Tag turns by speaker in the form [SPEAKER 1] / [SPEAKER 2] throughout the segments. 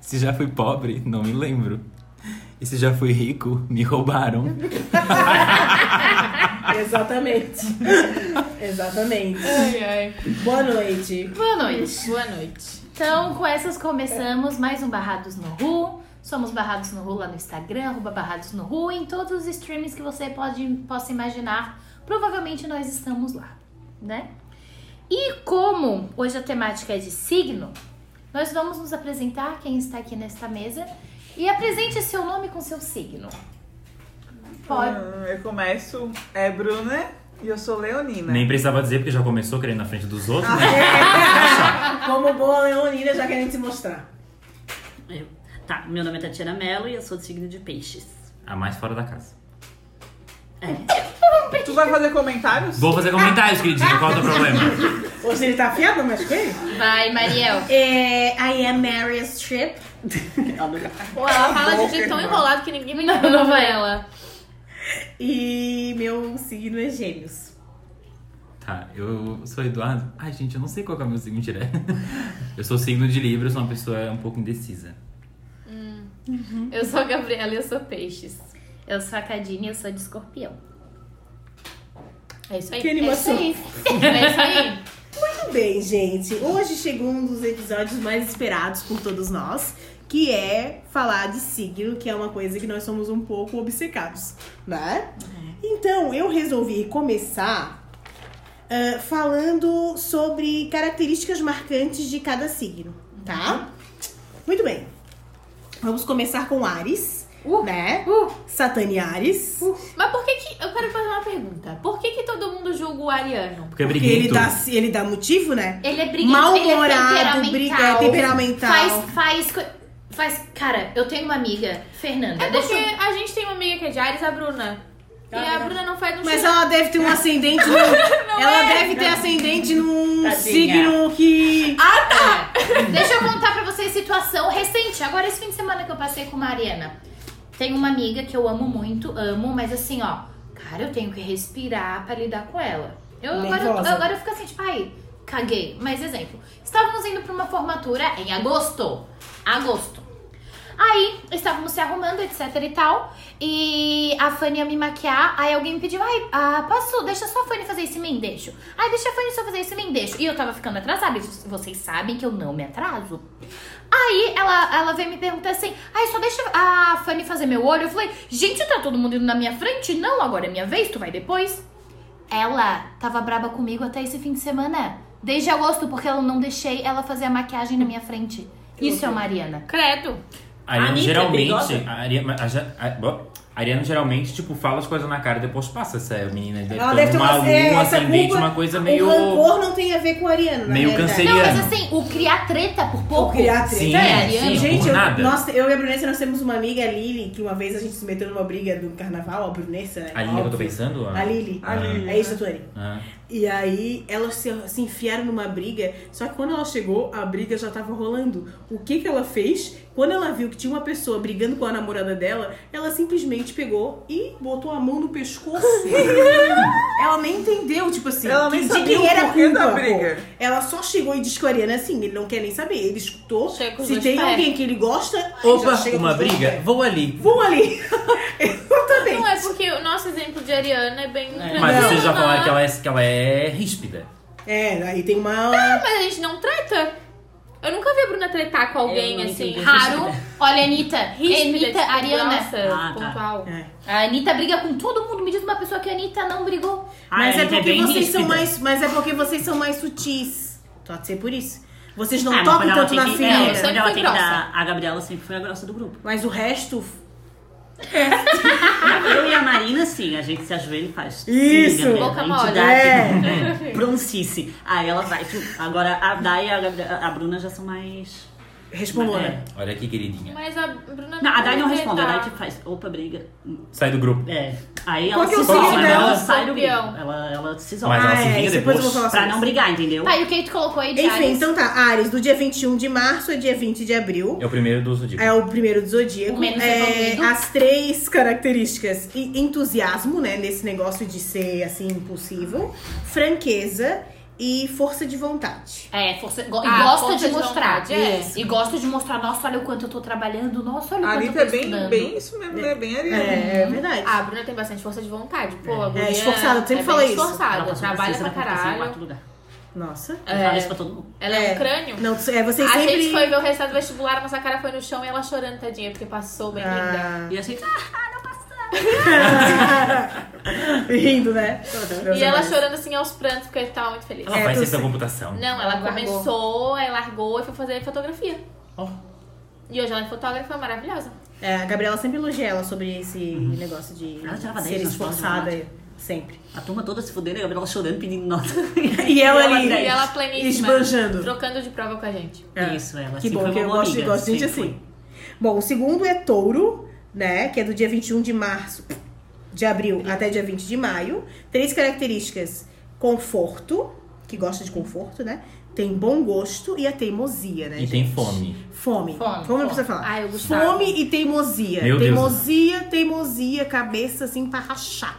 [SPEAKER 1] Se já fui pobre, não me lembro. E se já fui rico, me roubaram.
[SPEAKER 2] Exatamente. Exatamente.
[SPEAKER 3] Ai, ai.
[SPEAKER 2] Boa noite.
[SPEAKER 3] Boa noite. Boa noite.
[SPEAKER 4] Então, com essas começamos mais um Barrados no Ru. Somos Barrados no Ru lá no Instagram, arroba Barrados no Ru, em todos os streams que você pode, possa imaginar. Provavelmente nós estamos lá, né? E como hoje a temática é de signo, nós vamos nos apresentar quem está aqui nesta mesa e apresente seu nome com seu signo. Pode.
[SPEAKER 5] Hum, eu começo, é Bruna e eu sou Leonina.
[SPEAKER 6] Nem precisava dizer, porque já começou querendo na frente dos outros, né?
[SPEAKER 2] Como boa leonina, já querem se mostrar.
[SPEAKER 7] Eu. Tá, meu nome é Tatiana Mello e eu sou do signo de peixes.
[SPEAKER 6] A mais fora da casa.
[SPEAKER 7] É.
[SPEAKER 5] Tu vai fazer comentários?
[SPEAKER 6] Vou fazer comentários, queridinho, qual é o teu problema?
[SPEAKER 2] Hoje ele tá afiado, mas quem?
[SPEAKER 3] Vai, Mariel.
[SPEAKER 2] É, I am Mary Strip.
[SPEAKER 7] Ela nunca faz.
[SPEAKER 3] Pô, ela fala de
[SPEAKER 5] boca,
[SPEAKER 3] jeito tão
[SPEAKER 5] irmã.
[SPEAKER 3] enrolado que ninguém me
[SPEAKER 4] Não,
[SPEAKER 3] entende.
[SPEAKER 4] não vai ela.
[SPEAKER 2] E meu signo é Gêmeos.
[SPEAKER 1] Tá, eu sou Eduardo. Ai, gente, eu não sei qual que é o meu signo direto. Eu sou signo de Libra, eu sou uma pessoa um pouco indecisa.
[SPEAKER 3] Eu sou a Gabriela e eu sou peixes.
[SPEAKER 4] Eu sou a Cadine e eu sou de escorpião.
[SPEAKER 3] É isso aí.
[SPEAKER 2] Que animação.
[SPEAKER 3] É isso aí. É isso aí.
[SPEAKER 2] Muito bem, gente. Hoje chegou um dos episódios mais esperados por todos nós, que é falar de signo, que é uma coisa que nós somos um pouco obcecados, né?
[SPEAKER 4] É.
[SPEAKER 2] Então, eu resolvi começar ah, falando sobre características marcantes de cada signo,
[SPEAKER 4] Uhum.
[SPEAKER 2] tá? Muito bem. Vamos começar com Ares,
[SPEAKER 3] Uh,
[SPEAKER 2] né?
[SPEAKER 3] uh.
[SPEAKER 2] Satani Ares.
[SPEAKER 4] Uh!
[SPEAKER 3] Mas por que que... Eu quero fazer uma pergunta. Por que que todo mundo julga o ariano?
[SPEAKER 1] é
[SPEAKER 6] Porque
[SPEAKER 2] Porque
[SPEAKER 6] é eu briguei em
[SPEAKER 2] ele tá
[SPEAKER 6] tudo.
[SPEAKER 2] dá, ele dá motivo, né?
[SPEAKER 4] Ele é brigante, ele é
[SPEAKER 2] Mal-humorado,
[SPEAKER 4] temperamental.
[SPEAKER 2] briga- é temperamental.
[SPEAKER 4] Faz, faz, co- faz. Cara, eu tenho uma amiga, Fernanda.
[SPEAKER 3] É
[SPEAKER 4] deixa
[SPEAKER 3] porque
[SPEAKER 4] eu...
[SPEAKER 3] a gente tem uma amiga que é de Ares, a Bruna. E a Bruna não faz no
[SPEAKER 2] Mas ela deve ter um ascendente no... Ela deve ter ascendente num
[SPEAKER 7] Tadinha.
[SPEAKER 2] signo que...
[SPEAKER 4] É. Deixa eu contar pra vocês situação recente. Agora, esse fim de semana que eu passei com Mariana. Tem uma amiga que eu amo muito, amo, mas assim, ó. Cara, eu tenho que respirar pra lidar com ela. Eu, agora, eu,
[SPEAKER 2] Nervosa.
[SPEAKER 4] agora eu fico assim, tipo, ai, caguei. Mas, exemplo, estávamos indo pra uma formatura em agosto. Agosto. Aí, estávamos se arrumando, etc e tal. E a Fanny ia me maquiar. Aí alguém me pediu, ai, ah, posso? Deixa só a Fanny fazer esse mendeixo. Ai, deixa a Fanny só fazer esse mendeixo. E eu tava ficando atrasada. e Vocês sabem que eu não me atraso. Aí ela, ela veio me perguntar assim, ai, só deixa a Fanny fazer meu olho. Eu falei, gente, tá todo mundo indo na minha frente? Não, agora é minha vez, tu vai depois. Ela tava braba comigo até esse fim de semana. Desde agosto, porque eu não deixei ela fazer a maquiagem na minha frente. Isso é uma Mariana.
[SPEAKER 3] Credo.
[SPEAKER 6] Ariano
[SPEAKER 7] Anitta é
[SPEAKER 6] geralmente.
[SPEAKER 7] perigosa?
[SPEAKER 6] a Ariana, a ja- a- bo- Ariano geralmente, tipo, fala as coisas na cara e depois passa essa menina. Deve
[SPEAKER 2] Ela
[SPEAKER 6] ter
[SPEAKER 2] deve ter
[SPEAKER 6] uma,
[SPEAKER 2] uma... é,
[SPEAKER 6] um
[SPEAKER 2] essa
[SPEAKER 6] ascendente,
[SPEAKER 2] culpa,
[SPEAKER 6] uma coisa
[SPEAKER 2] O
[SPEAKER 6] meio.
[SPEAKER 2] rancor não tem a ver com o ariano, na
[SPEAKER 6] meio
[SPEAKER 2] realidade.
[SPEAKER 6] canceriano.
[SPEAKER 4] Não, mas assim, o criar treta por pouco.
[SPEAKER 2] O criar treta.
[SPEAKER 6] Sim,
[SPEAKER 2] é,
[SPEAKER 6] sim,
[SPEAKER 2] ariano. gente,
[SPEAKER 6] por
[SPEAKER 2] eu,
[SPEAKER 6] nada.
[SPEAKER 2] nós- eu e a Brunessa, nós temos uma amiga, a Lili, que uma vez a gente se meteu numa briga do carnaval, a Brunessa. né?
[SPEAKER 6] A linha é que eu tô
[SPEAKER 2] Óbvio.
[SPEAKER 6] pensando?
[SPEAKER 2] A Lili.
[SPEAKER 6] Ah.
[SPEAKER 2] É isso, Tony.
[SPEAKER 6] Ah.
[SPEAKER 2] E aí elas se, se enfiaram numa briga, só que quando ela chegou, a briga já tava rolando. O que que ela fez? Quando ela viu que tinha uma pessoa brigando com a namorada dela, ela simplesmente pegou e botou a mão no pescoço. ela nem entendeu, tipo assim,
[SPEAKER 5] Ela nem
[SPEAKER 2] que- de
[SPEAKER 5] sabia
[SPEAKER 2] quem
[SPEAKER 5] o
[SPEAKER 2] era a
[SPEAKER 5] porquê da
[SPEAKER 2] culpa.
[SPEAKER 5] briga.
[SPEAKER 2] pô. Ela só chegou e disse que o Ariana assim, ele não quer nem saber. Ele escutou,
[SPEAKER 3] Chega com os
[SPEAKER 2] se
[SPEAKER 3] dois
[SPEAKER 2] tem
[SPEAKER 3] pés.
[SPEAKER 2] alguém que ele gosta, ai, já
[SPEAKER 6] Opa,
[SPEAKER 2] chega com
[SPEAKER 6] uma
[SPEAKER 2] os dois
[SPEAKER 6] briga?
[SPEAKER 2] pés.
[SPEAKER 6] Vou ali.
[SPEAKER 2] Vão ali. Exatamente.
[SPEAKER 3] Não é porque o nosso exemplo de Ariana é bem tranquilo.
[SPEAKER 6] Mas vocês já
[SPEAKER 3] não.
[SPEAKER 6] falaram que ela é, que ela é ríspida.
[SPEAKER 2] É, aí tem uma...
[SPEAKER 3] Mas a gente não treta. Eu nunca vi a Bruna tretar com alguém
[SPEAKER 7] Eu não
[SPEAKER 3] assim.
[SPEAKER 7] entendi.
[SPEAKER 4] Raro. Olha, Anitta.
[SPEAKER 3] Ríspida,
[SPEAKER 4] Anitta,
[SPEAKER 3] tipo,
[SPEAKER 4] Ariana.
[SPEAKER 3] Nossa,
[SPEAKER 7] Ah, tá.
[SPEAKER 3] pontual.
[SPEAKER 2] É.
[SPEAKER 4] A Anitta briga com todo mundo. Me diz uma pessoa que a Anitta não brigou.
[SPEAKER 7] Ah,
[SPEAKER 2] Mas é
[SPEAKER 7] ela
[SPEAKER 2] porque
[SPEAKER 7] bem
[SPEAKER 2] vocês
[SPEAKER 7] ríspida.
[SPEAKER 2] são mais. Mas é porque vocês são mais sutis. Pode ser por isso. Vocês não
[SPEAKER 7] Ah, mas
[SPEAKER 2] tocam
[SPEAKER 7] quando ela
[SPEAKER 2] tanto
[SPEAKER 7] tem
[SPEAKER 2] na
[SPEAKER 7] que-
[SPEAKER 2] ferida.
[SPEAKER 7] é,
[SPEAKER 3] eu
[SPEAKER 7] quando
[SPEAKER 3] sempre
[SPEAKER 7] ela
[SPEAKER 3] fui
[SPEAKER 7] tem que dar- A Gabriela sempre foi a grossa do grupo.
[SPEAKER 2] Mas o resto.
[SPEAKER 7] Eu e a Marina, sim, a gente se ajoelha e faz.
[SPEAKER 2] Isso.
[SPEAKER 7] Sim, Gabriela,
[SPEAKER 3] Boca
[SPEAKER 7] a
[SPEAKER 3] mole.
[SPEAKER 7] entidade. É. Pronuncice. Aí ela vai. tu. Agora a Dai e a, Gabriela- a Bruna já são mais.
[SPEAKER 2] Respondona.
[SPEAKER 6] Olha aqui, queridinha.
[SPEAKER 3] Mas a Bruna
[SPEAKER 7] Não, a Dai não
[SPEAKER 3] vai
[SPEAKER 7] responde, a
[SPEAKER 3] tretar.
[SPEAKER 7] Dai que faz. Opa, briga.
[SPEAKER 6] Sai do grupo.
[SPEAKER 7] É. Aí
[SPEAKER 2] Qual
[SPEAKER 7] ela
[SPEAKER 2] que é
[SPEAKER 7] se
[SPEAKER 2] o signo
[SPEAKER 7] isola,
[SPEAKER 2] dela?
[SPEAKER 7] ela sai do grupo.
[SPEAKER 3] Escorpião.
[SPEAKER 7] Ela, ela se isola.
[SPEAKER 6] Mas ela se
[SPEAKER 2] é,
[SPEAKER 6] vinga
[SPEAKER 2] isso depois eu vou
[SPEAKER 6] depois.
[SPEAKER 2] falar
[SPEAKER 7] Pra
[SPEAKER 2] sobre
[SPEAKER 7] não
[SPEAKER 2] isso.
[SPEAKER 7] brigar, entendeu?
[SPEAKER 4] Tá, e o que tu colocou aí de
[SPEAKER 2] Enfim,
[SPEAKER 4] Ares?
[SPEAKER 2] então tá. Ares, do dia 21 de março a dia 20 de abril.
[SPEAKER 6] É o primeiro do zodíaco.
[SPEAKER 2] É o primeiro do zodíaco.
[SPEAKER 4] O menos
[SPEAKER 2] é,
[SPEAKER 4] evoluído.
[SPEAKER 2] as três características: e entusiasmo, né? Nesse negócio de ser assim, impulsivo, franqueza e força de vontade.
[SPEAKER 4] É, força, go- e
[SPEAKER 3] Ah,
[SPEAKER 4] gosta
[SPEAKER 3] força
[SPEAKER 4] de
[SPEAKER 3] de
[SPEAKER 4] mostrar.
[SPEAKER 3] vontade, é.
[SPEAKER 4] Isso. E gosta de mostrar, nossa, olha o quanto eu tô trabalhando, nossa, olha o
[SPEAKER 5] A
[SPEAKER 4] quanto
[SPEAKER 5] Anitta
[SPEAKER 4] eu
[SPEAKER 5] é
[SPEAKER 4] tô
[SPEAKER 5] bem,
[SPEAKER 4] estudando.
[SPEAKER 5] bem isso mesmo, né? Bem Ariana.
[SPEAKER 2] É,
[SPEAKER 7] Uhum.
[SPEAKER 2] é verdade.
[SPEAKER 7] Ah.
[SPEAKER 3] "Ah, A Bruna tem bastante força de vontade. Pô, a guria
[SPEAKER 2] esforçada, eu sempre
[SPEAKER 3] é
[SPEAKER 2] falo
[SPEAKER 3] bem
[SPEAKER 2] isso.
[SPEAKER 3] esforçada,
[SPEAKER 7] Ela passou
[SPEAKER 3] trabalha pra
[SPEAKER 7] licença competição Em
[SPEAKER 3] caralho.
[SPEAKER 7] quarto lugar.
[SPEAKER 2] Nossa.
[SPEAKER 7] Eu falo isso pra todo mundo.
[SPEAKER 3] Ela é um crânio.
[SPEAKER 2] Não, é, vocês
[SPEAKER 3] a
[SPEAKER 2] sempre...
[SPEAKER 3] gente foi ver o resultado do vestibular, a nossa cara foi no chão e ela chorando, tadinha, porque passou bem linda.
[SPEAKER 2] Ah,
[SPEAKER 7] E assim,
[SPEAKER 2] rindo, né?
[SPEAKER 3] E ela chorando assim aos prantos, porque ele tava muito feliz.
[SPEAKER 6] Ela
[SPEAKER 2] É, tu
[SPEAKER 6] faz ciência da
[SPEAKER 2] sei.
[SPEAKER 6] computação.
[SPEAKER 3] Não, ela
[SPEAKER 4] Largou.
[SPEAKER 3] começou, aí largou e foi fazer fotografia. E hoje ela é fotógrafa maravilhosa.
[SPEAKER 2] É, a Gabriela sempre elogia ela sobre esse
[SPEAKER 3] Uhum.
[SPEAKER 2] negócio de
[SPEAKER 7] Ela tirava
[SPEAKER 2] ser
[SPEAKER 7] 10 nas
[SPEAKER 2] esforçada.
[SPEAKER 7] provas de
[SPEAKER 2] Sempre.
[SPEAKER 7] a turma toda se fudendo, a Gabriela chorando, pedindo nota.
[SPEAKER 2] E
[SPEAKER 7] é
[SPEAKER 2] ela ali,
[SPEAKER 3] E ela pleníssima.
[SPEAKER 2] esbanjando.
[SPEAKER 3] Trocando de prova com a gente.
[SPEAKER 2] É.
[SPEAKER 7] Isso, ela
[SPEAKER 2] Que
[SPEAKER 7] sempre
[SPEAKER 2] bom,
[SPEAKER 7] foi
[SPEAKER 2] que
[SPEAKER 7] uma
[SPEAKER 2] eu
[SPEAKER 7] boa
[SPEAKER 2] gosto, de-
[SPEAKER 7] amiga,
[SPEAKER 2] gosto de gente
[SPEAKER 7] sempre
[SPEAKER 2] assim. Bom, o segundo é touro, né? Que é do dia 21 de março, de abril até dia 20 de maio. Três características: conforto, que gosta de conforto, né? Tem bom gosto e a teimosia, né?
[SPEAKER 6] E tem
[SPEAKER 2] gente?
[SPEAKER 6] fome.
[SPEAKER 2] Fome.
[SPEAKER 4] Fome,
[SPEAKER 2] Fome não
[SPEAKER 4] fome.
[SPEAKER 2] precisa falar.
[SPEAKER 7] Ah,
[SPEAKER 3] Ai, eu gostava.
[SPEAKER 2] Fome e teimosia.
[SPEAKER 6] Meu Deus.
[SPEAKER 2] teimosia, teimosia, cabeça assim pra rachar,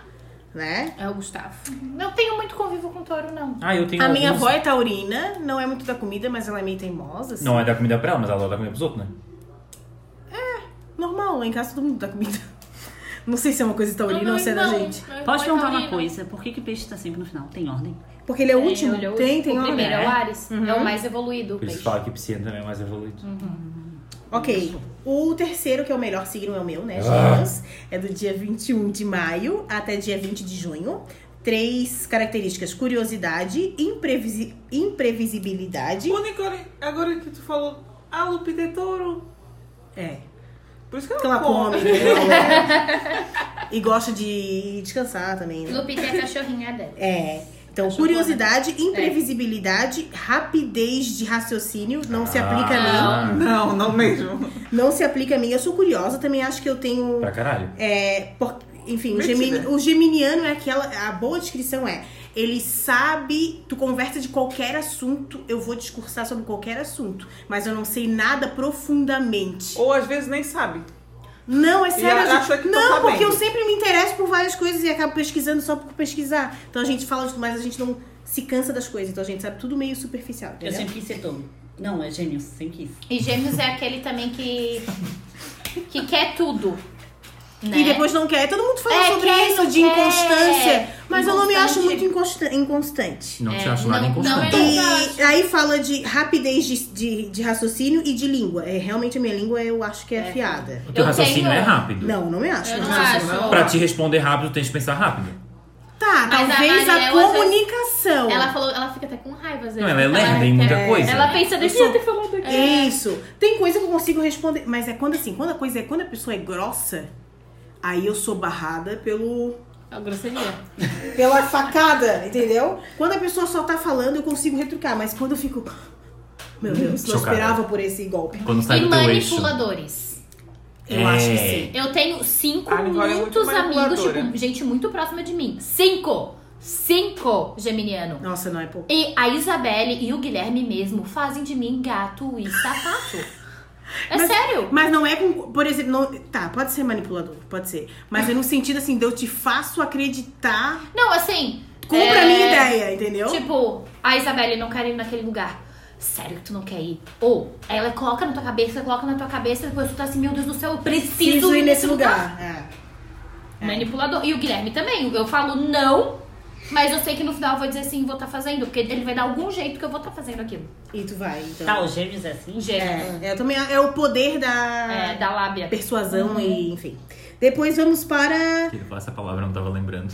[SPEAKER 2] né?
[SPEAKER 3] É o Gustavo.
[SPEAKER 4] Não tenho muito convívio com touro, não.
[SPEAKER 6] Ah, eu tenho
[SPEAKER 2] A minha avó
[SPEAKER 6] alguns-
[SPEAKER 2] é taurina, não é muito da comida, mas ela é meio teimosa, assim.
[SPEAKER 6] Não é dar comida pra ela, mas ela dá comida pros outros, né?
[SPEAKER 2] Normal, lá em casa todo mundo dá comida. Não sei se é uma coisa taurina ou se é da gente.
[SPEAKER 7] Posso perguntar uma coisa? Por que, que peixe tá sempre no final? Tem ordem?
[SPEAKER 2] Porque ele é o último.
[SPEAKER 4] olha,
[SPEAKER 2] tem, tem
[SPEAKER 4] O
[SPEAKER 2] ordem.
[SPEAKER 4] primeiro é o Ares.
[SPEAKER 2] Uhum.
[SPEAKER 4] É o mais evoluído. o
[SPEAKER 6] Por isso
[SPEAKER 4] peixe.
[SPEAKER 6] que fala que piscina também é mais evoluído.
[SPEAKER 2] Ok. O terceiro, que é o melhor signo, é o meu, né, Gêmeos? É do dia 21 de maio até dia 20 de junho. Três características: curiosidade, imprevisi- imprevisibilidade.
[SPEAKER 5] Único, agora que tu falou, a Lupita é touro.
[SPEAKER 2] É.
[SPEAKER 5] Por isso que ela,
[SPEAKER 2] Porque ela come.
[SPEAKER 5] come.
[SPEAKER 2] né? e gosta de descansar também, né?
[SPEAKER 4] Lupita é a cachorrinha dela.
[SPEAKER 2] É. Então,
[SPEAKER 4] Acho né? É.
[SPEAKER 2] curiosidade, imprevisibilidade, rapidez de raciocínio, não se aplica a mim.
[SPEAKER 6] Ah,
[SPEAKER 5] Não, não mesmo.
[SPEAKER 2] Não se aplica a mim. Eu sou curiosa, também acho que eu tenho.
[SPEAKER 6] Ah, Pra caralho.
[SPEAKER 2] É, por- enfim, o,
[SPEAKER 5] Metida.
[SPEAKER 2] gemini- o geminiano é aquela. A boa descrição é. Ele sabe, tu conversa de qualquer assunto, eu vou discursar sobre qualquer assunto, mas eu não sei nada profundamente.
[SPEAKER 5] Ou às vezes nem sabe.
[SPEAKER 2] Não, é sério.
[SPEAKER 5] Oh, ela
[SPEAKER 2] gente.
[SPEAKER 5] acha que tá tô
[SPEAKER 2] não, porque eu
[SPEAKER 5] sabendo.
[SPEAKER 2] sempre me interesso por várias coisas e acabo pesquisando só por pesquisar. Então a gente fala de tudo, mas a gente não se cansa das coisas. Então a gente sabe tudo meio superficial,
[SPEAKER 7] Eu
[SPEAKER 2] entendeu?
[SPEAKER 7] sempre quis ser touro. Não, é gêmeos, sempre quis.
[SPEAKER 4] E Gêmeos é aquele também que. que quer tudo. Né?
[SPEAKER 2] E depois não quer. Todo mundo fala
[SPEAKER 4] É,
[SPEAKER 2] sobre
[SPEAKER 4] quer,
[SPEAKER 2] isso
[SPEAKER 4] não
[SPEAKER 2] de
[SPEAKER 4] quer.
[SPEAKER 2] inconstância. Mas eu não me acho
[SPEAKER 4] Inconstante.
[SPEAKER 2] muito inconsta- inconstante.
[SPEAKER 6] Não te
[SPEAKER 4] É,
[SPEAKER 6] acho nada
[SPEAKER 4] não-
[SPEAKER 6] inconstante.
[SPEAKER 4] não é-
[SPEAKER 2] E aí fala de rapidez de, de- de raciocínio e de língua. É, realmente a minha língua eu acho que é, afiada.
[SPEAKER 6] O teu
[SPEAKER 4] Eu
[SPEAKER 6] raciocínio
[SPEAKER 4] tenho-
[SPEAKER 6] é rápido.
[SPEAKER 2] Não, não me acho.
[SPEAKER 4] Eu
[SPEAKER 2] não
[SPEAKER 4] não
[SPEAKER 2] acho.
[SPEAKER 5] Tipo,
[SPEAKER 4] acho.
[SPEAKER 6] Pra te responder rápido, tu tens que pensar rápido.
[SPEAKER 2] Tá,
[SPEAKER 4] Mas a
[SPEAKER 2] talvez a,
[SPEAKER 4] Mariel, às vezes,
[SPEAKER 2] comunicação.
[SPEAKER 4] Ela falou, ela fica até com raiva às vezes.
[SPEAKER 6] Não, ela é lerda em muita coisa.
[SPEAKER 4] Ela é pensa,
[SPEAKER 2] Eu
[SPEAKER 4] deixa
[SPEAKER 2] sou- É
[SPEAKER 4] eu ter falado aqui.
[SPEAKER 2] Isso. Tem coisa que eu consigo responder, mas é quando assim, quando a coisa é quando a pessoa é grossa, aí eu sou barrada pelo
[SPEAKER 3] É uma grosseria.
[SPEAKER 2] pela facada, entendeu? Quando a pessoa só tá falando, eu consigo retrucar, mas quando eu fico meu Deus, não
[SPEAKER 6] Chocada.
[SPEAKER 2] esperava por esse golpe.
[SPEAKER 6] Quando sai
[SPEAKER 4] E
[SPEAKER 6] do teu eixo.
[SPEAKER 4] manipuladores.
[SPEAKER 2] Eu
[SPEAKER 6] É.
[SPEAKER 2] acho que sim.
[SPEAKER 4] Eu tenho cinco
[SPEAKER 5] A Nicole é muito
[SPEAKER 4] muitos amigos,
[SPEAKER 5] manipuladora.
[SPEAKER 4] tipo, gente muito próxima de mim. Cinco! Cinco, Geminiano.
[SPEAKER 2] Nossa, não é pouco.
[SPEAKER 4] E a Isabelle e o Guilherme mesmo fazem de mim gato e sapato. É
[SPEAKER 2] Mas-
[SPEAKER 4] sério.
[SPEAKER 2] Mas não é com. Por exemplo, não- tá, pode ser manipulador, pode ser. Mas é no sentido assim, de eu te faço acreditar.
[SPEAKER 4] Não, assim.
[SPEAKER 2] Compra
[SPEAKER 4] é,
[SPEAKER 2] a minha ideia, entendeu?
[SPEAKER 4] Tipo, a Isabelle não quer ir naquele lugar. Sério que tu não quer ir? Ou ela coloca na tua cabeça, coloca na tua cabeça, depois tu tá assim, meu Deus do céu, eu preciso,
[SPEAKER 2] preciso ir nesse lugar. É.
[SPEAKER 4] Manipulador. E o Guilherme também. Eu falo não, mas eu sei que no final eu vou dizer sim, vou estar fazendo. Porque ele vai dar algum jeito que eu vou estar fazendo aquilo.
[SPEAKER 2] E tu vai, então.
[SPEAKER 7] Tá, os gêmeos é assim?
[SPEAKER 4] Um jeito. É,
[SPEAKER 2] É, eu também, é o poder da,
[SPEAKER 4] da Uhum. lábia.
[SPEAKER 2] persuasão e enfim. Depois vamos para
[SPEAKER 6] Queria falar essa palavra, eu não tava lembrando.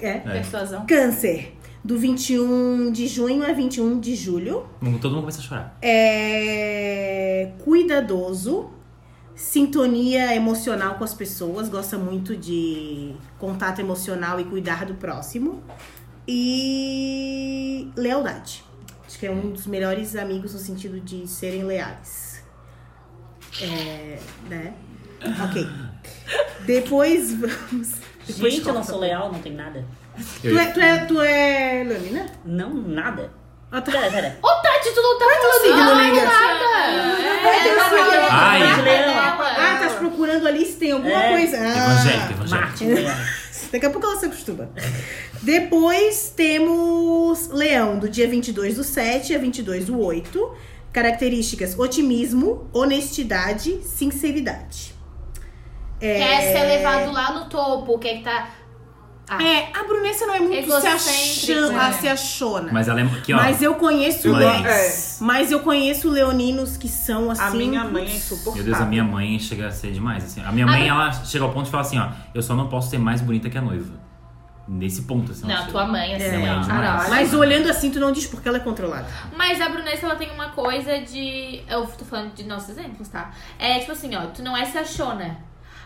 [SPEAKER 2] é,
[SPEAKER 6] É.
[SPEAKER 4] Persuasão.
[SPEAKER 2] câncer. Do 21 de junho a 21 de julho.
[SPEAKER 6] Não, Todo mundo começa a chorar.
[SPEAKER 2] É cuidadoso, sintonia emocional com as pessoas, gosta muito de contato emocional e cuidar do próximo. E lealdade. Acho que é um dos melhores amigos no sentido de serem leais. É, né? Ok. Depois vamos. Depois
[SPEAKER 7] Gente, eu não
[SPEAKER 2] corta.
[SPEAKER 7] sou leal, não tem nada.
[SPEAKER 2] Tu é, tu é, tu é lâmina?
[SPEAKER 7] Não, nada.
[SPEAKER 2] Ah, tá.
[SPEAKER 7] Pera, pera.
[SPEAKER 4] Ô, Tati, tu não tá
[SPEAKER 2] Sim,
[SPEAKER 4] falando
[SPEAKER 2] amiga.
[SPEAKER 4] nada.
[SPEAKER 2] teu
[SPEAKER 4] ela tá
[SPEAKER 2] signo.
[SPEAKER 4] querendo
[SPEAKER 6] Ai.
[SPEAKER 3] É.
[SPEAKER 4] nada dela.
[SPEAKER 2] Ah, tá te procurando ali Ah, se tem alguma
[SPEAKER 7] É.
[SPEAKER 2] coisa. Ah,
[SPEAKER 6] Evangélico, evangélico.
[SPEAKER 7] Marte, mulher.
[SPEAKER 2] Daqui a pouco ela se acostuma. Depois temos Leão, do dia 22 do 7 a 22 do 8. Características: otimismo, honestidade, sinceridade.
[SPEAKER 4] É.
[SPEAKER 2] É.
[SPEAKER 4] Quer ser levado lá no topo, quer que tá. Ah.
[SPEAKER 2] É, a Brunessa não é muito se,
[SPEAKER 3] Egocêntrica,
[SPEAKER 2] acham, a
[SPEAKER 3] né?
[SPEAKER 2] se achona. Mas,
[SPEAKER 1] Mas ela é. Aqui, ó.
[SPEAKER 2] eu conheço.
[SPEAKER 1] Mas-
[SPEAKER 2] le-
[SPEAKER 5] É,
[SPEAKER 2] Mas eu conheço leoninos que são assim.
[SPEAKER 5] a minha mãe é insuportável.
[SPEAKER 1] Meu Deus, a minha mãe chega a ser demais. Assim. A minha mãe,
[SPEAKER 4] Ah,
[SPEAKER 1] ela chega ao ponto de falar assim, ó, eu só não posso ser mais bonita que a noiva. Nesse ponto, assim. ela
[SPEAKER 4] Não,
[SPEAKER 1] chega.
[SPEAKER 4] tua mãe, assim,
[SPEAKER 1] Minha mãe é
[SPEAKER 4] ó.
[SPEAKER 1] demais.
[SPEAKER 3] Ah, não,
[SPEAKER 2] Mas olhando assim, tu não diz porque ela é controlada.
[SPEAKER 3] Mas a Brunessa, ela tem uma coisa de. Eu tô falando de nossos exemplos, tá? É tipo assim, ó, tu não é sachona,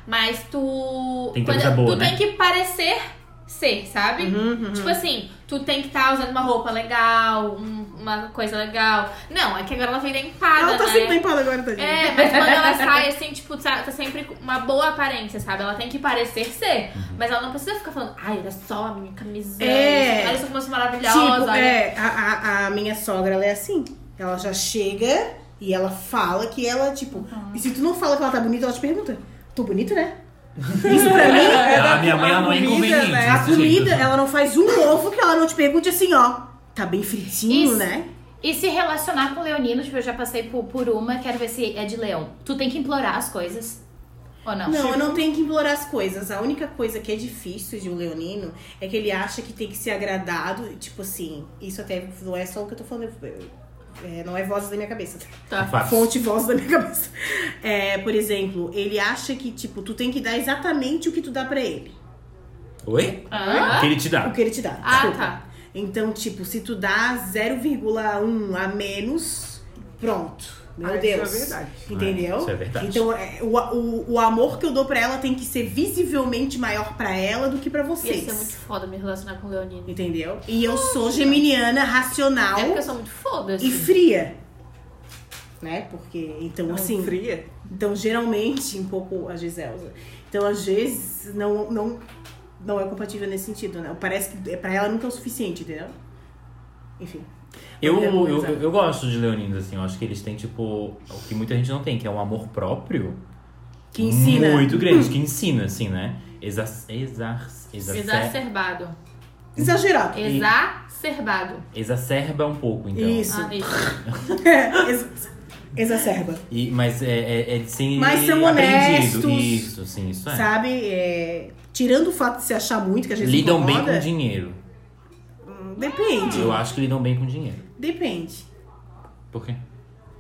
[SPEAKER 3] mas tu.
[SPEAKER 1] Tem coisa boa,
[SPEAKER 3] tu
[SPEAKER 1] né?
[SPEAKER 3] tem que parecer ser, sabe?
[SPEAKER 2] Uhum.
[SPEAKER 3] Tipo assim, tu tem que estar usando uma roupa legal, um- uma coisa legal. Não, é que agora ela vem da empada,
[SPEAKER 2] Ela tá
[SPEAKER 3] né?
[SPEAKER 2] sempre empada agora, tadinha.
[SPEAKER 3] É, mas quando ela sai, assim, tipo, tá, tá sempre com uma boa aparência, sabe? Ela tem que parecer ser.
[SPEAKER 2] Uhum.
[SPEAKER 3] Mas ela não precisa ficar falando, ai, olha só a minha camiseta,
[SPEAKER 2] É.
[SPEAKER 3] olha só como eu sou maravilhosa.
[SPEAKER 2] Tipo,
[SPEAKER 3] olha
[SPEAKER 2] é, a, a- a minha sogra, ela é assim. Ela já chega e ela fala que ela, tipo... E se tu não fala que ela tá bonita, ela te pergunta. Tô bonita, né? Isso pra mim...
[SPEAKER 5] É da-
[SPEAKER 1] Ah, minha mãe, ela não é
[SPEAKER 5] a comida,
[SPEAKER 1] inconveniente.
[SPEAKER 5] né?
[SPEAKER 2] A
[SPEAKER 1] desse jeito,
[SPEAKER 2] comida,
[SPEAKER 1] assim.
[SPEAKER 2] ela não faz um ovo que ela não te pergunte assim, ó. Tá bem fritinho,
[SPEAKER 4] Isso.
[SPEAKER 2] né?
[SPEAKER 4] E se relacionar com leonino, tipo, eu já passei por, por uma, quero ver se é de leão. Tu tem que implorar as coisas. Ou não?
[SPEAKER 2] Não, eu não tenho que implorar as coisas. A única coisa que é difícil de um leonino é que ele acha que tem que ser agradado. Tipo assim, isso até não é só o que eu tô falando. eu- eu- é, não é vozes da minha cabeça.
[SPEAKER 1] Fatos.
[SPEAKER 2] Fonte voz da minha cabeça. É, por exemplo, ele acha que, tipo, tu tem que dar exatamente o que tu dá pra ele.
[SPEAKER 1] Oi?
[SPEAKER 3] Hã?
[SPEAKER 1] Que ele te
[SPEAKER 2] O
[SPEAKER 1] dá.
[SPEAKER 2] que ele te dá.
[SPEAKER 3] Ah,
[SPEAKER 2] desculpa.
[SPEAKER 3] tá.
[SPEAKER 2] Então, tipo, se tu dá 0,1 a menos, pronto. Meu
[SPEAKER 5] Ah, isso
[SPEAKER 2] Deus.
[SPEAKER 5] é verdade.
[SPEAKER 2] Entendeu?
[SPEAKER 1] É, isso é verdade.
[SPEAKER 2] Então, é, o, o, o amor que eu dou pra ela tem que ser visivelmente maior pra ela do que pra
[SPEAKER 3] Ia
[SPEAKER 2] vocês.
[SPEAKER 3] ser é muito foda me relacionar com o Leonino.
[SPEAKER 2] Entendeu? E eu sou geminiana, racional
[SPEAKER 3] É porque eu sou muito foda,
[SPEAKER 2] e
[SPEAKER 3] assim.
[SPEAKER 2] fria. Né? Porque, então, assim.
[SPEAKER 5] Fria.
[SPEAKER 2] Então, geralmente, um pouco a Giselza. Então, às vezes, não, não, não é compatível nesse sentido, né? Parece que é- pra ela nunca é o suficiente, entendeu? Enfim.
[SPEAKER 1] Eu,
[SPEAKER 2] Outra
[SPEAKER 1] eu,
[SPEAKER 2] coisa.
[SPEAKER 1] eu, eu gosto de leoninos, assim. Eu acho que eles têm, tipo, o que muita gente não tem, que é um amor próprio.
[SPEAKER 2] Que ensina.
[SPEAKER 1] Muito grande, que ensina, assim, né? Exar... Exar... Exar...
[SPEAKER 3] Exacerbado.
[SPEAKER 2] Exagerado.
[SPEAKER 3] Exacerbado.
[SPEAKER 1] Exacerba um pouco, então.
[SPEAKER 2] Isso.
[SPEAKER 3] Ah, isso.
[SPEAKER 2] Ex- Exacerba.
[SPEAKER 1] E, mas é, é, é de ser
[SPEAKER 2] Mas são
[SPEAKER 1] aprendido.
[SPEAKER 2] honestos,
[SPEAKER 1] Isso, sim, isso é.
[SPEAKER 2] Sabe? É, Tirando o fato de se achar muito, que a gente
[SPEAKER 1] Lidam bem com dinheiro.
[SPEAKER 2] Depende.
[SPEAKER 1] Eu acho que lidam bem com dinheiro.
[SPEAKER 2] Depende.
[SPEAKER 1] Por quê?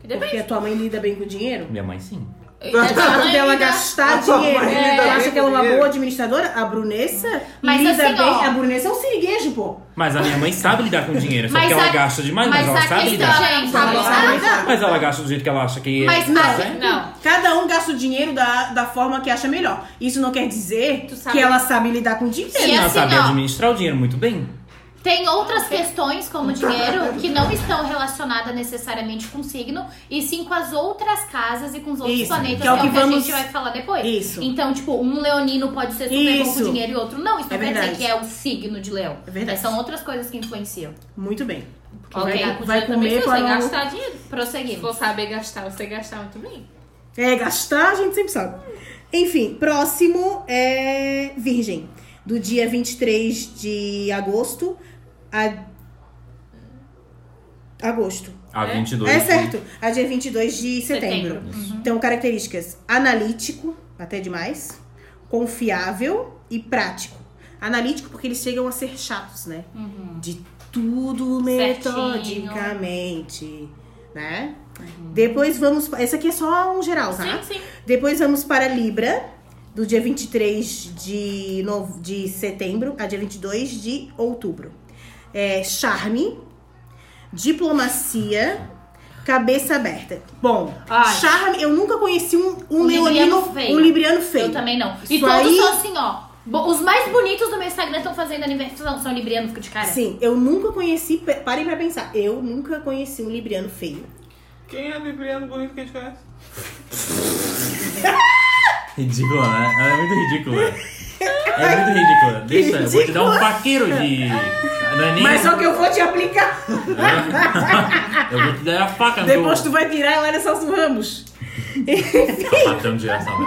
[SPEAKER 3] Que
[SPEAKER 2] Porque
[SPEAKER 3] depende.
[SPEAKER 2] a tua mãe lida bem com dinheiro?
[SPEAKER 1] Minha mãe sim.
[SPEAKER 2] O
[SPEAKER 3] É, tua
[SPEAKER 2] fato
[SPEAKER 3] mãe
[SPEAKER 2] dela
[SPEAKER 3] ainda-
[SPEAKER 2] gastar
[SPEAKER 5] A tua mãe
[SPEAKER 2] dinheiro. Tu
[SPEAKER 5] lida bem
[SPEAKER 2] acha
[SPEAKER 5] com
[SPEAKER 2] que ela é uma
[SPEAKER 5] dinheiro.
[SPEAKER 2] boa administradora? A Brunessa
[SPEAKER 4] Mas
[SPEAKER 2] lida
[SPEAKER 4] assim,
[SPEAKER 2] bem.
[SPEAKER 4] ó.
[SPEAKER 2] A Brunessa é um siriguejo, pô.
[SPEAKER 1] Mas a minha mãe sabe lidar com dinheiro, só
[SPEAKER 4] Mas
[SPEAKER 1] que ela
[SPEAKER 4] a-
[SPEAKER 1] gasta demais, mas,
[SPEAKER 4] mas
[SPEAKER 1] ela
[SPEAKER 4] a
[SPEAKER 1] sabe né?
[SPEAKER 4] questão-
[SPEAKER 1] lidar.
[SPEAKER 3] Gente,
[SPEAKER 2] Tá
[SPEAKER 4] Sabe,
[SPEAKER 3] olha,
[SPEAKER 4] Tá sabe?
[SPEAKER 1] Mas ela gasta do jeito que ela acha que
[SPEAKER 4] Mas
[SPEAKER 1] é.
[SPEAKER 4] não,
[SPEAKER 3] sabe? Não.
[SPEAKER 2] Cada um gasta o dinheiro da, da forma que acha melhor. Isso não quer dizer
[SPEAKER 3] Tu sabe-
[SPEAKER 2] que ela sabe lidar com dinheiro.
[SPEAKER 4] E
[SPEAKER 1] Sim, ela
[SPEAKER 4] assim,
[SPEAKER 1] sabe
[SPEAKER 4] ó.
[SPEAKER 1] administrar o dinheiro muito bem.
[SPEAKER 4] Tem outras questões, como
[SPEAKER 2] Tá.
[SPEAKER 4] dinheiro, que não estão relacionadas necessariamente com signo, e sim com as outras casas e com os outros
[SPEAKER 2] Isso,
[SPEAKER 4] planetas,
[SPEAKER 2] que é o que
[SPEAKER 4] a
[SPEAKER 2] vamos-
[SPEAKER 4] gente vai falar depois.
[SPEAKER 2] Isso.
[SPEAKER 4] Então, tipo, um leonino pode ser super bom
[SPEAKER 2] Isso.
[SPEAKER 4] com dinheiro e outro não. Isso
[SPEAKER 2] É
[SPEAKER 4] não quer
[SPEAKER 2] verdade.
[SPEAKER 4] dizer que é o signo de leão.
[SPEAKER 2] É verdade.
[SPEAKER 4] Mas São outras coisas que influenciam.
[SPEAKER 2] Muito bem. Porque
[SPEAKER 4] Ok,
[SPEAKER 2] vai,
[SPEAKER 3] O
[SPEAKER 2] vai
[SPEAKER 3] dinheiro também
[SPEAKER 2] comer
[SPEAKER 3] precisa
[SPEAKER 2] para não...
[SPEAKER 3] gastar dinheiro. Se
[SPEAKER 4] Prosseguimos.
[SPEAKER 3] for saber gastar, você gastar muito bem.
[SPEAKER 2] É, gastar a gente sempre sabe. Enfim, próximo é Virgem. Do dia 23 de agosto a. Agosto.
[SPEAKER 1] A
[SPEAKER 3] É?
[SPEAKER 1] 22.
[SPEAKER 2] É certo, a dia 22 de setembro.
[SPEAKER 3] Setembro.
[SPEAKER 2] Então, características: analítico, até demais, confiável e prático. Analítico porque eles chegam a ser chatos, né? De tudo
[SPEAKER 3] Uhum. Certinho.
[SPEAKER 2] metodicamente, né? Depois vamos, essa aqui é só um geral, tá?
[SPEAKER 3] Uhum. Sim, sim.
[SPEAKER 2] Depois vamos para Libra, do dia 23 de, nove- de setembro a dia 22 de outubro. É, charme, diplomacia, cabeça aberta. Bom,
[SPEAKER 4] Ai.
[SPEAKER 2] charme, eu nunca conheci um, um,
[SPEAKER 4] Um libriano
[SPEAKER 2] leonino,
[SPEAKER 4] feio.
[SPEAKER 2] um libriano feio.
[SPEAKER 4] Eu também não.
[SPEAKER 2] Isso
[SPEAKER 4] e todos
[SPEAKER 2] aí-
[SPEAKER 4] são assim, ó. Bo- Os mais bonitos do meu Instagram estão fazendo aniversário, são librianos de cara.
[SPEAKER 2] Sim, eu nunca conheci, pe- parem pra pensar, eu nunca conheci um libriano feio.
[SPEAKER 5] Quem é libriano bonito que a gente conhece?
[SPEAKER 1] Ridícula, né? Ela é muito ridícula. É muito ridícula. Deixa, eu vou te dar um paqueiro de. Não é nem.
[SPEAKER 2] Mas só que eu vou te aplicar.
[SPEAKER 1] Eu vou te dar a faca no
[SPEAKER 2] Depois
[SPEAKER 1] teu
[SPEAKER 2] tu vai tirar ela nessas ramos.
[SPEAKER 1] sapatão de ação. né?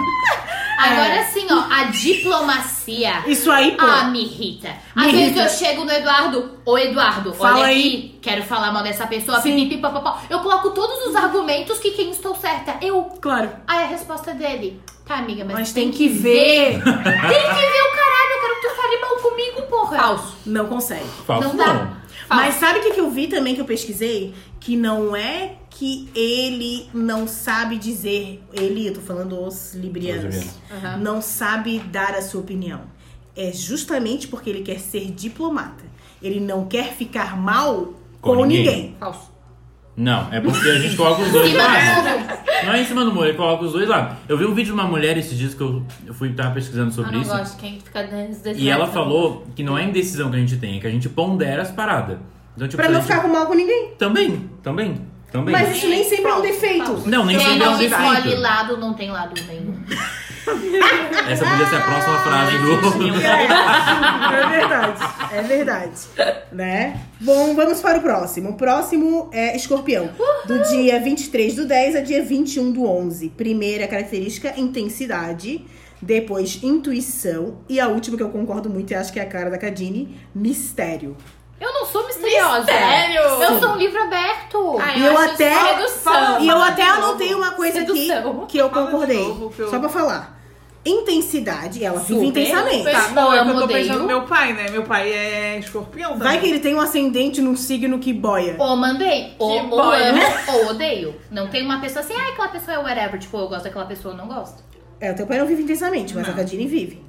[SPEAKER 4] Agora assim, ó, a diplomacia.
[SPEAKER 2] É. Isso aí, pô.
[SPEAKER 4] Ah, me irrita. Às
[SPEAKER 2] Me
[SPEAKER 4] vezes
[SPEAKER 2] irrita.
[SPEAKER 4] eu chego no Eduardo, ô Eduardo,
[SPEAKER 2] Fala
[SPEAKER 4] olha
[SPEAKER 2] aí.
[SPEAKER 4] aqui, quero falar mal dessa pessoa,
[SPEAKER 2] Sim.
[SPEAKER 4] pipipi, papapá. Eu coloco todos os argumentos que quem estou certa, eu.
[SPEAKER 2] Claro.
[SPEAKER 4] Aí a resposta dele, tá amiga, mas,
[SPEAKER 2] Mas tem que ver.
[SPEAKER 4] Tem que ver o caralho, eu quero que tu fale mal comigo, porra. Falso.
[SPEAKER 2] Não consegue.
[SPEAKER 6] Falso
[SPEAKER 4] Não dá.
[SPEAKER 6] não.
[SPEAKER 4] Falso.
[SPEAKER 2] Mas sabe o que, que eu vi também que eu pesquisei? Que não é que ele não sabe dizer. Ele, eu tô falando os librianos.
[SPEAKER 6] Os librianos.
[SPEAKER 3] Aham.
[SPEAKER 2] Não sabe dar a sua opinião. É justamente porque ele quer ser diplomata. Ele não quer ficar mal com,
[SPEAKER 6] Com
[SPEAKER 2] ninguém.
[SPEAKER 6] ninguém.
[SPEAKER 3] Falso.
[SPEAKER 6] Não, é porque a gente coloca os dois
[SPEAKER 4] Cima
[SPEAKER 6] lados.
[SPEAKER 4] do muro.
[SPEAKER 6] Não é em cima do muro, ele coloca os dois lados. Eu vi um vídeo de uma mulher esses dias que eu, eu fui tava pesquisando
[SPEAKER 3] Eu
[SPEAKER 6] sobre
[SPEAKER 3] não
[SPEAKER 6] isso.
[SPEAKER 3] gosto de quem fica dando
[SPEAKER 6] E ela falou que não é indecisão que a gente tem, é que a gente pondera as paradas. Então, tipo,
[SPEAKER 2] Pra
[SPEAKER 6] a
[SPEAKER 2] não
[SPEAKER 6] gente-
[SPEAKER 2] ficar com mal com ninguém.
[SPEAKER 6] Também, também, também.
[SPEAKER 2] Mas isso nem sempre é um defeito.
[SPEAKER 6] Não, nem
[SPEAKER 4] Quem
[SPEAKER 6] sempre é um
[SPEAKER 4] não escolhe
[SPEAKER 6] defeito.
[SPEAKER 4] lado, não tem lado nenhum.
[SPEAKER 6] Essa podia ser a
[SPEAKER 2] Ah,
[SPEAKER 6] próxima frase do.
[SPEAKER 2] É verdade, é verdade. Né? Bom, vamos para o próximo. O próximo é escorpião. Do dia 23 do 10 a dia 21 do 11. Primeira característica, intensidade. Depois, intuição. E a última que eu concordo muito e acho que é a cara da Cadine, mistério.
[SPEAKER 4] Eu não sou misteriosa.
[SPEAKER 3] Mistério.
[SPEAKER 4] Eu sou um livro aberto.
[SPEAKER 3] Ah,
[SPEAKER 2] E
[SPEAKER 3] eu
[SPEAKER 2] eu
[SPEAKER 3] acho
[SPEAKER 2] até-
[SPEAKER 3] sedução.
[SPEAKER 2] E eu até anotei uma coisa aqui
[SPEAKER 4] Sedução.
[SPEAKER 2] que eu
[SPEAKER 5] Fala de
[SPEAKER 2] concordei.
[SPEAKER 5] novo, que eu-
[SPEAKER 2] Só pra falar. Intensidade, ela vive
[SPEAKER 4] Super,
[SPEAKER 2] intensamente.
[SPEAKER 3] super.
[SPEAKER 5] Tá, não, é que eu tô
[SPEAKER 4] Amo,
[SPEAKER 5] pensando
[SPEAKER 4] odeio.
[SPEAKER 5] no meu pai, né? Meu pai é escorpião também.
[SPEAKER 2] Vai que ele tem um ascendente num signo que boia.
[SPEAKER 4] Ou mandei, ou,
[SPEAKER 3] Que
[SPEAKER 4] ou
[SPEAKER 3] boy,
[SPEAKER 4] amo,
[SPEAKER 3] né?
[SPEAKER 4] ou odeio. Não tem uma pessoa assim, ai, aquela pessoa é whatever. Tipo, eu gosto daquela pessoa, eu não gosto.
[SPEAKER 2] É, o teu pai não vive intensamente, mas a Cadine vive.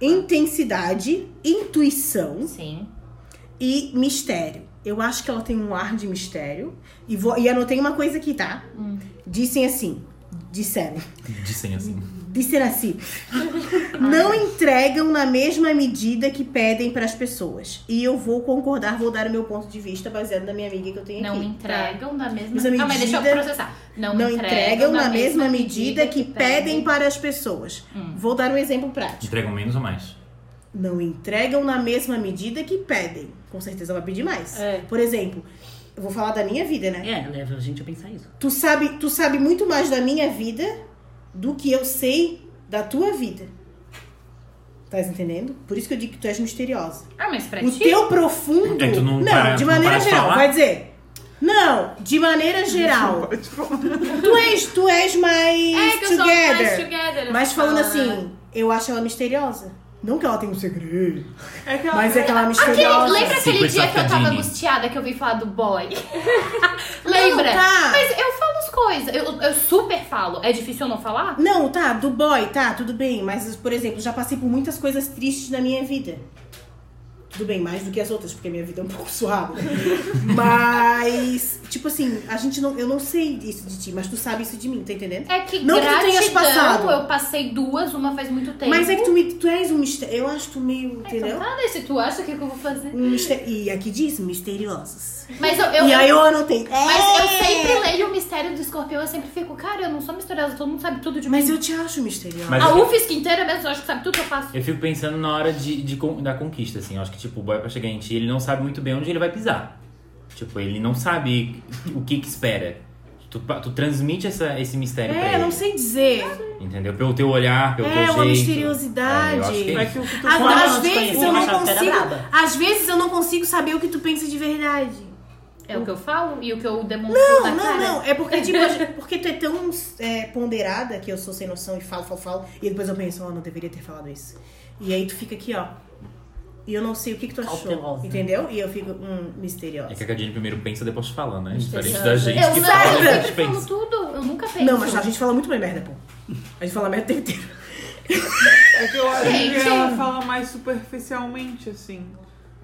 [SPEAKER 2] Intensidade, intuição
[SPEAKER 4] Sim.
[SPEAKER 2] e mistério. Eu acho que ela tem um ar de mistério. E, vou, e anotei uma coisa aqui, tá? Dissem assim. Disseram.
[SPEAKER 6] Dissem assim.
[SPEAKER 2] Disseram assim. não entregam na mesma medida que pedem pras pessoas. E eu vou concordar, vou dar o meu ponto de vista baseado na minha amiga que eu tenho
[SPEAKER 4] Não
[SPEAKER 2] aqui.
[SPEAKER 4] entregam na mesma...
[SPEAKER 2] tá. Mas a
[SPEAKER 4] Calma aí, deixa eu
[SPEAKER 2] medida-
[SPEAKER 4] processar. Não,
[SPEAKER 2] Não entregam na mesma medida que pedem para as pessoas. Vou dar um exemplo prático.
[SPEAKER 6] Entregam menos ou mais?
[SPEAKER 2] não entregam na mesma medida que pedem. Com certeza vai pedir mais.
[SPEAKER 7] É.
[SPEAKER 2] Por exemplo, eu vou falar da minha vida, né?
[SPEAKER 7] É, leva a gente a pensar isso.
[SPEAKER 2] Tu sabe, tu sabe muito mais da minha vida do que eu sei da tua vida. Tás entendendo? Por isso que eu digo que tu és misteriosa.
[SPEAKER 4] Ah, mas
[SPEAKER 3] É.
[SPEAKER 4] pra
[SPEAKER 2] o
[SPEAKER 4] ti?
[SPEAKER 2] teu profundo.
[SPEAKER 6] É, tu não para-
[SPEAKER 2] de
[SPEAKER 6] não
[SPEAKER 2] maneira
[SPEAKER 6] para de
[SPEAKER 2] geral,
[SPEAKER 6] falar?
[SPEAKER 2] vai dizer. Não, de maneira geral.
[SPEAKER 5] Tipo,
[SPEAKER 2] tu és, tu és mais
[SPEAKER 3] É que eu sou
[SPEAKER 2] together.
[SPEAKER 3] mais together.
[SPEAKER 2] Mas falando
[SPEAKER 3] Fala, né?
[SPEAKER 2] assim, eu acho ela misteriosa. Não que ela tenha um segredo.
[SPEAKER 5] É que ela-
[SPEAKER 2] Mas é aquela
[SPEAKER 4] Aquele,
[SPEAKER 2] misteriosa.
[SPEAKER 4] lembra aquele
[SPEAKER 6] Secret
[SPEAKER 4] dia que eu tava
[SPEAKER 6] Safadini.
[SPEAKER 4] angustiada que eu vim falar do boy?
[SPEAKER 2] Não,
[SPEAKER 4] lembra?
[SPEAKER 2] tá.
[SPEAKER 4] Mas eu falo as coisas, eu, eu super falo. É difícil eu não falar?
[SPEAKER 2] Não, tá, do boy, tá, tudo bem. Mas, por exemplo, já passei por muitas coisas tristes na minha vida. Tudo bem, mais do que as outras, porque a minha vida é um pouco suave. mas, tipo assim, a gente não. Eu não sei isso de ti, mas tu sabe isso de mim, tá entendendo?
[SPEAKER 4] É que
[SPEAKER 2] Não que tu
[SPEAKER 4] gratidão,
[SPEAKER 2] tenhas passado.
[SPEAKER 4] eu passei duas, uma faz muito tempo.
[SPEAKER 2] Mas é que tu, me, tu és um mistério. Eu acho tu meio, entendeu?
[SPEAKER 4] Então tá, né? Se tu acha, o que, que eu vou fazer?
[SPEAKER 2] Um mistério. E aqui diz misteriosos.
[SPEAKER 4] Mas eu, eu-
[SPEAKER 2] e aí eu anotei.
[SPEAKER 4] Mas eu
[SPEAKER 2] É!
[SPEAKER 4] sempre leio o mistério do escorpião, eu sempre fico, cara, eu não sou misteriosa, todo mundo sabe tudo de mim.
[SPEAKER 2] Mas eu te acho misteriosa.
[SPEAKER 6] Mas
[SPEAKER 4] a
[SPEAKER 6] eu-
[SPEAKER 4] UFSC inteira mesmo, eu acho que sabe tudo que eu faço.
[SPEAKER 6] Eu fico pensando na hora de, de con- da conquista, assim. Eu acho que, tipo, o boy pra chegar em ti, ele não sabe muito bem onde ele vai pisar. Tipo, ele não sabe o que que espera. Tu, pa- tu transmite essa, esse mistério pra
[SPEAKER 2] É,
[SPEAKER 6] ele.
[SPEAKER 2] eu não sei dizer.
[SPEAKER 6] Entendeu? Pelo teu olhar, pelo
[SPEAKER 2] É,
[SPEAKER 6] teu jeito.
[SPEAKER 2] uma misteriosidade.
[SPEAKER 6] É, eu acho que é
[SPEAKER 5] É
[SPEAKER 6] isso.
[SPEAKER 5] que o que tu
[SPEAKER 2] Às,
[SPEAKER 5] fala,
[SPEAKER 2] às
[SPEAKER 5] não te
[SPEAKER 2] vezes
[SPEAKER 5] conhecia,
[SPEAKER 2] eu não
[SPEAKER 5] achava que era
[SPEAKER 2] consigo.
[SPEAKER 5] braba.
[SPEAKER 2] Às vezes eu não consigo saber o que tu pensa de verdade.
[SPEAKER 4] É o que eu falo e o que eu demonstro na
[SPEAKER 2] Não, não,
[SPEAKER 4] cara.
[SPEAKER 2] não. É porque, tipo, a gente- porque tu é tão é, ponderada que eu sou sem noção e falo, falo, falo. E depois eu penso, ó, não deveria ter falado isso. E aí tu fica aqui, ó. E eu não sei o que, que tu achou.
[SPEAKER 7] Cautelosa.
[SPEAKER 2] Entendeu? E eu fico, hum, misteriosa.
[SPEAKER 6] É que a Cadine primeiro pensa, depois fala, né?
[SPEAKER 4] Eu,
[SPEAKER 6] Diferente
[SPEAKER 4] não,
[SPEAKER 6] da gente
[SPEAKER 4] eu
[SPEAKER 6] que fala, a gente
[SPEAKER 4] sempre falo
[SPEAKER 6] pensa.
[SPEAKER 4] tudo, eu nunca penso.
[SPEAKER 2] Não, mas a gente fala muito mais merda, pô. A gente fala merda o tempo inteiro.
[SPEAKER 5] É que eu acho
[SPEAKER 4] Gente.
[SPEAKER 5] que ela fala mais superficialmente, assim,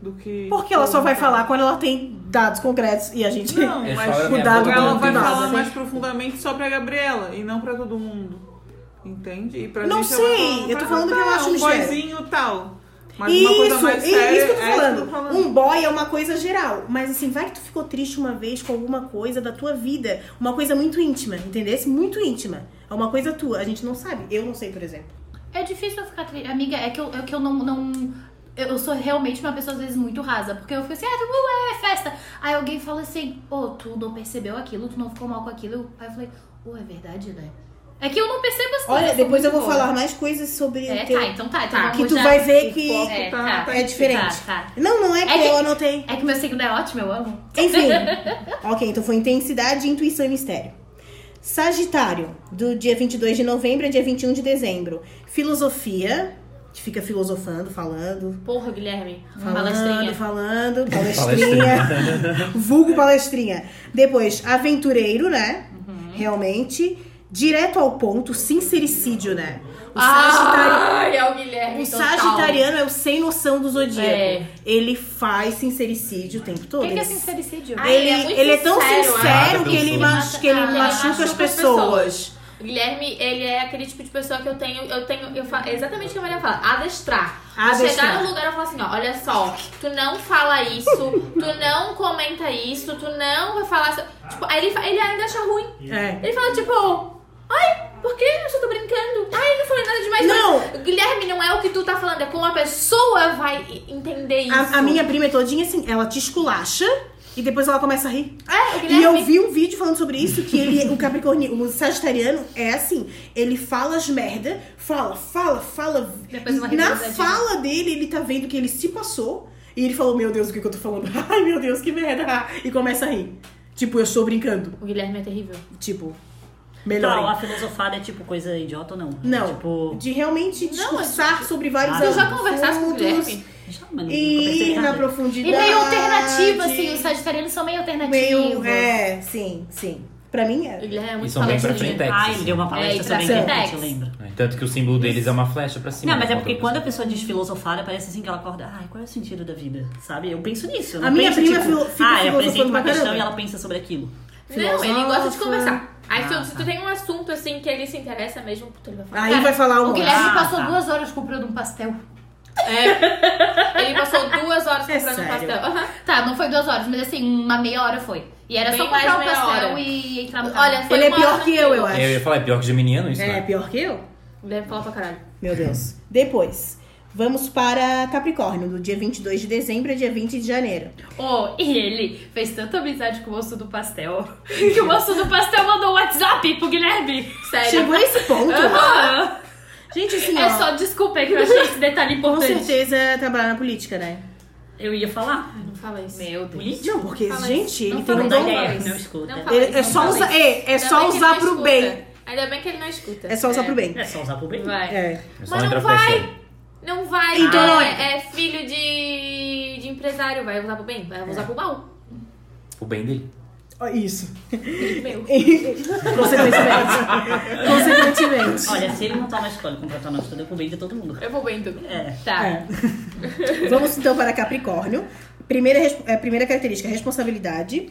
[SPEAKER 5] do que...
[SPEAKER 2] Porque ela só vai falar quando ela tem dados concretos e a gente.
[SPEAKER 5] Não,
[SPEAKER 6] É,
[SPEAKER 5] mas
[SPEAKER 6] fala
[SPEAKER 5] tipo,
[SPEAKER 6] minha
[SPEAKER 5] ela
[SPEAKER 2] boca, não
[SPEAKER 5] vai
[SPEAKER 2] tem nada.
[SPEAKER 5] falar mais profundamente só pra Gabriela e não pra todo mundo. Entende? E pra
[SPEAKER 2] Não
[SPEAKER 5] gente ela
[SPEAKER 2] sei,
[SPEAKER 5] vai falar,
[SPEAKER 2] eu tô
[SPEAKER 5] "Ah,
[SPEAKER 2] falando que eu
[SPEAKER 5] tá,
[SPEAKER 2] acho
[SPEAKER 5] um
[SPEAKER 2] mistério."
[SPEAKER 5] boizinho tal. Mas
[SPEAKER 2] isso,
[SPEAKER 5] uma coisa mais
[SPEAKER 2] i-
[SPEAKER 5] séria
[SPEAKER 2] isso que eu tô
[SPEAKER 5] é
[SPEAKER 2] falando.
[SPEAKER 5] isso que eu tô falando.
[SPEAKER 2] Um boy é uma coisa geral. Mas assim, vai que tu ficou triste uma vez com alguma coisa da tua vida. Uma coisa muito íntima, entendesse? Muito íntima. É uma coisa tua. A gente não sabe. Eu não sei, por exemplo.
[SPEAKER 4] É difícil eu ficar triste. Amiga, é que eu, é que eu não. não... Eu eu sou realmente uma pessoa, às vezes, muito rasa. Porque eu fico assim, ah, tu- ué, festa. Aí alguém fala assim, ô, tu não percebeu aquilo, tu não ficou mal com aquilo. Eu- Aí eu falei, ô, é verdade, né?
[SPEAKER 3] É que eu não percebo as coisas.
[SPEAKER 2] Olha,
[SPEAKER 3] sou
[SPEAKER 2] depois eu
[SPEAKER 3] é muito
[SPEAKER 2] vou
[SPEAKER 3] boa.
[SPEAKER 2] falar mais coisas sobre
[SPEAKER 3] É,
[SPEAKER 2] o teu.
[SPEAKER 3] tá, então tá. Então
[SPEAKER 4] Tá,
[SPEAKER 3] vamos
[SPEAKER 2] que tu
[SPEAKER 3] já-
[SPEAKER 2] vai ver
[SPEAKER 5] o
[SPEAKER 2] que
[SPEAKER 5] foco
[SPEAKER 3] É,
[SPEAKER 5] tá,
[SPEAKER 3] tá.
[SPEAKER 5] tá
[SPEAKER 2] é diferente.
[SPEAKER 4] Tá, tá.
[SPEAKER 2] Não, não é que
[SPEAKER 3] É que-
[SPEAKER 2] eu anotei.
[SPEAKER 4] É que meu signo é ótimo, eu amo.
[SPEAKER 2] Enfim. ok, então foi intensidade, intuição e mistério. Sagitário, do dia 22 de novembro a dia 21 de dezembro. Filosofia, que fica filosofando, falando.
[SPEAKER 3] Porra, Guilherme.
[SPEAKER 2] Falando,
[SPEAKER 3] Palestrinha.
[SPEAKER 2] falando, palestrinha. Vulgo palestrinha. Depois, aventureiro, né?
[SPEAKER 3] Uhum.
[SPEAKER 2] Realmente. Direto ao ponto, sincericídio, né? O Sagitário.
[SPEAKER 3] Ai, é o Guilherme.
[SPEAKER 2] O
[SPEAKER 3] total.
[SPEAKER 2] sagitariano é o sem noção do zodíaco.
[SPEAKER 3] É.
[SPEAKER 2] Ele faz sincericídio o tempo
[SPEAKER 4] O
[SPEAKER 2] todo.
[SPEAKER 4] que, que é
[SPEAKER 2] Ele-
[SPEAKER 4] sincericídio?
[SPEAKER 3] Ah,
[SPEAKER 2] ele,
[SPEAKER 3] ele é muito
[SPEAKER 2] ele é tão
[SPEAKER 3] sincero,
[SPEAKER 2] sincero
[SPEAKER 6] né?
[SPEAKER 2] que ele,
[SPEAKER 6] Ele
[SPEAKER 2] mas-
[SPEAKER 3] mata-
[SPEAKER 2] que ele
[SPEAKER 3] ah, ele
[SPEAKER 2] machuca as
[SPEAKER 3] machuca as
[SPEAKER 2] pessoas.
[SPEAKER 3] O Guilherme, ele é aquele tipo de pessoa que eu tenho. Eu tenho. Eu fa... é Exatamente o que a Maria fala. Adestrar.
[SPEAKER 2] Adestrar.
[SPEAKER 3] Chegar no lugar e falar assim, ó, olha só, tu não fala isso, tu não comenta isso, tu não vai falar. isso." Tipo, aí ele, fa- ele ainda acha ruim.
[SPEAKER 2] É.
[SPEAKER 3] Ele fala, tipo, ai, por que eu só tô brincando? Ai, eu não falei nada demais.
[SPEAKER 2] Não.
[SPEAKER 3] Guilherme, não é o que tu tá falando, é como a pessoa vai entender isso.
[SPEAKER 2] A, a minha prima é todinha assim, ela te esculacha e depois ela começa a rir.
[SPEAKER 4] Ah,
[SPEAKER 3] É, o
[SPEAKER 2] E
[SPEAKER 3] Guilherme.
[SPEAKER 2] eu vi um vídeo falando sobre isso, que ele, o Capricornio, o Sagitariano é assim, ele fala as merda, fala, fala, fala.
[SPEAKER 4] Depois uma
[SPEAKER 2] na
[SPEAKER 4] risadinha.
[SPEAKER 2] fala dele, ele tá vendo que ele se passou e ele falou, meu Deus, o que, que eu tô falando? Ai, meu Deus, que merda! E começa a rir. Tipo, eu estou brincando.
[SPEAKER 3] O Guilherme é terrível.
[SPEAKER 2] Tipo,
[SPEAKER 7] Então,
[SPEAKER 2] melhor.
[SPEAKER 7] a filosofada é tipo coisa idiota ou não?
[SPEAKER 2] Não.
[SPEAKER 7] Tipo.
[SPEAKER 2] de realmente discursar sobre vários
[SPEAKER 7] Tu
[SPEAKER 3] Tu
[SPEAKER 2] assuntos.
[SPEAKER 3] já conversaste com o Guilherme?
[SPEAKER 7] Já, mas nunca
[SPEAKER 2] E
[SPEAKER 7] percebi
[SPEAKER 2] ir na
[SPEAKER 7] nada.
[SPEAKER 2] profundidade.
[SPEAKER 4] E meio alternativo, assim. Os sagitarianos são meio alternativos.
[SPEAKER 2] Meio, é, sim, sim. Pra mim
[SPEAKER 3] O
[SPEAKER 2] é.
[SPEAKER 3] Guilherme é
[SPEAKER 6] E
[SPEAKER 3] muito
[SPEAKER 6] são bem pra
[SPEAKER 3] palestrinha.
[SPEAKER 6] frente. né?
[SPEAKER 7] Ah, ele deu uma
[SPEAKER 4] É,
[SPEAKER 7] palestra
[SPEAKER 4] e
[SPEAKER 7] sobre a
[SPEAKER 2] tração.
[SPEAKER 7] internet, eu
[SPEAKER 4] Tex.
[SPEAKER 7] lembro.
[SPEAKER 6] Tanto que o símbolo deles é uma flecha pra cima.
[SPEAKER 7] Não, mas é
[SPEAKER 6] contra
[SPEAKER 7] porque
[SPEAKER 6] a
[SPEAKER 7] quando a
[SPEAKER 6] pessoa.
[SPEAKER 7] pessoa diz filosofada, parece assim que ela acorda. Ai, qual é o sentido da vida? Sabe? Eu penso nisso. eu
[SPEAKER 2] A
[SPEAKER 7] não
[SPEAKER 2] minha
[SPEAKER 7] penso,
[SPEAKER 2] prima
[SPEAKER 7] tipo,
[SPEAKER 2] filo- fica
[SPEAKER 7] Ah, eu apresento
[SPEAKER 2] filosofando pra
[SPEAKER 7] uma questão
[SPEAKER 2] caramba.
[SPEAKER 7] e ela pensa sobre aquilo.
[SPEAKER 3] Não, ele gosta de
[SPEAKER 2] Filosofa.
[SPEAKER 3] conversar. Aí se,
[SPEAKER 7] Ah,
[SPEAKER 3] se
[SPEAKER 7] tá.
[SPEAKER 3] tu tem um assunto assim que ele se interessa mesmo, puta, ele vai falar.
[SPEAKER 2] Aí vai falar
[SPEAKER 4] O
[SPEAKER 2] um.
[SPEAKER 4] Guilherme
[SPEAKER 7] Ah,
[SPEAKER 4] passou
[SPEAKER 7] tá.
[SPEAKER 4] duas horas comprando um pastel.
[SPEAKER 3] Ele passou duas horas
[SPEAKER 2] É
[SPEAKER 3] comprando um
[SPEAKER 2] sério?
[SPEAKER 3] pastel. Aham.
[SPEAKER 4] Tá, não foi duas horas, mas assim, uma meia hora foi. E era
[SPEAKER 3] Bem
[SPEAKER 4] só comprar
[SPEAKER 3] mais
[SPEAKER 4] um
[SPEAKER 3] meia
[SPEAKER 4] pastel
[SPEAKER 3] hora.
[SPEAKER 4] e entrar no carro.
[SPEAKER 3] Olha, foi
[SPEAKER 2] Ele é
[SPEAKER 3] uma
[SPEAKER 2] pior
[SPEAKER 3] hora
[SPEAKER 2] que eu, eu acho.
[SPEAKER 6] Eu ia falar, é pior que geminiano isso,
[SPEAKER 2] É
[SPEAKER 6] né?
[SPEAKER 2] pior que eu?
[SPEAKER 3] O Guilherme fala pra caralho.
[SPEAKER 2] Meu Deus. Depois, vamos para Capricórnio, do dia 22 de dezembro a dia 20 de janeiro.
[SPEAKER 4] Oh, e ele fez tanta amizade com o moço do pastel que o moço do pastel mandou um WhatsApp pro Guilherme. Sério?
[SPEAKER 2] Chegou esse ponto?
[SPEAKER 4] Aham.
[SPEAKER 2] Gente, assim,
[SPEAKER 4] É
[SPEAKER 2] ó,
[SPEAKER 4] só desculpa é que eu achei esse detalhe
[SPEAKER 2] com
[SPEAKER 4] importante.
[SPEAKER 2] certeza trabalhar na política, né?
[SPEAKER 7] Eu ia falar. "É
[SPEAKER 3] Não fala isso.
[SPEAKER 4] Meu Deus.
[SPEAKER 2] Não, porque,
[SPEAKER 3] Fala
[SPEAKER 2] gente,
[SPEAKER 3] isso.
[SPEAKER 2] ele
[SPEAKER 3] Não
[SPEAKER 2] tem
[SPEAKER 3] fala
[SPEAKER 2] um
[SPEAKER 3] isso,
[SPEAKER 2] dom.
[SPEAKER 3] não fala
[SPEAKER 7] ideia,
[SPEAKER 3] isso.
[SPEAKER 7] não escuta.
[SPEAKER 3] Não fala
[SPEAKER 2] É,
[SPEAKER 3] isso,
[SPEAKER 2] é
[SPEAKER 3] não
[SPEAKER 2] só
[SPEAKER 3] fala
[SPEAKER 2] usar,
[SPEAKER 3] isso.
[SPEAKER 2] é, é
[SPEAKER 3] Ainda
[SPEAKER 2] só
[SPEAKER 3] bem que ele
[SPEAKER 2] usar
[SPEAKER 3] não
[SPEAKER 2] pro
[SPEAKER 3] escuta.
[SPEAKER 2] bem.
[SPEAKER 3] Ainda bem que ele não escuta.
[SPEAKER 2] É só usar pro bem.
[SPEAKER 7] É só usar pro bem.
[SPEAKER 3] Vai.
[SPEAKER 2] É.
[SPEAKER 6] É só
[SPEAKER 3] Mas
[SPEAKER 6] entrar
[SPEAKER 3] não
[SPEAKER 6] pra
[SPEAKER 3] vai.
[SPEAKER 6] cima.
[SPEAKER 3] Não vai.
[SPEAKER 2] Então
[SPEAKER 3] não,
[SPEAKER 2] não
[SPEAKER 3] é, é filho de, de empresário. Vai usar pro bem, vai usar pro mal.
[SPEAKER 6] O bem dele.
[SPEAKER 2] Ó, Isso.
[SPEAKER 3] Meu.
[SPEAKER 2] Consequentemente. Consequentemente.
[SPEAKER 7] Olha, se ele não tá na escola e contratar nós, tudo é pro bem de todo mundo.
[SPEAKER 3] Eu vou bem tudo.
[SPEAKER 7] É.
[SPEAKER 3] Tá.
[SPEAKER 2] É. Vamos então para Capricórnio. Primeira, res- é, primeira característica, responsabilidade,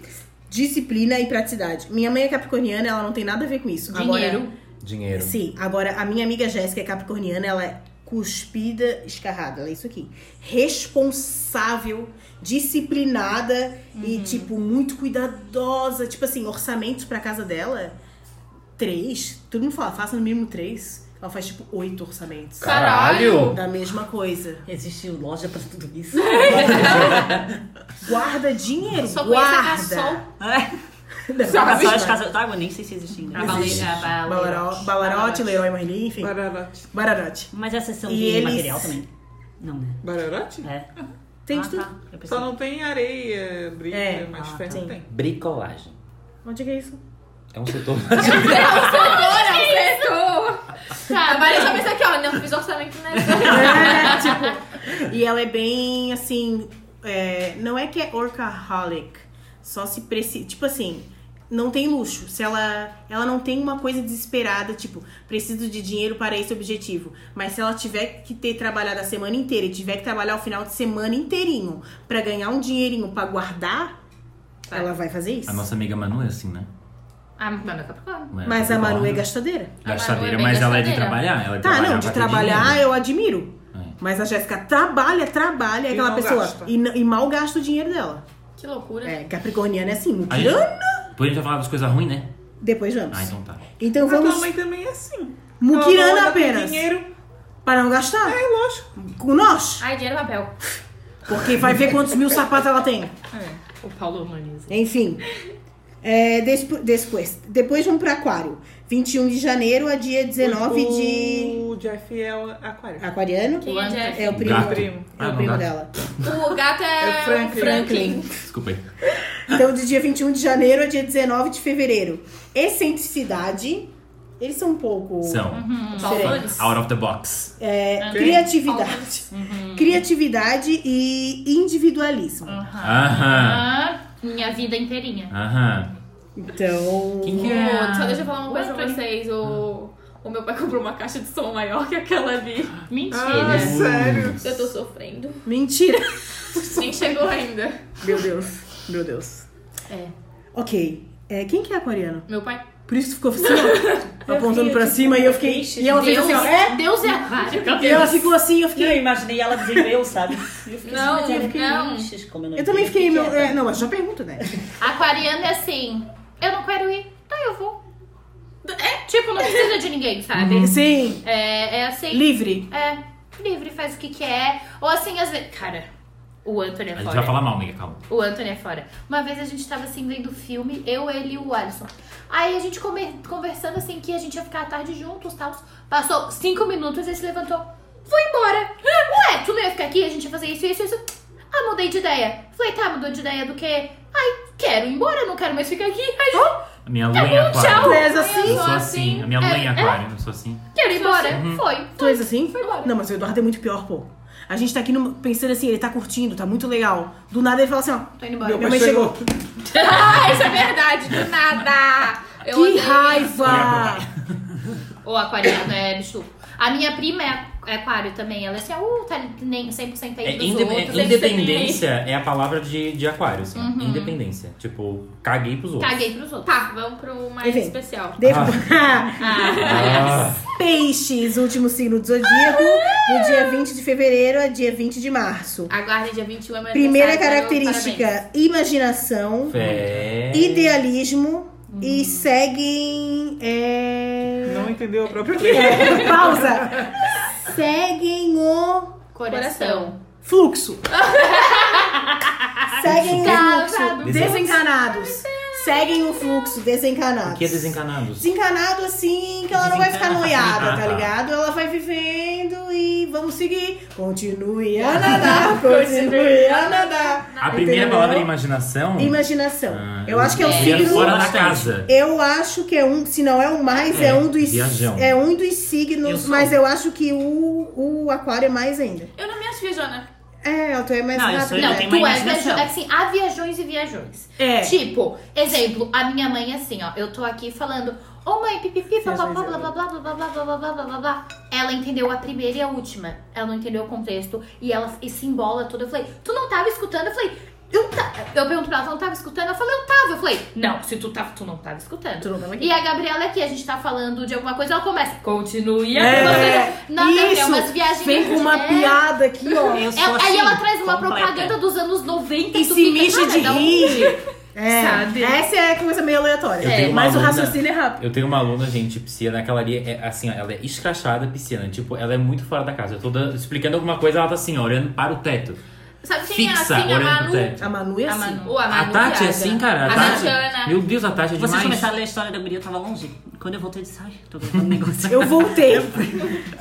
[SPEAKER 2] disciplina e praticidade. Minha mãe é capricorniana, ela não tem nada a ver com isso.
[SPEAKER 3] Dinheiro.
[SPEAKER 6] Dinheiro.
[SPEAKER 2] Agora, sim, agora a minha amiga Jéssica é capricorniana, ela é cuspida, escarrada, ela é isso aqui. Responsável, disciplinada e, tipo, muito cuidadosa. Tipo assim, orçamentos pra casa dela, três. Todo mundo fala, faça no mínimo três. Ela faz, tipo, oito orçamentos.
[SPEAKER 6] Caralho!
[SPEAKER 2] Da mesma coisa.
[SPEAKER 7] Existe loja pra tudo isso.
[SPEAKER 2] Guarda dinheiro,
[SPEAKER 3] Só conheço a
[SPEAKER 2] guarda.
[SPEAKER 3] Cassol.
[SPEAKER 7] É. Sabe? Só de casa d'água, Tá, nem sei se existe ainda.
[SPEAKER 2] é Balaró- Balarote, Leroy Merlin, enfim.
[SPEAKER 5] Bararote.
[SPEAKER 2] Bararote.
[SPEAKER 7] Mas essa sessão
[SPEAKER 2] E
[SPEAKER 7] de
[SPEAKER 2] eles-
[SPEAKER 7] material também? Não, né?
[SPEAKER 5] Bararote?
[SPEAKER 7] É.
[SPEAKER 2] Tem de
[SPEAKER 7] Ah,
[SPEAKER 2] tudo.
[SPEAKER 7] tá. Eu pensei-
[SPEAKER 5] Só não tem areia, brilha,
[SPEAKER 2] É,
[SPEAKER 5] mas
[SPEAKER 7] ah,
[SPEAKER 5] ferro
[SPEAKER 7] tá.
[SPEAKER 5] tem.
[SPEAKER 6] Bricolagem.
[SPEAKER 2] Onde é que é isso?
[SPEAKER 6] É um setor.
[SPEAKER 3] Agora o setor. Tá, vai só pensar aqui, ó. Não fiz orçamento nessa.
[SPEAKER 2] É, tipo, e ela é bem assim. é, não é que é workaholic. Só se precisa. Tipo assim, não tem luxo. Se ela. Ela não tem uma coisa desesperada, tipo, preciso de dinheiro para esse objetivo. Mas se ela tiver que ter trabalhado a semana inteira e tiver que trabalhar o final de semana inteirinho pra ganhar um dinheirinho pra guardar, ela vai fazer isso.
[SPEAKER 6] A nossa amiga Manu é assim, né?
[SPEAKER 3] Ah, mano, é Capricórnio.
[SPEAKER 6] Não é
[SPEAKER 2] Mas a Manu é
[SPEAKER 6] Capricórnio.
[SPEAKER 2] gastadeira.
[SPEAKER 6] gastadeira,
[SPEAKER 3] A Manu é bem
[SPEAKER 6] mas ela é de
[SPEAKER 3] gastadeira.
[SPEAKER 6] trabalhar. Ela é
[SPEAKER 2] Tá, não,
[SPEAKER 6] trabalhar
[SPEAKER 2] de
[SPEAKER 6] pra ter
[SPEAKER 2] trabalhar
[SPEAKER 1] né?
[SPEAKER 6] dinheiro.
[SPEAKER 2] eu admiro.
[SPEAKER 6] É.
[SPEAKER 2] Mas a Jéssica trabalha, trabalha, é
[SPEAKER 5] E
[SPEAKER 2] aquela
[SPEAKER 5] não
[SPEAKER 2] pessoa.
[SPEAKER 5] gasta.
[SPEAKER 2] E, n- e mal gasta o dinheiro dela.
[SPEAKER 3] Que loucura.
[SPEAKER 2] É, Capricorniana é assim,
[SPEAKER 6] A gente-
[SPEAKER 2] muquirana.
[SPEAKER 6] Depois a gente vai falar das coisas ruins, né?
[SPEAKER 2] Depois vamos.
[SPEAKER 6] Ah, então tá.
[SPEAKER 2] Então
[SPEAKER 5] Mas
[SPEAKER 2] vamos
[SPEAKER 5] tua mãe também é assim. Ela não
[SPEAKER 2] muquirana
[SPEAKER 5] anda com
[SPEAKER 2] apenas.
[SPEAKER 5] dinheiro.
[SPEAKER 2] Para não gastar.
[SPEAKER 5] É lógico.
[SPEAKER 2] Com nós.
[SPEAKER 3] Ai, dinheiro e papel.
[SPEAKER 2] Porque vai ver quantos mil sapatos ela tem.
[SPEAKER 5] É.
[SPEAKER 3] O Paulo Maniza.
[SPEAKER 2] Enfim. É, despo- depois, depois vamos pra Aquário. 21 de janeiro a dia 19 de.
[SPEAKER 5] O Jeff é o aquário.
[SPEAKER 2] Aquariano?
[SPEAKER 3] Quem é Jeff?
[SPEAKER 2] É o primo.
[SPEAKER 1] Gato.
[SPEAKER 5] Primo.
[SPEAKER 2] É
[SPEAKER 1] Ah,
[SPEAKER 2] o
[SPEAKER 1] não
[SPEAKER 2] primo
[SPEAKER 1] dá.
[SPEAKER 2] dela.
[SPEAKER 3] O gato é,
[SPEAKER 5] É Franklin.
[SPEAKER 3] Franklin.
[SPEAKER 1] Desculpa aí.
[SPEAKER 2] Então, de dia 21 de janeiro a dia 19 de fevereiro. Excentricidade. Eles são um pouco.
[SPEAKER 1] São
[SPEAKER 3] Falcões?
[SPEAKER 1] out of the box.
[SPEAKER 2] É,
[SPEAKER 5] Quem?
[SPEAKER 2] criatividade. Criatividade e individualismo.
[SPEAKER 1] Aham.
[SPEAKER 4] Ah, minha vida inteirinha.
[SPEAKER 1] Aham.
[SPEAKER 2] Então.
[SPEAKER 1] Quem que é?
[SPEAKER 3] O- Hum, Só deixa eu falar uma coisa pra vocês. O, o meu pai comprou uma caixa de som maior que aquela ali.
[SPEAKER 5] Ah,
[SPEAKER 4] Mentira.
[SPEAKER 5] sério.
[SPEAKER 3] Eu tô sofrendo.
[SPEAKER 2] Mentira!
[SPEAKER 3] Nem chegou ainda.
[SPEAKER 2] Meu Deus, meu Deus.
[SPEAKER 3] É.
[SPEAKER 2] Ok. É, quem que é aquariano?
[SPEAKER 3] Meu pai.
[SPEAKER 2] Por isso ficou assim, ó, apontando pra cima e eu fiquei. E ela fez
[SPEAKER 4] Deus,
[SPEAKER 2] assim, ó. É?
[SPEAKER 4] Deus é aquário.
[SPEAKER 2] E ela ficou assim, eu
[SPEAKER 7] E eu
[SPEAKER 2] fiquei.
[SPEAKER 7] imaginei ela dizendo eu, sabe? E eu fiquei
[SPEAKER 3] Não,
[SPEAKER 7] assim, mas ela é
[SPEAKER 3] não.
[SPEAKER 7] Vixe, como não
[SPEAKER 2] Eu também fiquei.
[SPEAKER 7] entendi
[SPEAKER 2] Meu,
[SPEAKER 7] o que
[SPEAKER 2] é, não, mas já pergunto, né?
[SPEAKER 4] Aquariano é assim, eu não quero ir, então eu vou. É, tipo, não precisa de ninguém,
[SPEAKER 2] Uhum.
[SPEAKER 4] sabe?
[SPEAKER 2] Sim.
[SPEAKER 4] É, é assim,
[SPEAKER 2] Livre.
[SPEAKER 4] é, livre, faz o que quer. Ou assim, às vezes... Cara, o Anthony é
[SPEAKER 1] A
[SPEAKER 4] fora.
[SPEAKER 1] gente vai falar mal, amiga, calma.
[SPEAKER 4] O Anthony é fora. Uma vez a gente tava assim vendo filme, eu, ele e o Alisson. Aí a gente come- conversando assim que a gente ia ficar a tarde juntos, tal. Passou cinco minutos, ele se levantou. Foi embora. Ué, tu não ia ficar aqui? A gente ia fazer isso, isso, isso. Ah, mudei de ideia. Falei, tá, mudou de ideia do quê? Ai, quero ir embora, não quero mais ficar aqui. Aí, tá
[SPEAKER 1] A minha lua em aquário.
[SPEAKER 4] tchau.
[SPEAKER 2] Tu és
[SPEAKER 1] Eu
[SPEAKER 2] assim?
[SPEAKER 1] sou assim. A minha lua
[SPEAKER 4] É,
[SPEAKER 1] em
[SPEAKER 4] é.
[SPEAKER 1] aquário, eu não sou assim.
[SPEAKER 4] quero ir embora.
[SPEAKER 2] Uhum.
[SPEAKER 4] Foi.
[SPEAKER 2] Tu és assim?
[SPEAKER 4] Foi embora.
[SPEAKER 2] Não, mas o Eduardo é muito pior, pô. A gente tá aqui no- pensando assim, ele tá curtindo, tá muito legal. Do nada ele fala assim, ó.
[SPEAKER 4] Tô indo embora.
[SPEAKER 2] Meu pai chegou.
[SPEAKER 3] Ah, isso é verdade, do nada. Eu
[SPEAKER 2] Que
[SPEAKER 3] odeio-
[SPEAKER 2] raiva!
[SPEAKER 4] Ou aquariano, é bicho. A minha prima é aquário também. Ela é assim, uh, tá nem 100% aí
[SPEAKER 1] É,
[SPEAKER 4] dos
[SPEAKER 1] inde-
[SPEAKER 4] outros.
[SPEAKER 1] é,
[SPEAKER 4] eles Uhum. têm-
[SPEAKER 1] independência é a palavra de, de aquário, assim. Independência. Tipo, caguei pros outros.
[SPEAKER 4] Caguei pros outros.
[SPEAKER 3] Tá, vamos pro mais
[SPEAKER 2] Enfim.
[SPEAKER 3] especial.
[SPEAKER 2] Depois.
[SPEAKER 1] Ah,
[SPEAKER 2] Peixes, último signo do zodíaco, do dia 20 de fevereiro a dia 2020 de março.
[SPEAKER 3] Aguarde dia 21 é meu
[SPEAKER 2] Primeira
[SPEAKER 4] então,
[SPEAKER 3] aniversário, parabéns.
[SPEAKER 2] característica, imaginação, É.
[SPEAKER 1] fé.
[SPEAKER 2] idealismo
[SPEAKER 3] Uhum.
[SPEAKER 2] e seguem. É...
[SPEAKER 5] Não entendeu a própria letra.
[SPEAKER 2] Pausa! seguem o
[SPEAKER 3] Coração.
[SPEAKER 2] fluxo. seguem o
[SPEAKER 3] Casado.
[SPEAKER 2] fluxo. Desencanados. Seguem o fluxo, desencanados.
[SPEAKER 1] O que é desencanados?
[SPEAKER 2] Desencanado assim, que ela não vai ficar
[SPEAKER 1] Desencanado.
[SPEAKER 2] noiada, tá
[SPEAKER 1] Ah, tá.
[SPEAKER 2] ligado? Ela vai vivendo e vamos seguir. Continue a nadar, continue a nadar.
[SPEAKER 1] A primeira
[SPEAKER 2] Entendeu?
[SPEAKER 1] palavra é imaginação?
[SPEAKER 2] Imaginação.
[SPEAKER 1] Ah,
[SPEAKER 2] eu acho que é o
[SPEAKER 1] eu ia
[SPEAKER 2] signo.
[SPEAKER 1] fora da casa.
[SPEAKER 2] Eu acho que é um, se não é o mais, é,
[SPEAKER 1] É,
[SPEAKER 2] um dos
[SPEAKER 1] viajão.
[SPEAKER 2] é um dos
[SPEAKER 6] Eu
[SPEAKER 2] signos,
[SPEAKER 6] sou.
[SPEAKER 2] mas eu acho que o, o aquário é mais ainda.
[SPEAKER 3] Eu não me acho viajona.
[SPEAKER 2] É, o teu é mais
[SPEAKER 7] Não, eu
[SPEAKER 2] rápido.
[SPEAKER 7] sou-
[SPEAKER 4] Não,
[SPEAKER 7] Não, tem uma
[SPEAKER 4] tu é
[SPEAKER 7] imaginação.
[SPEAKER 4] viajão. É que assim, há viajões e viajões.
[SPEAKER 2] É.
[SPEAKER 4] Tipo, exemplo, a minha mãe é assim, ó. Eu tô aqui falando, ô mãe, pipipi, blá blá blá blá blá blá blá blá blá blá blá blá blá blá. Ela entendeu a primeira e a última. Ela não entendeu o contexto. E ela e se embola toda. Eu falei, tu não tava escutando? Eu falei, eu tá. Eu pergunto pra ela, tu não tava escutando? Ela falou, eu tava. Eu falei, não, se tu tava, tu não tá, tava escutando.
[SPEAKER 2] Tu não tava aqui.
[SPEAKER 4] E a Gabriela aqui, a gente tá falando de alguma coisa, ela começa, continue a
[SPEAKER 2] É,
[SPEAKER 4] Nada, é
[SPEAKER 2] isso.
[SPEAKER 4] umas viagens.
[SPEAKER 2] Vem com uma
[SPEAKER 4] É.
[SPEAKER 2] piada aqui, ó.
[SPEAKER 7] Eu
[SPEAKER 4] Ela-
[SPEAKER 7] sou
[SPEAKER 4] aí
[SPEAKER 7] assim,
[SPEAKER 4] ela traz uma
[SPEAKER 7] completa.
[SPEAKER 4] propaganda dos anos 90
[SPEAKER 2] E
[SPEAKER 4] tu
[SPEAKER 2] se
[SPEAKER 4] fica, um
[SPEAKER 2] mexe
[SPEAKER 4] cara,
[SPEAKER 2] de
[SPEAKER 4] da onde?
[SPEAKER 2] rir. É,
[SPEAKER 4] Sabe?
[SPEAKER 2] essa é a coisa meio aleatória.
[SPEAKER 1] Eu tenho uma
[SPEAKER 2] mas o
[SPEAKER 1] aluna-
[SPEAKER 2] raciocínio é rápido.
[SPEAKER 1] Eu tenho uma aluna, gente, pisciana, aquela ali é assim, ó, ela é escrachada pisciana. Tipo, ela é muito fora da casa. Eu tô dando- explicando alguma coisa, ela tá assim, ó, olhando para o teto.
[SPEAKER 3] Sabe quem é
[SPEAKER 1] fixa,
[SPEAKER 3] assim? A
[SPEAKER 1] olhando
[SPEAKER 3] Manu.
[SPEAKER 1] pro teto.
[SPEAKER 2] A Manu é
[SPEAKER 3] A
[SPEAKER 2] assim.
[SPEAKER 3] Manu. A,
[SPEAKER 1] A
[SPEAKER 3] Manu
[SPEAKER 1] Tati é
[SPEAKER 3] viaja.
[SPEAKER 1] assim, cara. A
[SPEAKER 3] A
[SPEAKER 1] Tati.
[SPEAKER 3] Natana.
[SPEAKER 1] Meu Deus, a Tati é
[SPEAKER 7] Vocês
[SPEAKER 1] demais.
[SPEAKER 7] começaram a ler a história da guria, eu tava longe. Quando eu voltei, eu disse, ai, tô gravando um negócio.
[SPEAKER 2] Eu voltei.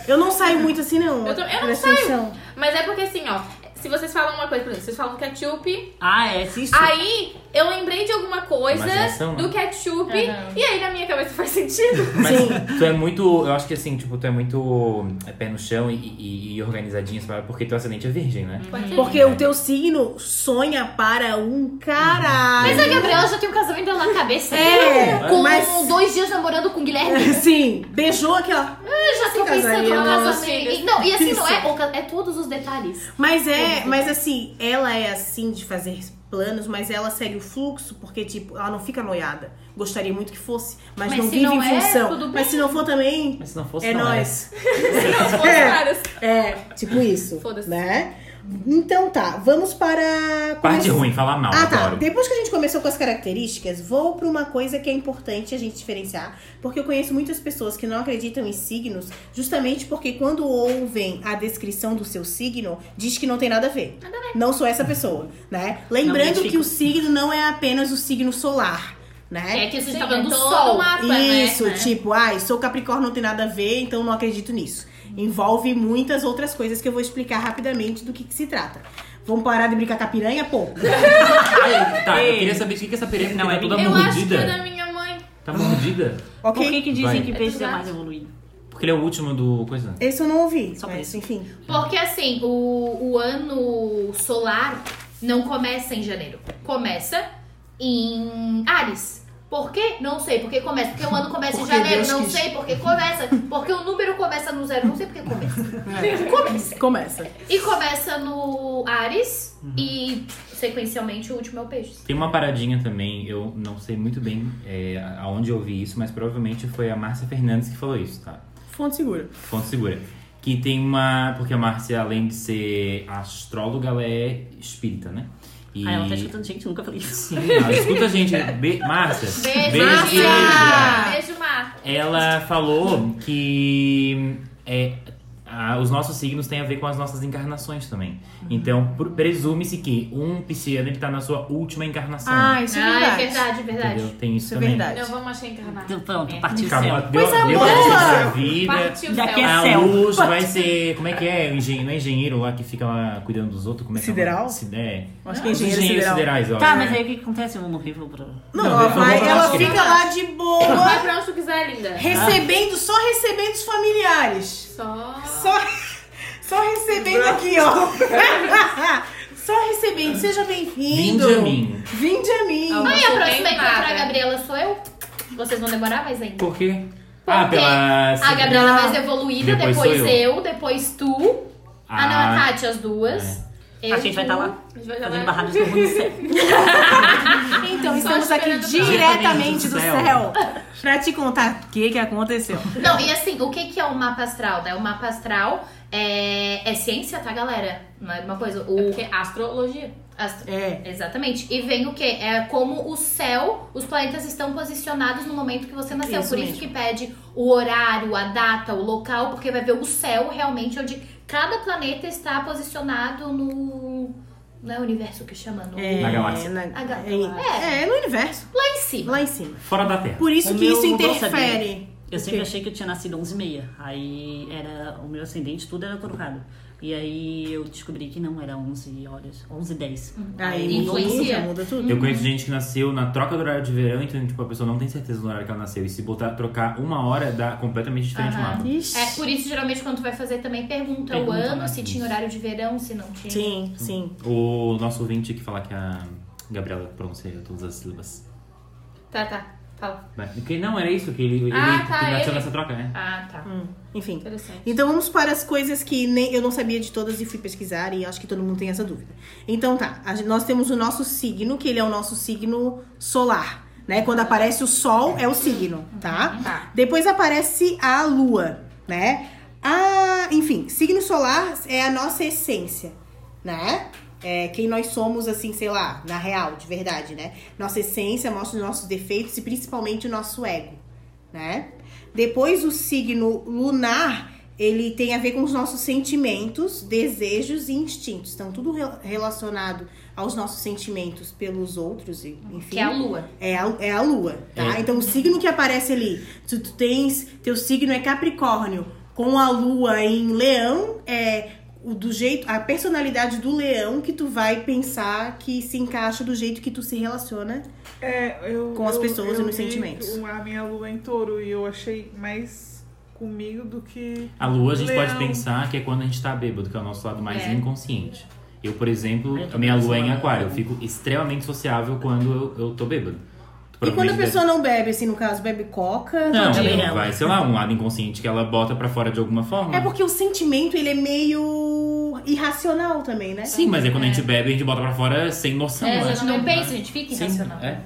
[SPEAKER 2] Eu não saio muito assim, não.
[SPEAKER 3] Eu, tô- eu não
[SPEAKER 2] Presta
[SPEAKER 3] saio.
[SPEAKER 2] atenção.
[SPEAKER 3] Mas é porque assim, ó. Se vocês falam uma coisa, por exemplo, vocês falam ketchup,
[SPEAKER 7] Ah, é, se isso.
[SPEAKER 3] Aí eu lembrei de alguma coisa
[SPEAKER 1] Imaginação, né?
[SPEAKER 3] do ketchup
[SPEAKER 4] Aham.
[SPEAKER 3] e aí na minha cabeça faz sentido.
[SPEAKER 1] Mas
[SPEAKER 2] Sim.
[SPEAKER 1] tu é muito. Eu acho que assim, tipo, tu é muito é, pé no chão e, e, e organizadinha, sabe? Porque teu ascendente é virgem, né?
[SPEAKER 2] Hum. Porque o teu signo sonha para um caralho.
[SPEAKER 4] Mas a Gabriela já tem um casamento dela na cabeça.
[SPEAKER 2] É,
[SPEAKER 4] com
[SPEAKER 2] mas-
[SPEAKER 4] dois dias namorando com o Guilherme.
[SPEAKER 2] Sim, beijou aquela.
[SPEAKER 4] Eu já é tô pensando no
[SPEAKER 2] Casaria,
[SPEAKER 4] casamento. E- Não, e assim, não
[SPEAKER 2] Isso.
[SPEAKER 4] é, o ca- é todos os detalhes.
[SPEAKER 2] Mas é, mas assim, ela é assim de fazer planos, mas ela segue o fluxo, porque, tipo, ela não fica noiada. Gostaria muito que fosse, mas,
[SPEAKER 4] Mas
[SPEAKER 2] não
[SPEAKER 4] se
[SPEAKER 2] vive
[SPEAKER 4] não
[SPEAKER 2] em
[SPEAKER 4] é,
[SPEAKER 2] função.
[SPEAKER 4] tudo
[SPEAKER 2] mas se não for também,
[SPEAKER 1] Mas se não fosse.
[SPEAKER 2] é
[SPEAKER 1] não né? era.
[SPEAKER 2] nós.
[SPEAKER 3] caras.
[SPEAKER 2] É, tipo isso.
[SPEAKER 3] Foda-se.
[SPEAKER 2] Né? Então tá, vamos para.
[SPEAKER 1] Parte ruim, falar mal,
[SPEAKER 2] Ah, tá.
[SPEAKER 1] adoro.
[SPEAKER 2] Depois que a gente começou com as características, vou pra uma coisa que é importante a gente diferenciar, porque eu conheço muitas pessoas que não acreditam em signos, justamente porque quando ouvem a descrição do seu signo, diz que não tem nada a ver. Nada a ver. Não sou essa pessoa, né? Lembrando
[SPEAKER 7] identifico.
[SPEAKER 2] que o signo não é apenas o signo solar. né?
[SPEAKER 4] É que isso
[SPEAKER 3] Sim,
[SPEAKER 4] tá
[SPEAKER 3] é
[SPEAKER 4] vendo o
[SPEAKER 3] todo
[SPEAKER 4] sol.
[SPEAKER 3] uma- mapa, né?
[SPEAKER 2] Isso,
[SPEAKER 4] É.
[SPEAKER 3] Né?
[SPEAKER 2] tipo, ai, sou Capricórnio, não tem nada a ver, então não acredito nisso. Envolve muitas outras coisas que eu vou explicar rapidamente do que, que se trata. Vamos parar de brincar com a piranha, pô?
[SPEAKER 1] Ai, tá, eu
[SPEAKER 7] Ei.
[SPEAKER 1] queria saber de que que essa perereca
[SPEAKER 7] Não,
[SPEAKER 1] tá
[SPEAKER 7] é
[SPEAKER 1] toda
[SPEAKER 3] eu acho que
[SPEAKER 1] mordida.
[SPEAKER 3] é da minha mãe.
[SPEAKER 1] Tá mordida?
[SPEAKER 2] Ok?
[SPEAKER 7] Por que, que dizem
[SPEAKER 1] Vai.
[SPEAKER 7] que peixe é
[SPEAKER 3] Exato.
[SPEAKER 7] mais evoluído?
[SPEAKER 1] Porque ele é o último do coisa.
[SPEAKER 2] Esse eu não ouvi,
[SPEAKER 7] Só por
[SPEAKER 2] mas
[SPEAKER 7] isso.
[SPEAKER 2] enfim.
[SPEAKER 4] Porque assim, o, o ano solar não começa em janeiro. Começa em Ares. Por quê? Não sei. Por que começa? Porque o ano começa em
[SPEAKER 2] Porque
[SPEAKER 4] janeiro.
[SPEAKER 2] Deus
[SPEAKER 4] não
[SPEAKER 2] quis.
[SPEAKER 4] sei por que começa. Porque o número começa no zero. Não sei por que começa. começa.
[SPEAKER 2] Começa.
[SPEAKER 4] E começa no Ares. E sequencialmente o último é o peixe.
[SPEAKER 1] Tem uma paradinha também, eu não sei muito bem é, aonde eu ouvi isso, mas provavelmente foi a Márcia Fernandes que falou isso, tá?
[SPEAKER 2] Fonte segura.
[SPEAKER 1] Fonte segura. Que tem uma. Porque a Márcia, além de ser astróloga, ela é espírita, né? E...
[SPEAKER 7] Ah, ela tá escutando gente, eu nunca falei isso.
[SPEAKER 1] Sim, ela escuta a gente. Be... Márcia.
[SPEAKER 4] Beijo,
[SPEAKER 1] beijo.
[SPEAKER 4] Márcia! Beijo, Mar.
[SPEAKER 1] Ela falou que é, a- os nossos signos têm a ver com as nossas encarnações também. Então, pr- presume-se que um pisciano ele tá na sua última encarnação.
[SPEAKER 2] Ah, isso é
[SPEAKER 4] Ah, é
[SPEAKER 2] verdade.
[SPEAKER 4] verdade, verdade.
[SPEAKER 1] entendeu? Tem isso,
[SPEAKER 2] Isso é
[SPEAKER 1] também.
[SPEAKER 2] verdade.
[SPEAKER 3] Não, vamos achar encarnar.
[SPEAKER 7] Então pronto,
[SPEAKER 4] É.
[SPEAKER 7] partiu o
[SPEAKER 1] Acabou,
[SPEAKER 7] céu.
[SPEAKER 1] deu,
[SPEAKER 2] Coisa
[SPEAKER 1] deu
[SPEAKER 2] boa!
[SPEAKER 1] pra assistir a vida.
[SPEAKER 3] Partiu
[SPEAKER 7] Já
[SPEAKER 3] céu.
[SPEAKER 7] que é
[SPEAKER 1] A
[SPEAKER 7] céu.
[SPEAKER 1] luz vai ser. Como é que é? O engenheiro, não é engenheiro lá que fica lá cuidando dos outros? Como é que
[SPEAKER 2] Sideral?
[SPEAKER 1] É? Cid- é.
[SPEAKER 2] Acho que é
[SPEAKER 1] Os
[SPEAKER 2] engenheiro
[SPEAKER 1] engenheiros
[SPEAKER 2] sideral.
[SPEAKER 1] siderais, ó.
[SPEAKER 7] Tá, mas aí o que que acontece? Eu não vivo pra...
[SPEAKER 2] Não,
[SPEAKER 1] Não,
[SPEAKER 2] ela,
[SPEAKER 1] eu
[SPEAKER 2] vai-
[SPEAKER 1] vou- assim.
[SPEAKER 2] ela
[SPEAKER 1] acho que-
[SPEAKER 2] fica lá de
[SPEAKER 3] Vai
[SPEAKER 2] boa,
[SPEAKER 3] pra onde tu quiser, linda.
[SPEAKER 2] recebendo, só recebendo os familiares.
[SPEAKER 3] Só.
[SPEAKER 2] Só, só recebendo
[SPEAKER 7] é
[SPEAKER 2] aqui, ó. só recebendo, seja bem-vindo.
[SPEAKER 1] Vinde a mim.
[SPEAKER 2] Vinde a mim.
[SPEAKER 3] Ah,
[SPEAKER 4] Ai, a próxima
[SPEAKER 3] Não tem
[SPEAKER 4] encontrar a
[SPEAKER 3] nada.
[SPEAKER 4] Gabriela sou eu. Vocês vão demorar mais ainda.
[SPEAKER 1] Por quê? ah, pela.
[SPEAKER 4] A Gabriela mais evoluída,
[SPEAKER 1] Depois
[SPEAKER 4] depois,
[SPEAKER 1] sou
[SPEAKER 4] eu. depois tu. Ah, não, a
[SPEAKER 1] Ah.
[SPEAKER 4] Kátia, as duas. Eu,
[SPEAKER 7] A gente vai
[SPEAKER 4] tu.
[SPEAKER 7] estar lá
[SPEAKER 3] A gente vai
[SPEAKER 7] fazendo
[SPEAKER 3] lá.
[SPEAKER 7] barradas no mundo céu.
[SPEAKER 2] Então,
[SPEAKER 3] Só
[SPEAKER 2] estamos aqui
[SPEAKER 3] esperando pra-
[SPEAKER 2] diretamente
[SPEAKER 1] Diretamente
[SPEAKER 2] do
[SPEAKER 1] do
[SPEAKER 2] céu pra te contar o que, que aconteceu.
[SPEAKER 4] Não, e assim, o que, que é o mapa astral, né? O mapa astral é, é ciência, tá, galera? Não é uma coisa.
[SPEAKER 3] É
[SPEAKER 4] O...
[SPEAKER 3] Porque astrologia.
[SPEAKER 4] astro-
[SPEAKER 2] É.
[SPEAKER 4] Exatamente. E vem o quê? É como o céu, os planetas estão posicionados no momento que você nasceu.
[SPEAKER 7] Isso
[SPEAKER 4] Por isso
[SPEAKER 7] mesmo.
[SPEAKER 4] que pede o horário, a data, o local, porque vai ver o céu realmente onde cada planeta está posicionado no. Não é o universo que chama? No...
[SPEAKER 2] É,
[SPEAKER 1] Na galáxia.
[SPEAKER 2] na-
[SPEAKER 4] A ga-
[SPEAKER 2] é, é, no universo.
[SPEAKER 4] Lá em cima.
[SPEAKER 2] Lá em cima.
[SPEAKER 1] Fora da Terra.
[SPEAKER 2] Por isso
[SPEAKER 7] O
[SPEAKER 2] que
[SPEAKER 7] meu
[SPEAKER 2] isso
[SPEAKER 7] mudou, sabia?
[SPEAKER 2] interfere.
[SPEAKER 7] Eu
[SPEAKER 2] O
[SPEAKER 7] sempre
[SPEAKER 2] quê?
[SPEAKER 7] achei que eu tinha nascido 11 e meia. Aí era o meu ascendente, tudo era trocado. E aí eu descobri que não, era 11 horas, 11 e 10.
[SPEAKER 4] Hum.
[SPEAKER 2] Aí
[SPEAKER 7] mudou
[SPEAKER 2] muda,
[SPEAKER 7] tudo.
[SPEAKER 4] Influencia.
[SPEAKER 2] muda, muda tudo.
[SPEAKER 1] Eu conheço gente que nasceu na troca do horário de verão, então, tipo, a pessoa não tem certeza do horário que ela nasceu. E se botar trocar uma hora, dá completamente diferente o
[SPEAKER 4] Aham.
[SPEAKER 1] mapa.
[SPEAKER 2] Ixi.
[SPEAKER 4] É, por isso, geralmente, quando tu vai fazer também, pergunta, o
[SPEAKER 1] Pergunta,
[SPEAKER 4] ano,
[SPEAKER 1] né?
[SPEAKER 4] se tinha horário de verão, se não tinha.
[SPEAKER 2] Sim, sim.
[SPEAKER 1] O nosso ouvinte que fala que a Gabriela pronuncia todas as sílabas.
[SPEAKER 3] Tá, tá. Fala.
[SPEAKER 1] Mas- Porque não, era isso que ele, ele,
[SPEAKER 3] Ah, tá,
[SPEAKER 1] que nasceu
[SPEAKER 3] ele.
[SPEAKER 1] nessa troca, né?
[SPEAKER 3] Ah, tá.
[SPEAKER 2] Enfim.
[SPEAKER 3] Interessante.
[SPEAKER 2] Então vamos para as coisas que nem eu não sabia de todas e fui pesquisar e acho que todo mundo tem essa dúvida. Então tá, a gen- nós temos o nosso signo, que ele é o nosso signo solar, né? Quando aparece o sol é o signo, tá? Depois aparece a lua, né? A, enfim, signo solar é a nossa essência, né? É quem nós somos assim, sei lá, na real, de verdade, né? Nossa essência mostra os nossos defeitos e principalmente o nosso ego, né? Depois o signo lunar, ele tem a ver com os nossos sentimentos, desejos e instintos. Então, tudo re- relacionado aos nossos sentimentos pelos outros, e- enfim.
[SPEAKER 4] Que é a lua.
[SPEAKER 2] É a, é a lua, tá? Então, o signo que aparece ali, se tu tens, teu signo é Capricórnio, com a lua em Leão, é o do jeito, a personalidade do leão que tu vai pensar que se encaixa do jeito que tu se relaciona.
[SPEAKER 5] É, eu,
[SPEAKER 2] Com as
[SPEAKER 5] eu-
[SPEAKER 2] pessoas
[SPEAKER 5] eu
[SPEAKER 2] e nos
[SPEAKER 5] vi
[SPEAKER 2] sentimentos.
[SPEAKER 5] o- A minha lua em touro e eu achei mais comigo do que.
[SPEAKER 1] A lua a gente
[SPEAKER 5] Leão.
[SPEAKER 1] pode pensar que é quando a gente tá bêbado, que é o nosso lado mais
[SPEAKER 4] É.
[SPEAKER 1] inconsciente. Eu, por exemplo,
[SPEAKER 7] Eu tô
[SPEAKER 1] a minha lua é em
[SPEAKER 7] pensando.
[SPEAKER 1] aquário. Eu fico extremamente sociável quando eu, eu tô bêbado.
[SPEAKER 2] E quando a
[SPEAKER 1] Provavelmente
[SPEAKER 2] pessoa tá não bebe, assim, no caso, bebe coca.
[SPEAKER 1] Não,
[SPEAKER 7] Também
[SPEAKER 1] não,
[SPEAKER 7] ela.
[SPEAKER 1] vai, sei lá, um lado inconsciente que ela bota pra fora de alguma forma.
[SPEAKER 2] É porque o sentimento, ele é meio irracional também, né?
[SPEAKER 1] Sim, mas é quando a gente bebe, a gente bota pra fora sem noção.
[SPEAKER 4] É,
[SPEAKER 1] né?
[SPEAKER 4] a gente não pensa, a gente fica
[SPEAKER 1] Sim,
[SPEAKER 4] irracional.
[SPEAKER 1] é.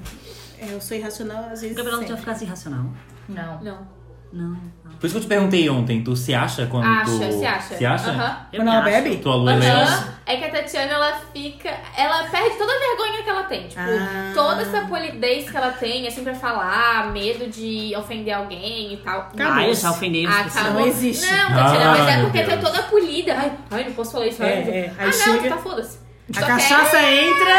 [SPEAKER 2] É, Eu sou irracional, às vezes.
[SPEAKER 7] Gabriela, tu já
[SPEAKER 2] sempre.
[SPEAKER 7] ficasse irracional?
[SPEAKER 4] Não.
[SPEAKER 3] Não.
[SPEAKER 7] Não.
[SPEAKER 1] Por isso que eu te perguntei ontem, tu se acha quando tu...
[SPEAKER 3] Acha, se acha.
[SPEAKER 1] Se acha?
[SPEAKER 3] Aham.
[SPEAKER 7] Eu
[SPEAKER 2] Quando
[SPEAKER 7] me
[SPEAKER 2] ela
[SPEAKER 7] acho.
[SPEAKER 2] bebe?
[SPEAKER 1] Tua lua é leão?
[SPEAKER 3] Aham. É que a Tatiana, ela fica. Ela perde toda a vergonha que ela tem. Tipo,
[SPEAKER 2] Ah.
[SPEAKER 3] toda essa polidez que ela tem, assim, pra falar, medo de ofender alguém e tal.
[SPEAKER 7] Ah, eu já ofendi as pessoas.
[SPEAKER 3] Acabou.
[SPEAKER 2] Não existe.
[SPEAKER 3] Não, Tatiana, mas
[SPEAKER 1] Ah,
[SPEAKER 3] é
[SPEAKER 1] meu
[SPEAKER 3] porque tu é
[SPEAKER 1] Deus.
[SPEAKER 3] toda polida. Ai, ai, não posso falar isso.
[SPEAKER 2] É,
[SPEAKER 3] ai, não-
[SPEAKER 2] é. Aí
[SPEAKER 3] Ah, não,
[SPEAKER 2] chega-
[SPEAKER 3] tu tá foda-se.
[SPEAKER 2] A
[SPEAKER 3] Só
[SPEAKER 2] cachaça entra,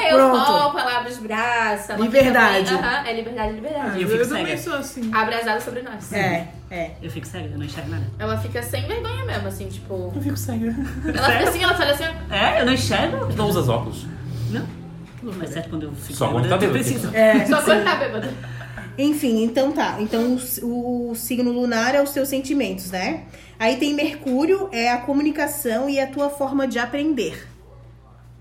[SPEAKER 3] É, eu
[SPEAKER 2] pronto.
[SPEAKER 3] topo, ela abre os braços. ela
[SPEAKER 2] Liberdade. Ah.
[SPEAKER 3] fica bem- Aham, é liberdade, liberdade.
[SPEAKER 7] E eu
[SPEAKER 5] Eu,
[SPEAKER 7] fico
[SPEAKER 5] também
[SPEAKER 7] cega.
[SPEAKER 5] sou assim.
[SPEAKER 3] Abrasada sobre nós.
[SPEAKER 2] É, é.
[SPEAKER 7] Eu fico cega, eu não enxergo nada.
[SPEAKER 3] Ela fica sem vergonha mesmo, assim, tipo.
[SPEAKER 1] Eu fico
[SPEAKER 2] né?
[SPEAKER 1] cega.
[SPEAKER 3] Ela fica assim, ela fala assim. ó,
[SPEAKER 7] É? Eu não enxergo?
[SPEAKER 6] Não usa óculos.
[SPEAKER 7] Não. Mas certo quando eu fico
[SPEAKER 6] Só quando
[SPEAKER 7] bêbada,
[SPEAKER 6] tá
[SPEAKER 7] eu
[SPEAKER 6] bêbado.
[SPEAKER 7] preciso.
[SPEAKER 3] Só quando tá bêbada.
[SPEAKER 2] Enfim, então tá. Então o s- o, signo lunar é os seus sentimentos, né? Aí tem Mercúrio, é a comunicação e a tua forma de aprender.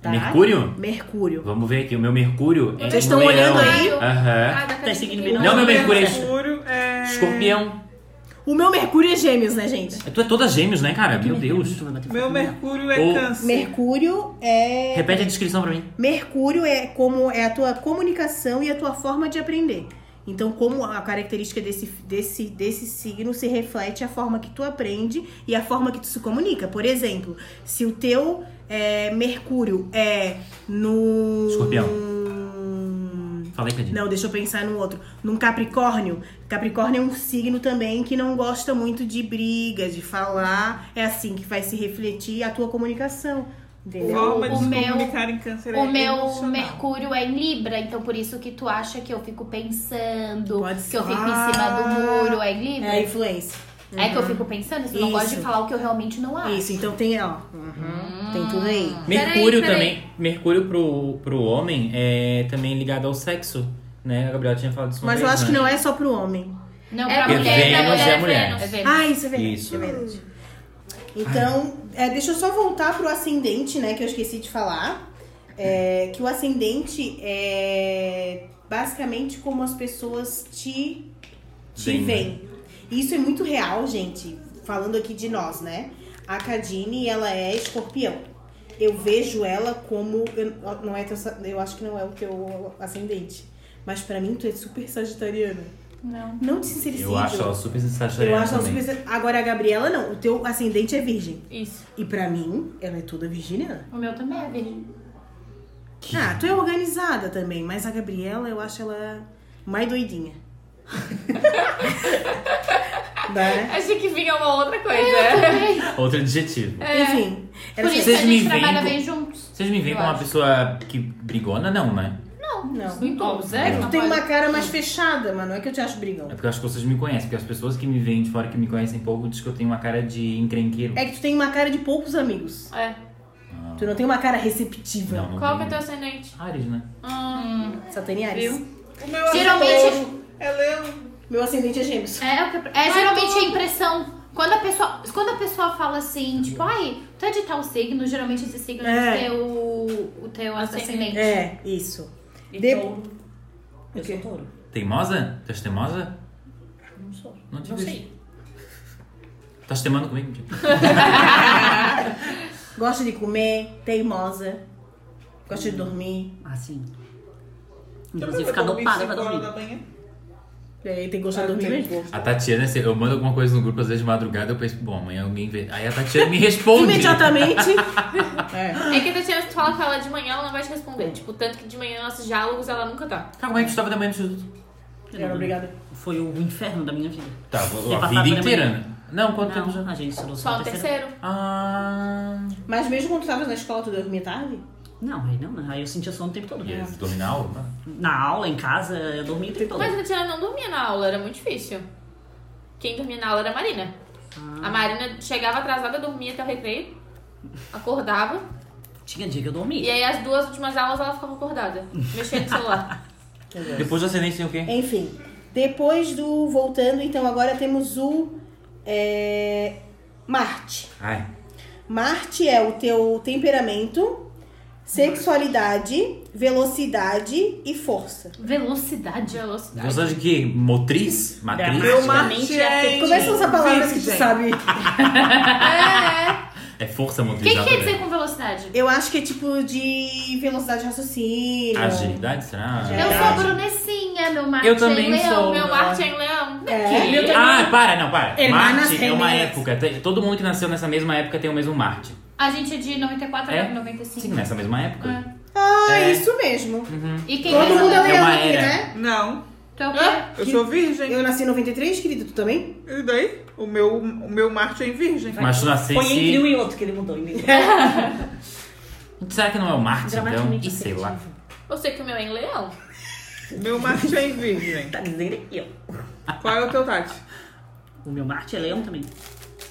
[SPEAKER 2] Tá?
[SPEAKER 6] Mercúrio?
[SPEAKER 2] Mercúrio.
[SPEAKER 6] Vamos ver aqui. O meu Mercúrio é.
[SPEAKER 2] Vocês
[SPEAKER 1] um
[SPEAKER 6] em
[SPEAKER 2] estão
[SPEAKER 6] leão.
[SPEAKER 2] olhando aí?
[SPEAKER 1] É.
[SPEAKER 6] Aham.
[SPEAKER 3] Ah, da cara
[SPEAKER 7] Tá
[SPEAKER 3] de
[SPEAKER 7] seguindo
[SPEAKER 3] Mercúrio.
[SPEAKER 6] Não, meu Mercúrio é-
[SPEAKER 5] Mercúrio é.
[SPEAKER 6] Escorpião.
[SPEAKER 2] O meu Mercúrio é gêmeos, né, gente?
[SPEAKER 6] Tu é toda gêmeos, né, cara? Meu Deus.
[SPEAKER 7] Tu vai bater
[SPEAKER 5] Meu
[SPEAKER 7] fogo.
[SPEAKER 5] Mercúrio é
[SPEAKER 6] Ou-
[SPEAKER 5] câncer.
[SPEAKER 2] Mercúrio é.
[SPEAKER 6] Repete a descrição pra mim.
[SPEAKER 2] Mercúrio é como é a tua comunicação e a tua forma de aprender. Então, como a característica desse, desse, desse signo se reflete a forma que tu aprende e a forma que tu se comunica. Por exemplo, se o teu é, Mercúrio é no.
[SPEAKER 6] Escorpião. Fala aí, Cadinho.
[SPEAKER 2] Não, deixa eu pensar no outro. Num Capricórnio. Capricórnio é um signo também que não gosta muito de briga, de falar. É assim que vai se refletir a tua comunicação. Entendeu?
[SPEAKER 5] Forma de
[SPEAKER 4] O
[SPEAKER 5] se
[SPEAKER 4] meu-
[SPEAKER 5] comunicar em câncer é
[SPEAKER 4] O meu
[SPEAKER 5] emocional.
[SPEAKER 4] Mercúrio é em Libra, então por isso que tu acha que eu fico pensando,
[SPEAKER 2] Pode
[SPEAKER 4] que eu fico
[SPEAKER 2] ser.
[SPEAKER 4] em cima do muro, é em
[SPEAKER 2] É
[SPEAKER 4] Libra?
[SPEAKER 2] a
[SPEAKER 4] É,
[SPEAKER 2] influência.
[SPEAKER 4] que eu fico pensando, se eu não
[SPEAKER 2] Isso.
[SPEAKER 4] gosto de falar o que eu realmente não acho.
[SPEAKER 2] Isso, então tem, ó. Tem tudo aí.
[SPEAKER 3] Peraí, peraí.
[SPEAKER 6] Mercúrio também. Mercúrio pro, pro homem é também ligado ao sexo, né? A Gabriela tinha falado isso uma
[SPEAKER 2] Mas eu
[SPEAKER 6] vez,
[SPEAKER 2] acho
[SPEAKER 6] né?
[SPEAKER 2] que não é só pro homem.
[SPEAKER 4] Não,
[SPEAKER 3] É
[SPEAKER 4] pra
[SPEAKER 6] porque
[SPEAKER 4] mulher, pra
[SPEAKER 6] Vênus
[SPEAKER 4] mulher
[SPEAKER 6] é mulher.
[SPEAKER 4] Vênus.
[SPEAKER 3] É Vênus.
[SPEAKER 2] Ah, isso é verdade.
[SPEAKER 6] Isso.
[SPEAKER 2] É verdade. Então, é, deixa eu só voltar pro ascendente, né? Que eu esqueci de falar. É, que o ascendente é basicamente como as pessoas te, te
[SPEAKER 6] Veem, né?
[SPEAKER 2] veem. Isso é muito real, gente. Falando aqui de nós, né? A Cadine, ela é escorpião. Eu vejo ela como. Eu, não é teu, sa- eu acho que não é o teu ascendente. Mas pra mim, tu é super sagitariana.
[SPEAKER 4] Não.
[SPEAKER 2] Não te sincericida.
[SPEAKER 6] Eu acho ela super
[SPEAKER 2] Eu
[SPEAKER 6] sagitariana
[SPEAKER 2] acho ela
[SPEAKER 6] É, também.
[SPEAKER 2] super- Agora, a Gabriela, não. O teu ascendente é virgem.
[SPEAKER 3] Isso.
[SPEAKER 2] E pra mim, ela é toda virginiana.
[SPEAKER 4] O meu também é Vênus.
[SPEAKER 2] Ah, tu é organizada também, mas a Gabriela, eu acho ela mais doidinha. né?
[SPEAKER 3] Achei que vinha uma outra
[SPEAKER 4] É,
[SPEAKER 3] coisa.
[SPEAKER 6] Outro adjetivo.
[SPEAKER 2] Enfim. assim.
[SPEAKER 4] Por
[SPEAKER 2] Ela
[SPEAKER 4] isso que a
[SPEAKER 6] Vocês me
[SPEAKER 4] gente trabalha
[SPEAKER 6] veem
[SPEAKER 4] bem juntos.
[SPEAKER 6] Vocês me veem
[SPEAKER 4] Eu
[SPEAKER 6] como uma
[SPEAKER 4] acho.
[SPEAKER 6] pessoa que brigona, não, né?
[SPEAKER 2] Não.
[SPEAKER 3] Ó,
[SPEAKER 2] É que
[SPEAKER 3] zero.
[SPEAKER 2] tu tem uma cara mais fechada, mas não é que eu te acho brigão.
[SPEAKER 6] É porque eu acho que vocês me conhecem, porque as pessoas que me veem de fora que me conhecem pouco dizem que eu tenho uma cara de encrenqueiro.
[SPEAKER 2] É que tu tem uma cara de poucos amigos.
[SPEAKER 3] É.
[SPEAKER 6] Ah,
[SPEAKER 2] Tu não tem uma cara receptiva.
[SPEAKER 6] não, não
[SPEAKER 3] Qual que é
[SPEAKER 6] tenho.
[SPEAKER 3] o teu ascendente?
[SPEAKER 6] Ares, né?
[SPEAKER 3] Hum.
[SPEAKER 2] Sataniares.
[SPEAKER 3] Viu?
[SPEAKER 5] O meu é
[SPEAKER 4] Geralmente-
[SPEAKER 5] touro. É leão.
[SPEAKER 2] Meu ascendente é gêmeos.
[SPEAKER 4] É, o que- é geralmente a impressão. Quando a, pessoa, quando a pessoa fala assim, tipo, ai, tu é de tal signo, geralmente esse signo
[SPEAKER 2] É.
[SPEAKER 4] é, teu, o teu ascendente.
[SPEAKER 2] É, isso.
[SPEAKER 7] E
[SPEAKER 2] De-
[SPEAKER 7] touro. Eu
[SPEAKER 2] quê?
[SPEAKER 7] sou touro.
[SPEAKER 6] Teimosa? Tás teimosa?
[SPEAKER 7] Não sou.
[SPEAKER 6] Não te
[SPEAKER 7] Não
[SPEAKER 6] vejo.
[SPEAKER 7] sei.
[SPEAKER 6] Tás teimando comigo? Tipo?
[SPEAKER 2] Gosta de comer, teimosa. Gosta de dormir.
[SPEAKER 7] Ah, sim.
[SPEAKER 5] Também
[SPEAKER 7] Inclusive
[SPEAKER 5] vai
[SPEAKER 7] ficar
[SPEAKER 5] dormir
[SPEAKER 7] dopada
[SPEAKER 5] cinco
[SPEAKER 7] pra
[SPEAKER 5] horas
[SPEAKER 7] dormir.
[SPEAKER 5] da manhã.
[SPEAKER 2] E aí tem que gostar de dormir
[SPEAKER 5] Tem
[SPEAKER 2] mesmo.
[SPEAKER 5] gosto.
[SPEAKER 6] A Tatiana, se eu mando alguma coisa no grupo, às vezes de madrugada, eu penso, bom, amanhã alguém vê. Aí a Tatiana me responde.
[SPEAKER 2] Imediatamente.
[SPEAKER 4] Ah.
[SPEAKER 2] é.
[SPEAKER 3] É que a Tatiana, se tu fala com ela de manhã, ela não vai te responder. Tipo, tanto que de manhã nossos diálogos ela nunca tá.
[SPEAKER 6] Cara, como é que tu estava da manhã no instituto?
[SPEAKER 2] Era obrigada.
[SPEAKER 7] Foi o inferno da minha vida.
[SPEAKER 6] Tá,
[SPEAKER 7] Ter
[SPEAKER 6] a
[SPEAKER 7] passado
[SPEAKER 6] vida
[SPEAKER 7] pela
[SPEAKER 6] inteira,
[SPEAKER 7] manhã.
[SPEAKER 6] né? Não, quanto tempo já?
[SPEAKER 7] Não, a gente estudou só
[SPEAKER 3] Só
[SPEAKER 7] a
[SPEAKER 3] o
[SPEAKER 7] terceira.
[SPEAKER 3] terceiro.
[SPEAKER 6] Ah.
[SPEAKER 2] Mas mesmo quando tu tava na escola, tu dormia tarde?
[SPEAKER 7] Não, aí não, não. Aí eu sentia sono o tempo todo.
[SPEAKER 6] E abdominal? né?
[SPEAKER 7] Na aula, em casa, eu dormia o tempo todo.
[SPEAKER 3] Mas a Tatiana não dormia na aula, era muito difícil. Quem dormia na aula era a Marina.
[SPEAKER 4] Ah.
[SPEAKER 3] A Marina chegava atrasada, dormia até o recreio, acordava.
[SPEAKER 7] Tinha dia que eu
[SPEAKER 3] E
[SPEAKER 7] dormia.
[SPEAKER 3] aí as duas últimas aulas ela ficava acordada, mexendo no celular.
[SPEAKER 6] Depois do ascendente tem o quê?
[SPEAKER 2] Enfim. Depois do. Voltando, então agora temos o. é, Marte.
[SPEAKER 6] Ai.
[SPEAKER 2] Marte é o teu temperamento, sexualidade, velocidade e força.
[SPEAKER 4] Velocidade.
[SPEAKER 3] Velocidade.
[SPEAKER 6] Gostou de quê? Motriz? Matriz?
[SPEAKER 4] assim.
[SPEAKER 7] Dramaticamente
[SPEAKER 5] Marte é
[SPEAKER 2] Como é que são essas palavras que tu
[SPEAKER 5] Virgem.
[SPEAKER 2] sabe?
[SPEAKER 6] É força
[SPEAKER 4] O que,
[SPEAKER 6] motriz.
[SPEAKER 4] que
[SPEAKER 6] nada a
[SPEAKER 4] quer
[SPEAKER 6] ver.
[SPEAKER 4] dizer com velocidade?
[SPEAKER 2] Eu acho que é tipo de velocidade de raciocínio.
[SPEAKER 6] Agilidade, será?
[SPEAKER 4] Eu sou a
[SPEAKER 2] Verdade.
[SPEAKER 4] Brunessinha, meu Marte
[SPEAKER 6] Eu também
[SPEAKER 4] é em leão,
[SPEAKER 6] sou. né?
[SPEAKER 3] Meu Marte é em leão.
[SPEAKER 2] É.
[SPEAKER 3] Meu Deus.
[SPEAKER 6] Ah, para, não, para.
[SPEAKER 2] Hermanas
[SPEAKER 6] Marte é uma
[SPEAKER 2] gêmeas.
[SPEAKER 6] época. Tem- Todo mundo que nasceu nessa mesma época tem o mesmo Marte.
[SPEAKER 4] A gente é de 94 a
[SPEAKER 6] É?
[SPEAKER 4] 95.
[SPEAKER 6] Sim, nessa mesma época.
[SPEAKER 2] Ah,
[SPEAKER 6] É.
[SPEAKER 2] isso mesmo.
[SPEAKER 4] E quem
[SPEAKER 2] Todo
[SPEAKER 4] mais
[SPEAKER 2] mundo é
[SPEAKER 4] leão?
[SPEAKER 2] leão
[SPEAKER 6] uma
[SPEAKER 2] aqui,
[SPEAKER 6] era.
[SPEAKER 2] né?
[SPEAKER 5] Não,
[SPEAKER 4] Tu é o quê?
[SPEAKER 5] eu sou virgem.
[SPEAKER 2] Eu nasci em 93, querido, tu também?
[SPEAKER 5] E daí? O meu, o meu Marte é em virgem.
[SPEAKER 6] Mas tu
[SPEAKER 7] Foi entre um
[SPEAKER 6] nascesse.
[SPEAKER 7] e outro que ele mudou. Em mim.
[SPEAKER 6] Será que não é o Marte, então?
[SPEAKER 7] Dramaticamente
[SPEAKER 6] E sei lá.
[SPEAKER 7] assertivo.
[SPEAKER 3] Eu sei que o meu é em leão.
[SPEAKER 5] Meu Marte é em virgem.
[SPEAKER 7] Tá dizendo aqui, ó.
[SPEAKER 5] Qual é o teu Tati?
[SPEAKER 7] O meu Marte é leão também.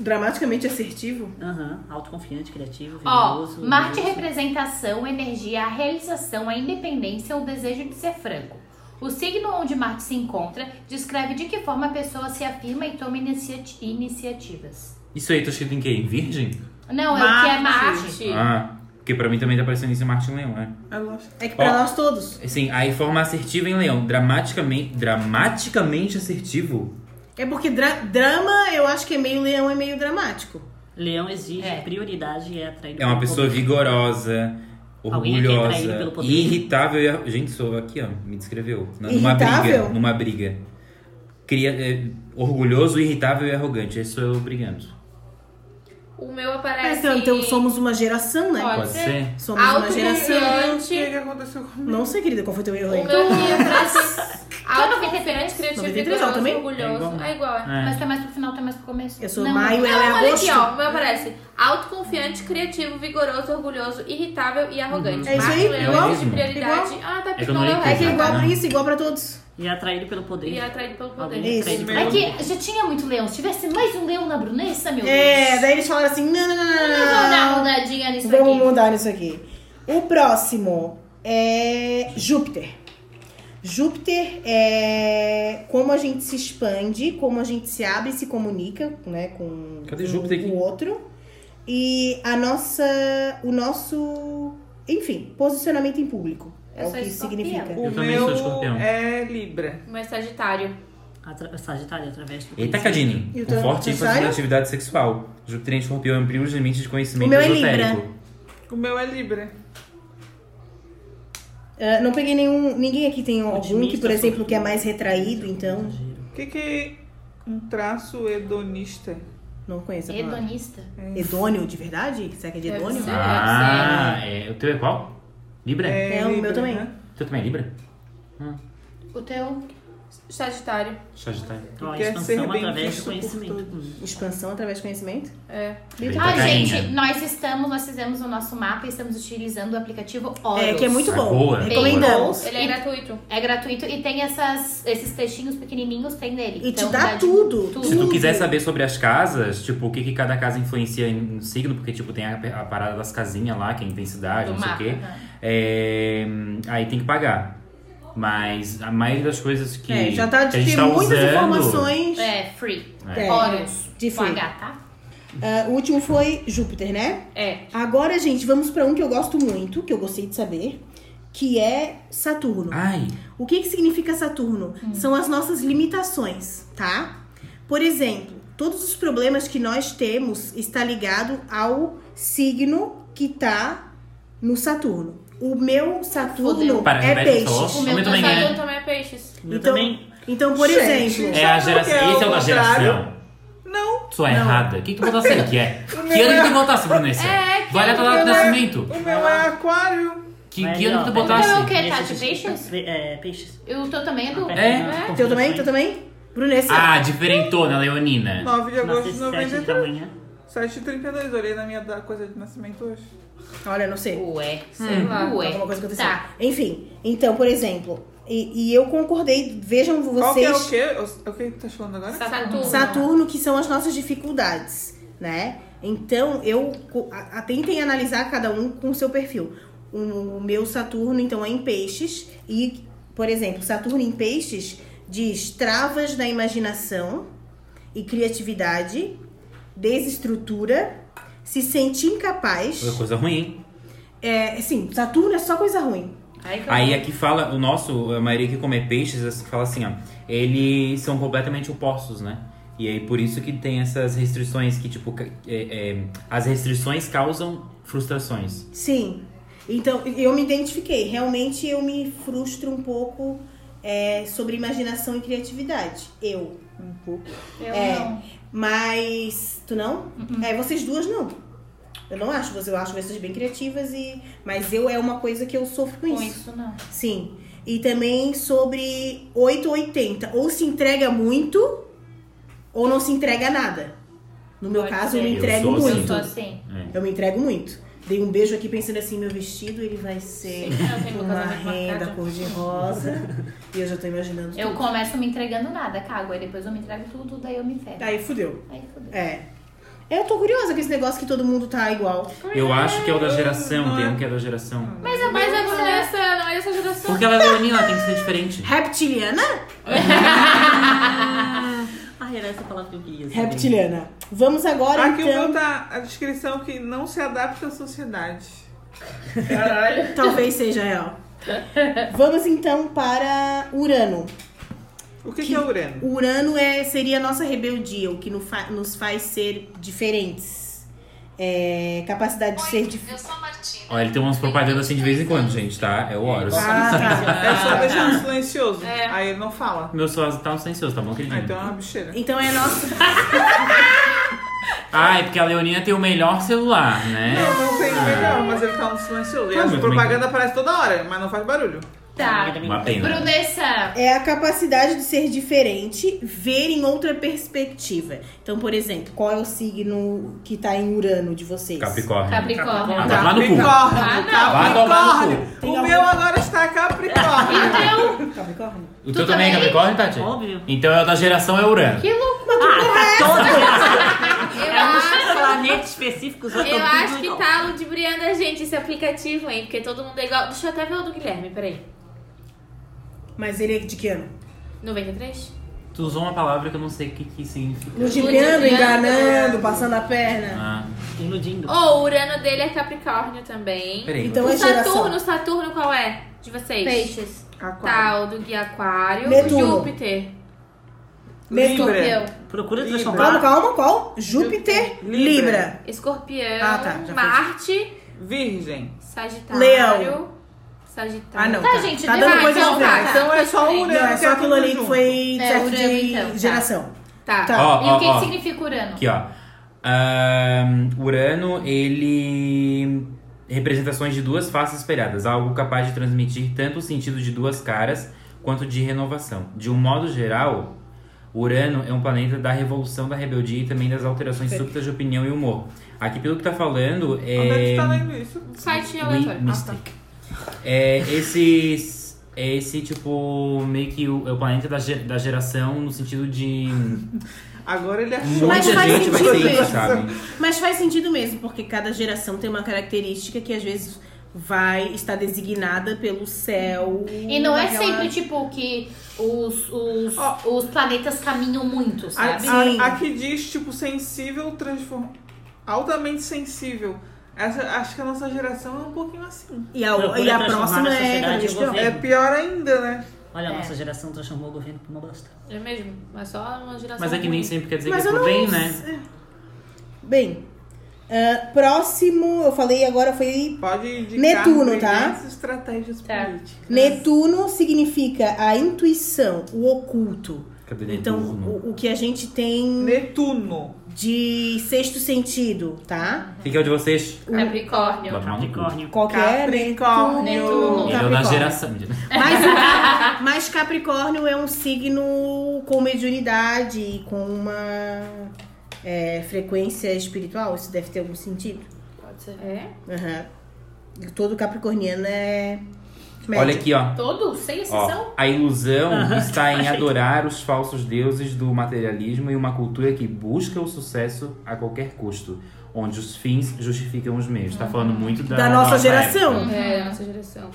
[SPEAKER 2] Dramaticamente assertivo?
[SPEAKER 7] Aham. Autoconfiante, criativo,
[SPEAKER 4] Ó,
[SPEAKER 6] né?
[SPEAKER 7] vigoroso.
[SPEAKER 4] Marte
[SPEAKER 7] orgulhoso.
[SPEAKER 4] representação, energia, a realização, a independência, o desejo de ser franco. O signo onde Marte se encontra descreve de que forma a pessoa se afirma e toma inicia- iniciativas.
[SPEAKER 6] Isso aí tá escrito em quê? Em virgem?
[SPEAKER 4] Não, é o que é
[SPEAKER 3] Marte.
[SPEAKER 4] Marte.
[SPEAKER 6] Ah, porque pra mim também tá aparecendo isso em Marte em Leão, né?
[SPEAKER 5] É lógico.
[SPEAKER 2] É que pra
[SPEAKER 6] Ó.
[SPEAKER 2] nós todos.
[SPEAKER 6] Assim, aí forma assertiva em Leão. Dramaticamente, dramaticamente assertivo.
[SPEAKER 2] É porque dra- drama, eu acho que é meio leão, é meio dramático.
[SPEAKER 7] Leão exige
[SPEAKER 4] É.
[SPEAKER 7] prioridade e é atraído
[SPEAKER 6] É uma
[SPEAKER 7] pelo
[SPEAKER 6] pessoa
[SPEAKER 7] poder.
[SPEAKER 6] vigorosa,
[SPEAKER 7] Alguém aqui é atraído
[SPEAKER 6] orgulhosa,
[SPEAKER 7] pelo poder.
[SPEAKER 6] irritável. e a- Gente, sou aqui, ó, me descreveu. Na- Numa briga,
[SPEAKER 2] Irritável?
[SPEAKER 6] numa briga. Cria, é, orgulhoso, irritável e arrogante. Esse sou eu brigando.
[SPEAKER 3] O meu
[SPEAKER 2] Ah,
[SPEAKER 3] aparece.
[SPEAKER 2] então, então somos uma geração, né?
[SPEAKER 3] Pode
[SPEAKER 6] Pode ser?
[SPEAKER 2] Somos uma geração.
[SPEAKER 5] O que, é
[SPEAKER 3] Autoconfiante.
[SPEAKER 5] que aconteceu comigo?
[SPEAKER 2] Não sei, querida, qual foi teu erro aí.
[SPEAKER 3] O meu que aparece. Autoconfiante,
[SPEAKER 4] 93?
[SPEAKER 3] criativo,
[SPEAKER 2] 93 ela
[SPEAKER 3] vigoroso,
[SPEAKER 2] também?
[SPEAKER 6] É
[SPEAKER 3] orgulhoso.
[SPEAKER 6] igual.
[SPEAKER 3] É igual, é.
[SPEAKER 4] Mas tá mais pro final, tá mais pro começo.
[SPEAKER 2] Eu sou
[SPEAKER 4] Não,
[SPEAKER 2] maio, ela é
[SPEAKER 3] Não, olha aqui, ó.
[SPEAKER 2] agosto.
[SPEAKER 3] O meu aparece autoconfiante, criativo, vigoroso, orgulhoso, irritável e arrogante.
[SPEAKER 2] É isso aí,
[SPEAKER 3] Marte, leão,
[SPEAKER 6] igual,
[SPEAKER 3] exige prioridade. Ah, tá,
[SPEAKER 6] que
[SPEAKER 3] porque
[SPEAKER 6] eu não
[SPEAKER 3] não é
[SPEAKER 6] li
[SPEAKER 3] o
[SPEAKER 6] tudo.
[SPEAKER 2] É
[SPEAKER 3] resto.
[SPEAKER 2] que é igual
[SPEAKER 6] Não.
[SPEAKER 2] pra isso, igual pra todos.
[SPEAKER 7] E é atraído pelo poder.
[SPEAKER 3] E atraído pelo poder.
[SPEAKER 7] Alguém
[SPEAKER 2] Isso.
[SPEAKER 7] atraído pelo
[SPEAKER 4] É que já tinha muito leão. Se tivesse mais um leão na Brunessa, meu
[SPEAKER 2] É,
[SPEAKER 4] Deus.
[SPEAKER 2] daí eles falaram assim: não, não, não, não,
[SPEAKER 4] Vamos dar uma
[SPEAKER 2] não, não.
[SPEAKER 4] mudadinha nisso
[SPEAKER 2] Vamos
[SPEAKER 4] aqui.
[SPEAKER 2] mudar isso aqui. O próximo é Júpiter. Júpiter é como a gente se expande, como a gente se abre e se comunica, né, com,
[SPEAKER 6] Cadê
[SPEAKER 2] com
[SPEAKER 6] Júpiter aqui?
[SPEAKER 2] o outro. E a nossa, o nosso, enfim, posicionamento em público. É
[SPEAKER 3] Eu
[SPEAKER 2] o
[SPEAKER 3] sou
[SPEAKER 2] que isso
[SPEAKER 3] escorpião.
[SPEAKER 2] significa.
[SPEAKER 5] O
[SPEAKER 6] Eu também sou
[SPEAKER 5] meu
[SPEAKER 6] escorpião.
[SPEAKER 5] é Libra.
[SPEAKER 3] Mas Sagitário.
[SPEAKER 7] Atra... Sagitário, através do...
[SPEAKER 6] Eita, tá, Cadine,
[SPEAKER 2] E o tá
[SPEAKER 6] com
[SPEAKER 2] teu
[SPEAKER 6] forte ênfase
[SPEAKER 2] Sagitário?
[SPEAKER 6] na atividade sexual. Júpiter em escorpião ampliou os limites de conhecimento
[SPEAKER 2] O meu é
[SPEAKER 6] esotérico.
[SPEAKER 5] O meu é Libra.
[SPEAKER 2] Ah, não peguei nenhum, ninguém aqui tem algum um que,
[SPEAKER 7] Otimista,
[SPEAKER 2] por exemplo,
[SPEAKER 7] sortudo.
[SPEAKER 2] que é mais retraído, então
[SPEAKER 5] O que, que é um traço hedonista?
[SPEAKER 2] não conheço. a palavra.
[SPEAKER 4] Hedonista.
[SPEAKER 2] Hedônio, de verdade? Será que é de
[SPEAKER 3] Deve
[SPEAKER 2] hedônio?
[SPEAKER 3] ser.
[SPEAKER 6] Ah, é. O teu é qual? Libra?
[SPEAKER 2] É, o meu também.
[SPEAKER 5] né?
[SPEAKER 6] O teu também é Libra?
[SPEAKER 4] O teu.
[SPEAKER 3] Sagitário.
[SPEAKER 6] Sagitário.
[SPEAKER 7] Ó, a
[SPEAKER 5] Quer ser
[SPEAKER 7] expansão
[SPEAKER 5] bem
[SPEAKER 7] através
[SPEAKER 5] visto
[SPEAKER 7] do
[SPEAKER 5] por
[SPEAKER 7] conhecimento.
[SPEAKER 5] todos.
[SPEAKER 7] Hum.
[SPEAKER 2] Expansão através de conhecimento?
[SPEAKER 3] É.
[SPEAKER 6] Eita,
[SPEAKER 4] Ah,
[SPEAKER 6] Karina.
[SPEAKER 4] gente, nós estamos, nós fizemos o nosso mapa e estamos utilizando o aplicativo Horus.
[SPEAKER 2] É, que é muito
[SPEAKER 6] Ah,
[SPEAKER 2] bom.
[SPEAKER 6] boa.
[SPEAKER 2] Recomendamos.
[SPEAKER 3] Ele é gratuito.
[SPEAKER 4] É gratuito e tem essas, esses textinhos pequenininhos, tem nele.
[SPEAKER 2] E te
[SPEAKER 4] Então,
[SPEAKER 2] dá
[SPEAKER 4] de-
[SPEAKER 2] tudo, tudo.
[SPEAKER 6] Se tu quiser saber sobre as casas, tipo, o que, que cada casa influencia em- no signo, porque, tipo, tem a, a parada das casinhas lá, que é intensidade,
[SPEAKER 3] Do
[SPEAKER 6] não sei o
[SPEAKER 3] mapa,
[SPEAKER 6] quê.
[SPEAKER 3] né?
[SPEAKER 6] É, aí tem que pagar. Mas a maioria das coisas que,
[SPEAKER 2] É, já tá
[SPEAKER 6] que a gente
[SPEAKER 2] tem
[SPEAKER 6] tá
[SPEAKER 2] muitas
[SPEAKER 6] usando...
[SPEAKER 2] informações.
[SPEAKER 4] É, free.
[SPEAKER 2] É,
[SPEAKER 4] Horus.
[SPEAKER 2] de
[SPEAKER 4] Com
[SPEAKER 2] free.
[SPEAKER 4] H, tá?
[SPEAKER 2] Ah, o último foi Júpiter, né?
[SPEAKER 3] É.
[SPEAKER 2] Agora, gente, vamos pra um que eu gosto muito, que eu gostei de saber, que é Saturno.
[SPEAKER 6] Ai,
[SPEAKER 2] O que, que significa Saturno?
[SPEAKER 3] Hum.
[SPEAKER 2] São as nossas limitações, tá? Por exemplo, todos os problemas que nós temos está ligado ao signo que tá no Saturno. O meu Saturno
[SPEAKER 4] Fodeu.
[SPEAKER 6] Para,
[SPEAKER 2] é
[SPEAKER 6] repete,
[SPEAKER 2] peixes.
[SPEAKER 6] falou?
[SPEAKER 3] O meu
[SPEAKER 6] Muito bem,
[SPEAKER 3] Sagitário
[SPEAKER 6] né?
[SPEAKER 3] também é peixes.
[SPEAKER 7] Eu
[SPEAKER 2] Então-
[SPEAKER 7] também.
[SPEAKER 2] Então, por
[SPEAKER 5] Gente.
[SPEAKER 2] exemplo,
[SPEAKER 6] é a
[SPEAKER 5] Sabe o que é
[SPEAKER 6] geração...
[SPEAKER 5] o
[SPEAKER 6] Isso é uma
[SPEAKER 5] contrário?
[SPEAKER 6] geração.
[SPEAKER 5] Não.
[SPEAKER 6] Tu é errada. O que que tu botasse aí? Que é?
[SPEAKER 5] O
[SPEAKER 6] Que
[SPEAKER 5] meu
[SPEAKER 6] ano que
[SPEAKER 5] é,
[SPEAKER 6] tu botasse, Brunessia?
[SPEAKER 3] É, que
[SPEAKER 6] Vai lá
[SPEAKER 3] ano
[SPEAKER 6] pra lá
[SPEAKER 5] que
[SPEAKER 6] do
[SPEAKER 5] eu-
[SPEAKER 6] nascimento.
[SPEAKER 5] o meu é
[SPEAKER 6] Ah.
[SPEAKER 5] aquário.
[SPEAKER 6] Que,
[SPEAKER 7] Mas,
[SPEAKER 6] que ano
[SPEAKER 7] ó,
[SPEAKER 6] que tu
[SPEAKER 7] peraí.
[SPEAKER 6] botasse?
[SPEAKER 4] Então é o quê? Tá de
[SPEAKER 7] Esses-
[SPEAKER 4] peixes?
[SPEAKER 7] É, peixes.
[SPEAKER 4] E o teu também é do.
[SPEAKER 7] É.
[SPEAKER 3] É.
[SPEAKER 2] teu também? Teu também? Brunessa.
[SPEAKER 6] Ah, diferentona, Leonina.
[SPEAKER 5] 9 de agosto
[SPEAKER 7] Nasce
[SPEAKER 5] de
[SPEAKER 7] sete da
[SPEAKER 5] 93.
[SPEAKER 7] manhã.
[SPEAKER 5] 7h32, olhei na minha da- coisa de nascimento hoje.
[SPEAKER 2] Olha, não
[SPEAKER 6] é?
[SPEAKER 2] sei.
[SPEAKER 4] Ué.
[SPEAKER 3] Sei lá.
[SPEAKER 4] Ué.
[SPEAKER 2] Alguma coisa aconteceu.
[SPEAKER 4] Tá.
[SPEAKER 2] Enfim, então, por exemplo, e, e eu concordei, vejam
[SPEAKER 5] Qual que é o
[SPEAKER 2] vocês,
[SPEAKER 5] quê? O, o que tu tá falando agora?
[SPEAKER 3] Saturno.
[SPEAKER 2] Saturno, que são as nossas dificuldades, né? Então, eu co- a- a- tentem analisar cada um com o seu perfil. O meu Saturno, então, é em peixes. E, por exemplo, Saturno em peixes diz travas da imaginação e criatividade, desestrutura, se sentir incapaz.
[SPEAKER 6] Coisa ruim, hein?
[SPEAKER 2] É, sim, Saturno é só coisa ruim.
[SPEAKER 3] Ai, que
[SPEAKER 6] Aí aqui fala, o nosso, a maioria que come peixes, assim, fala assim, ó. Eles são completamente opostos, né? E aí por isso que tem essas restrições que, tipo, ca- é- é, as restrições causam frustrações.
[SPEAKER 2] Sim. Então, eu me identifiquei. Realmente, eu me frustro um pouco é, sobre imaginação e criatividade. Eu.
[SPEAKER 5] Um pouco.
[SPEAKER 3] Eu
[SPEAKER 2] É.
[SPEAKER 3] não.
[SPEAKER 2] Mas, tu não?
[SPEAKER 3] Uhum.
[SPEAKER 2] É, vocês duas não. Eu não acho. Eu acho vocês bem criativas e... Mas eu é uma coisa que eu sofro com
[SPEAKER 3] Com
[SPEAKER 2] isso.
[SPEAKER 3] isso, não.
[SPEAKER 2] Sim. E também sobre 880. Ou se entrega muito, ou não se entrega nada. No meu
[SPEAKER 3] Pode
[SPEAKER 2] caso,
[SPEAKER 3] ser.
[SPEAKER 2] eu me
[SPEAKER 6] Eu
[SPEAKER 2] entrego
[SPEAKER 6] sou assim.
[SPEAKER 2] muito.
[SPEAKER 3] Eu sou assim.
[SPEAKER 2] Eu me entrego muito. Dei um beijo aqui pensando assim, meu vestido ele vai ser
[SPEAKER 3] eu tenho meu
[SPEAKER 2] uma
[SPEAKER 3] casamento
[SPEAKER 2] renda
[SPEAKER 3] marcado.
[SPEAKER 2] cor de rosa. e eu já tô imaginando
[SPEAKER 4] Eu
[SPEAKER 2] tudo.
[SPEAKER 4] começo me entregando nada, cago. Aí depois eu me entrego tudo, daí eu me ferro.
[SPEAKER 2] Aí fudeu.
[SPEAKER 4] Aí fodeu.
[SPEAKER 2] É. Eu tô curiosa com esse negócio que todo mundo tá igual.
[SPEAKER 6] Eu acho que é o da geração, tem um que é da geração.
[SPEAKER 3] Mas
[SPEAKER 2] Tá
[SPEAKER 3] é mais essa geração, não é essa geração.
[SPEAKER 6] Porque ela é leonina, ela tem que ser diferente.
[SPEAKER 2] Reptiliana?
[SPEAKER 7] Ah, era essa palavra que eu queria. saber.
[SPEAKER 2] Reptiliana. Vamos agora
[SPEAKER 5] Aqui eu vou
[SPEAKER 2] então.
[SPEAKER 5] botar a descrição que não se adapta à sociedade.
[SPEAKER 2] tá- Talvez seja ela. Vamos então para Urano.
[SPEAKER 5] O que, que é Urano?
[SPEAKER 2] Urano é, seria a nossa rebeldia, o que no fa- nos faz ser diferentes. É, capacidade de ser diferente.
[SPEAKER 8] Eu sou a Martina.
[SPEAKER 6] Ó, ele tem umas propagandas assim de vez em quando, gente, tá? É o Horus. tá.
[SPEAKER 5] É só deixar no silencioso.
[SPEAKER 2] É.
[SPEAKER 5] Aí ele não fala.
[SPEAKER 6] Meu celular tá silencioso, tá bom, querido?
[SPEAKER 5] Ah, então é uma bicheira.
[SPEAKER 2] Então é a nossa.
[SPEAKER 6] Ah, é porque a Leonina tem o melhor celular, né?
[SPEAKER 5] Não, não tem melhor, mas ele tá no silencioso. E
[SPEAKER 6] Ah,
[SPEAKER 5] as
[SPEAKER 6] mas
[SPEAKER 5] propaganda aparece toda hora, mas não faz barulho.
[SPEAKER 4] Tá.
[SPEAKER 6] Uma pena.
[SPEAKER 4] Brunessa.
[SPEAKER 2] É a capacidade de ser diferente, ver em outra perspectiva. Então, por exemplo, qual é o signo que tá em Urano de vocês?
[SPEAKER 6] Capricórnio.
[SPEAKER 4] Capricórnio.
[SPEAKER 6] Ah, vai tomar no cu.
[SPEAKER 3] Ah,
[SPEAKER 5] Capricórnio,
[SPEAKER 3] não.
[SPEAKER 6] Vai tomar no cu.
[SPEAKER 5] Capricórnio. O meu agora está Capricórnio.
[SPEAKER 3] Então,
[SPEAKER 2] Capricórnio?
[SPEAKER 6] O teu também é
[SPEAKER 3] também?
[SPEAKER 6] Capricórnio, Tati?
[SPEAKER 7] Óbvio.
[SPEAKER 6] Então é o da geração é Urano.
[SPEAKER 3] que louco.
[SPEAKER 7] Ah, tá todo
[SPEAKER 3] Eu
[SPEAKER 7] É
[SPEAKER 3] acho,
[SPEAKER 7] um planeta específico, só
[SPEAKER 3] eu acho que tá ludibriando a gente esse aplicativo, hein? Porque todo mundo é igual. Deixa eu até ver o do Guilherme, peraí.
[SPEAKER 2] Mas ele é de que ano?
[SPEAKER 3] 93?
[SPEAKER 6] Tu usou uma palavra que eu não sei o que, que significa.
[SPEAKER 2] Ludibriando,
[SPEAKER 3] Ludibriando.
[SPEAKER 4] é.
[SPEAKER 2] enganando, passando a perna.
[SPEAKER 6] Ah,
[SPEAKER 7] Iludindo.
[SPEAKER 3] Ou o Urano dele é Capricórnio também.
[SPEAKER 6] peraí.
[SPEAKER 2] Então
[SPEAKER 3] O
[SPEAKER 2] é
[SPEAKER 3] Saturno,
[SPEAKER 2] geração.
[SPEAKER 3] Saturno qual é? De vocês?
[SPEAKER 4] Peixes.
[SPEAKER 5] Aquário.
[SPEAKER 3] Tá, o do Guia Aquário.
[SPEAKER 2] Netuno.
[SPEAKER 3] O Júpiter.
[SPEAKER 5] Libra.
[SPEAKER 3] Escorpião.
[SPEAKER 7] Procura
[SPEAKER 5] Libra.
[SPEAKER 2] Calma,
[SPEAKER 7] transformar.
[SPEAKER 2] calma, qual? Júpiter, Libra.
[SPEAKER 5] Libra.
[SPEAKER 3] Escorpião.
[SPEAKER 2] Ah, tá, já foi.
[SPEAKER 3] Marte.
[SPEAKER 5] Virgem.
[SPEAKER 3] Sagitário.
[SPEAKER 2] Leão.
[SPEAKER 3] Sagitário.
[SPEAKER 2] Ah, não.
[SPEAKER 4] Tá, gente,
[SPEAKER 2] tá
[SPEAKER 4] deu
[SPEAKER 2] dando
[SPEAKER 4] mais,
[SPEAKER 2] coisa
[SPEAKER 4] então,
[SPEAKER 2] diferente.
[SPEAKER 3] tá.
[SPEAKER 5] Então é só o Urano.
[SPEAKER 2] Não, é
[SPEAKER 5] que
[SPEAKER 2] só aquilo
[SPEAKER 5] tudo
[SPEAKER 2] ali que
[SPEAKER 5] junto.
[SPEAKER 2] foi
[SPEAKER 4] É,
[SPEAKER 2] certo
[SPEAKER 4] Urano,
[SPEAKER 2] de
[SPEAKER 4] então, tá.
[SPEAKER 2] geração.
[SPEAKER 3] Tá.
[SPEAKER 2] Tá.
[SPEAKER 6] Ó,
[SPEAKER 4] E o
[SPEAKER 6] ó,
[SPEAKER 4] que,
[SPEAKER 6] ó.
[SPEAKER 4] que significa Urano?
[SPEAKER 6] Aqui, ó. Ahn, Urano, ele. Representações de duas faces espelhadas, algo capaz de transmitir tanto o sentido de duas caras quanto de renovação. De um modo geral, Urano é um planeta da revolução, da rebeldia e também das alterações súbitas de opinião e humor. Aqui, pelo que tá falando, é.
[SPEAKER 5] Onde é que tu tá lendo isso?
[SPEAKER 3] Site
[SPEAKER 6] We
[SPEAKER 3] aleatório. Ah, tá.
[SPEAKER 6] Mystic. É esses. É esse tipo, meio que o, é o planeta da, ge- da geração no sentido de.
[SPEAKER 5] Agora ele achou.
[SPEAKER 6] Muita
[SPEAKER 2] faz
[SPEAKER 6] gente
[SPEAKER 2] sentido
[SPEAKER 6] vai ser isso,
[SPEAKER 2] mesmo.
[SPEAKER 6] sabe?
[SPEAKER 2] Mas faz sentido mesmo, porque cada geração tem uma característica que às vezes vai estar designada pelo céu.
[SPEAKER 4] E não é
[SPEAKER 2] daquela-
[SPEAKER 4] sempre, tipo, que os, os,
[SPEAKER 5] Ó.
[SPEAKER 4] os planetas caminham muito,
[SPEAKER 5] A-
[SPEAKER 4] sabe?
[SPEAKER 2] Sim.
[SPEAKER 5] a- Aqui diz, tipo, sensível, transform... altamente sensível. Essa, acho que a nossa geração é um pouquinho assim.
[SPEAKER 2] E a,
[SPEAKER 7] Procura
[SPEAKER 2] e a
[SPEAKER 7] transformar
[SPEAKER 2] próxima
[SPEAKER 7] na
[SPEAKER 2] é.
[SPEAKER 7] sociedade
[SPEAKER 2] Carlinhos
[SPEAKER 7] o
[SPEAKER 2] Teron.
[SPEAKER 5] É pior ainda, né?
[SPEAKER 7] Olha, a nossa geração transformou o governo pra uma bosta.
[SPEAKER 3] É mesmo. Mas só uma geração.
[SPEAKER 6] Mas é que nem
[SPEAKER 3] ruim.
[SPEAKER 6] sempre quer dizer
[SPEAKER 2] Mas
[SPEAKER 6] que é
[SPEAKER 2] eu
[SPEAKER 6] pro
[SPEAKER 2] não-
[SPEAKER 6] bem, né?
[SPEAKER 2] Bem, ah, próximo, eu falei agora, foi
[SPEAKER 5] Pode indicar
[SPEAKER 2] Netuno, tá?
[SPEAKER 5] brilhantes estratégias
[SPEAKER 3] Tá.
[SPEAKER 5] políticas.
[SPEAKER 2] Netuno significa a intuição, o oculto.
[SPEAKER 6] Cadê
[SPEAKER 2] Então,
[SPEAKER 6] Netuno?
[SPEAKER 2] o, o que a gente tem
[SPEAKER 5] Netuno.
[SPEAKER 2] de sexto sentido, tá?
[SPEAKER 6] O que, que é o de vocês?
[SPEAKER 2] É
[SPEAKER 3] Capricórnio.
[SPEAKER 6] Bota a mão no cu.
[SPEAKER 7] Capricórnio.
[SPEAKER 2] Qualquer
[SPEAKER 5] Capricórnio.
[SPEAKER 2] Netuno.
[SPEAKER 6] Ele é o da
[SPEAKER 2] Capricórnio.
[SPEAKER 6] geração.
[SPEAKER 2] Mas, mas Capricórnio é um signo com mediunidade e com uma é, frequência espiritual. Isso deve ter algum sentido.
[SPEAKER 3] Pode ser. É?
[SPEAKER 2] Aham. E Todo capricorniano é. médium.
[SPEAKER 6] Olha aqui, ó.
[SPEAKER 4] Todos, sem exceção.
[SPEAKER 6] Ó, a ilusão
[SPEAKER 2] Ah,
[SPEAKER 6] está em adorar os falsos deuses do materialismo e uma cultura que busca o sucesso a qualquer custo, onde os fins justificam os meios. Tá falando muito da,
[SPEAKER 2] Da nossa geração.
[SPEAKER 6] época.
[SPEAKER 3] É, a nossa geração.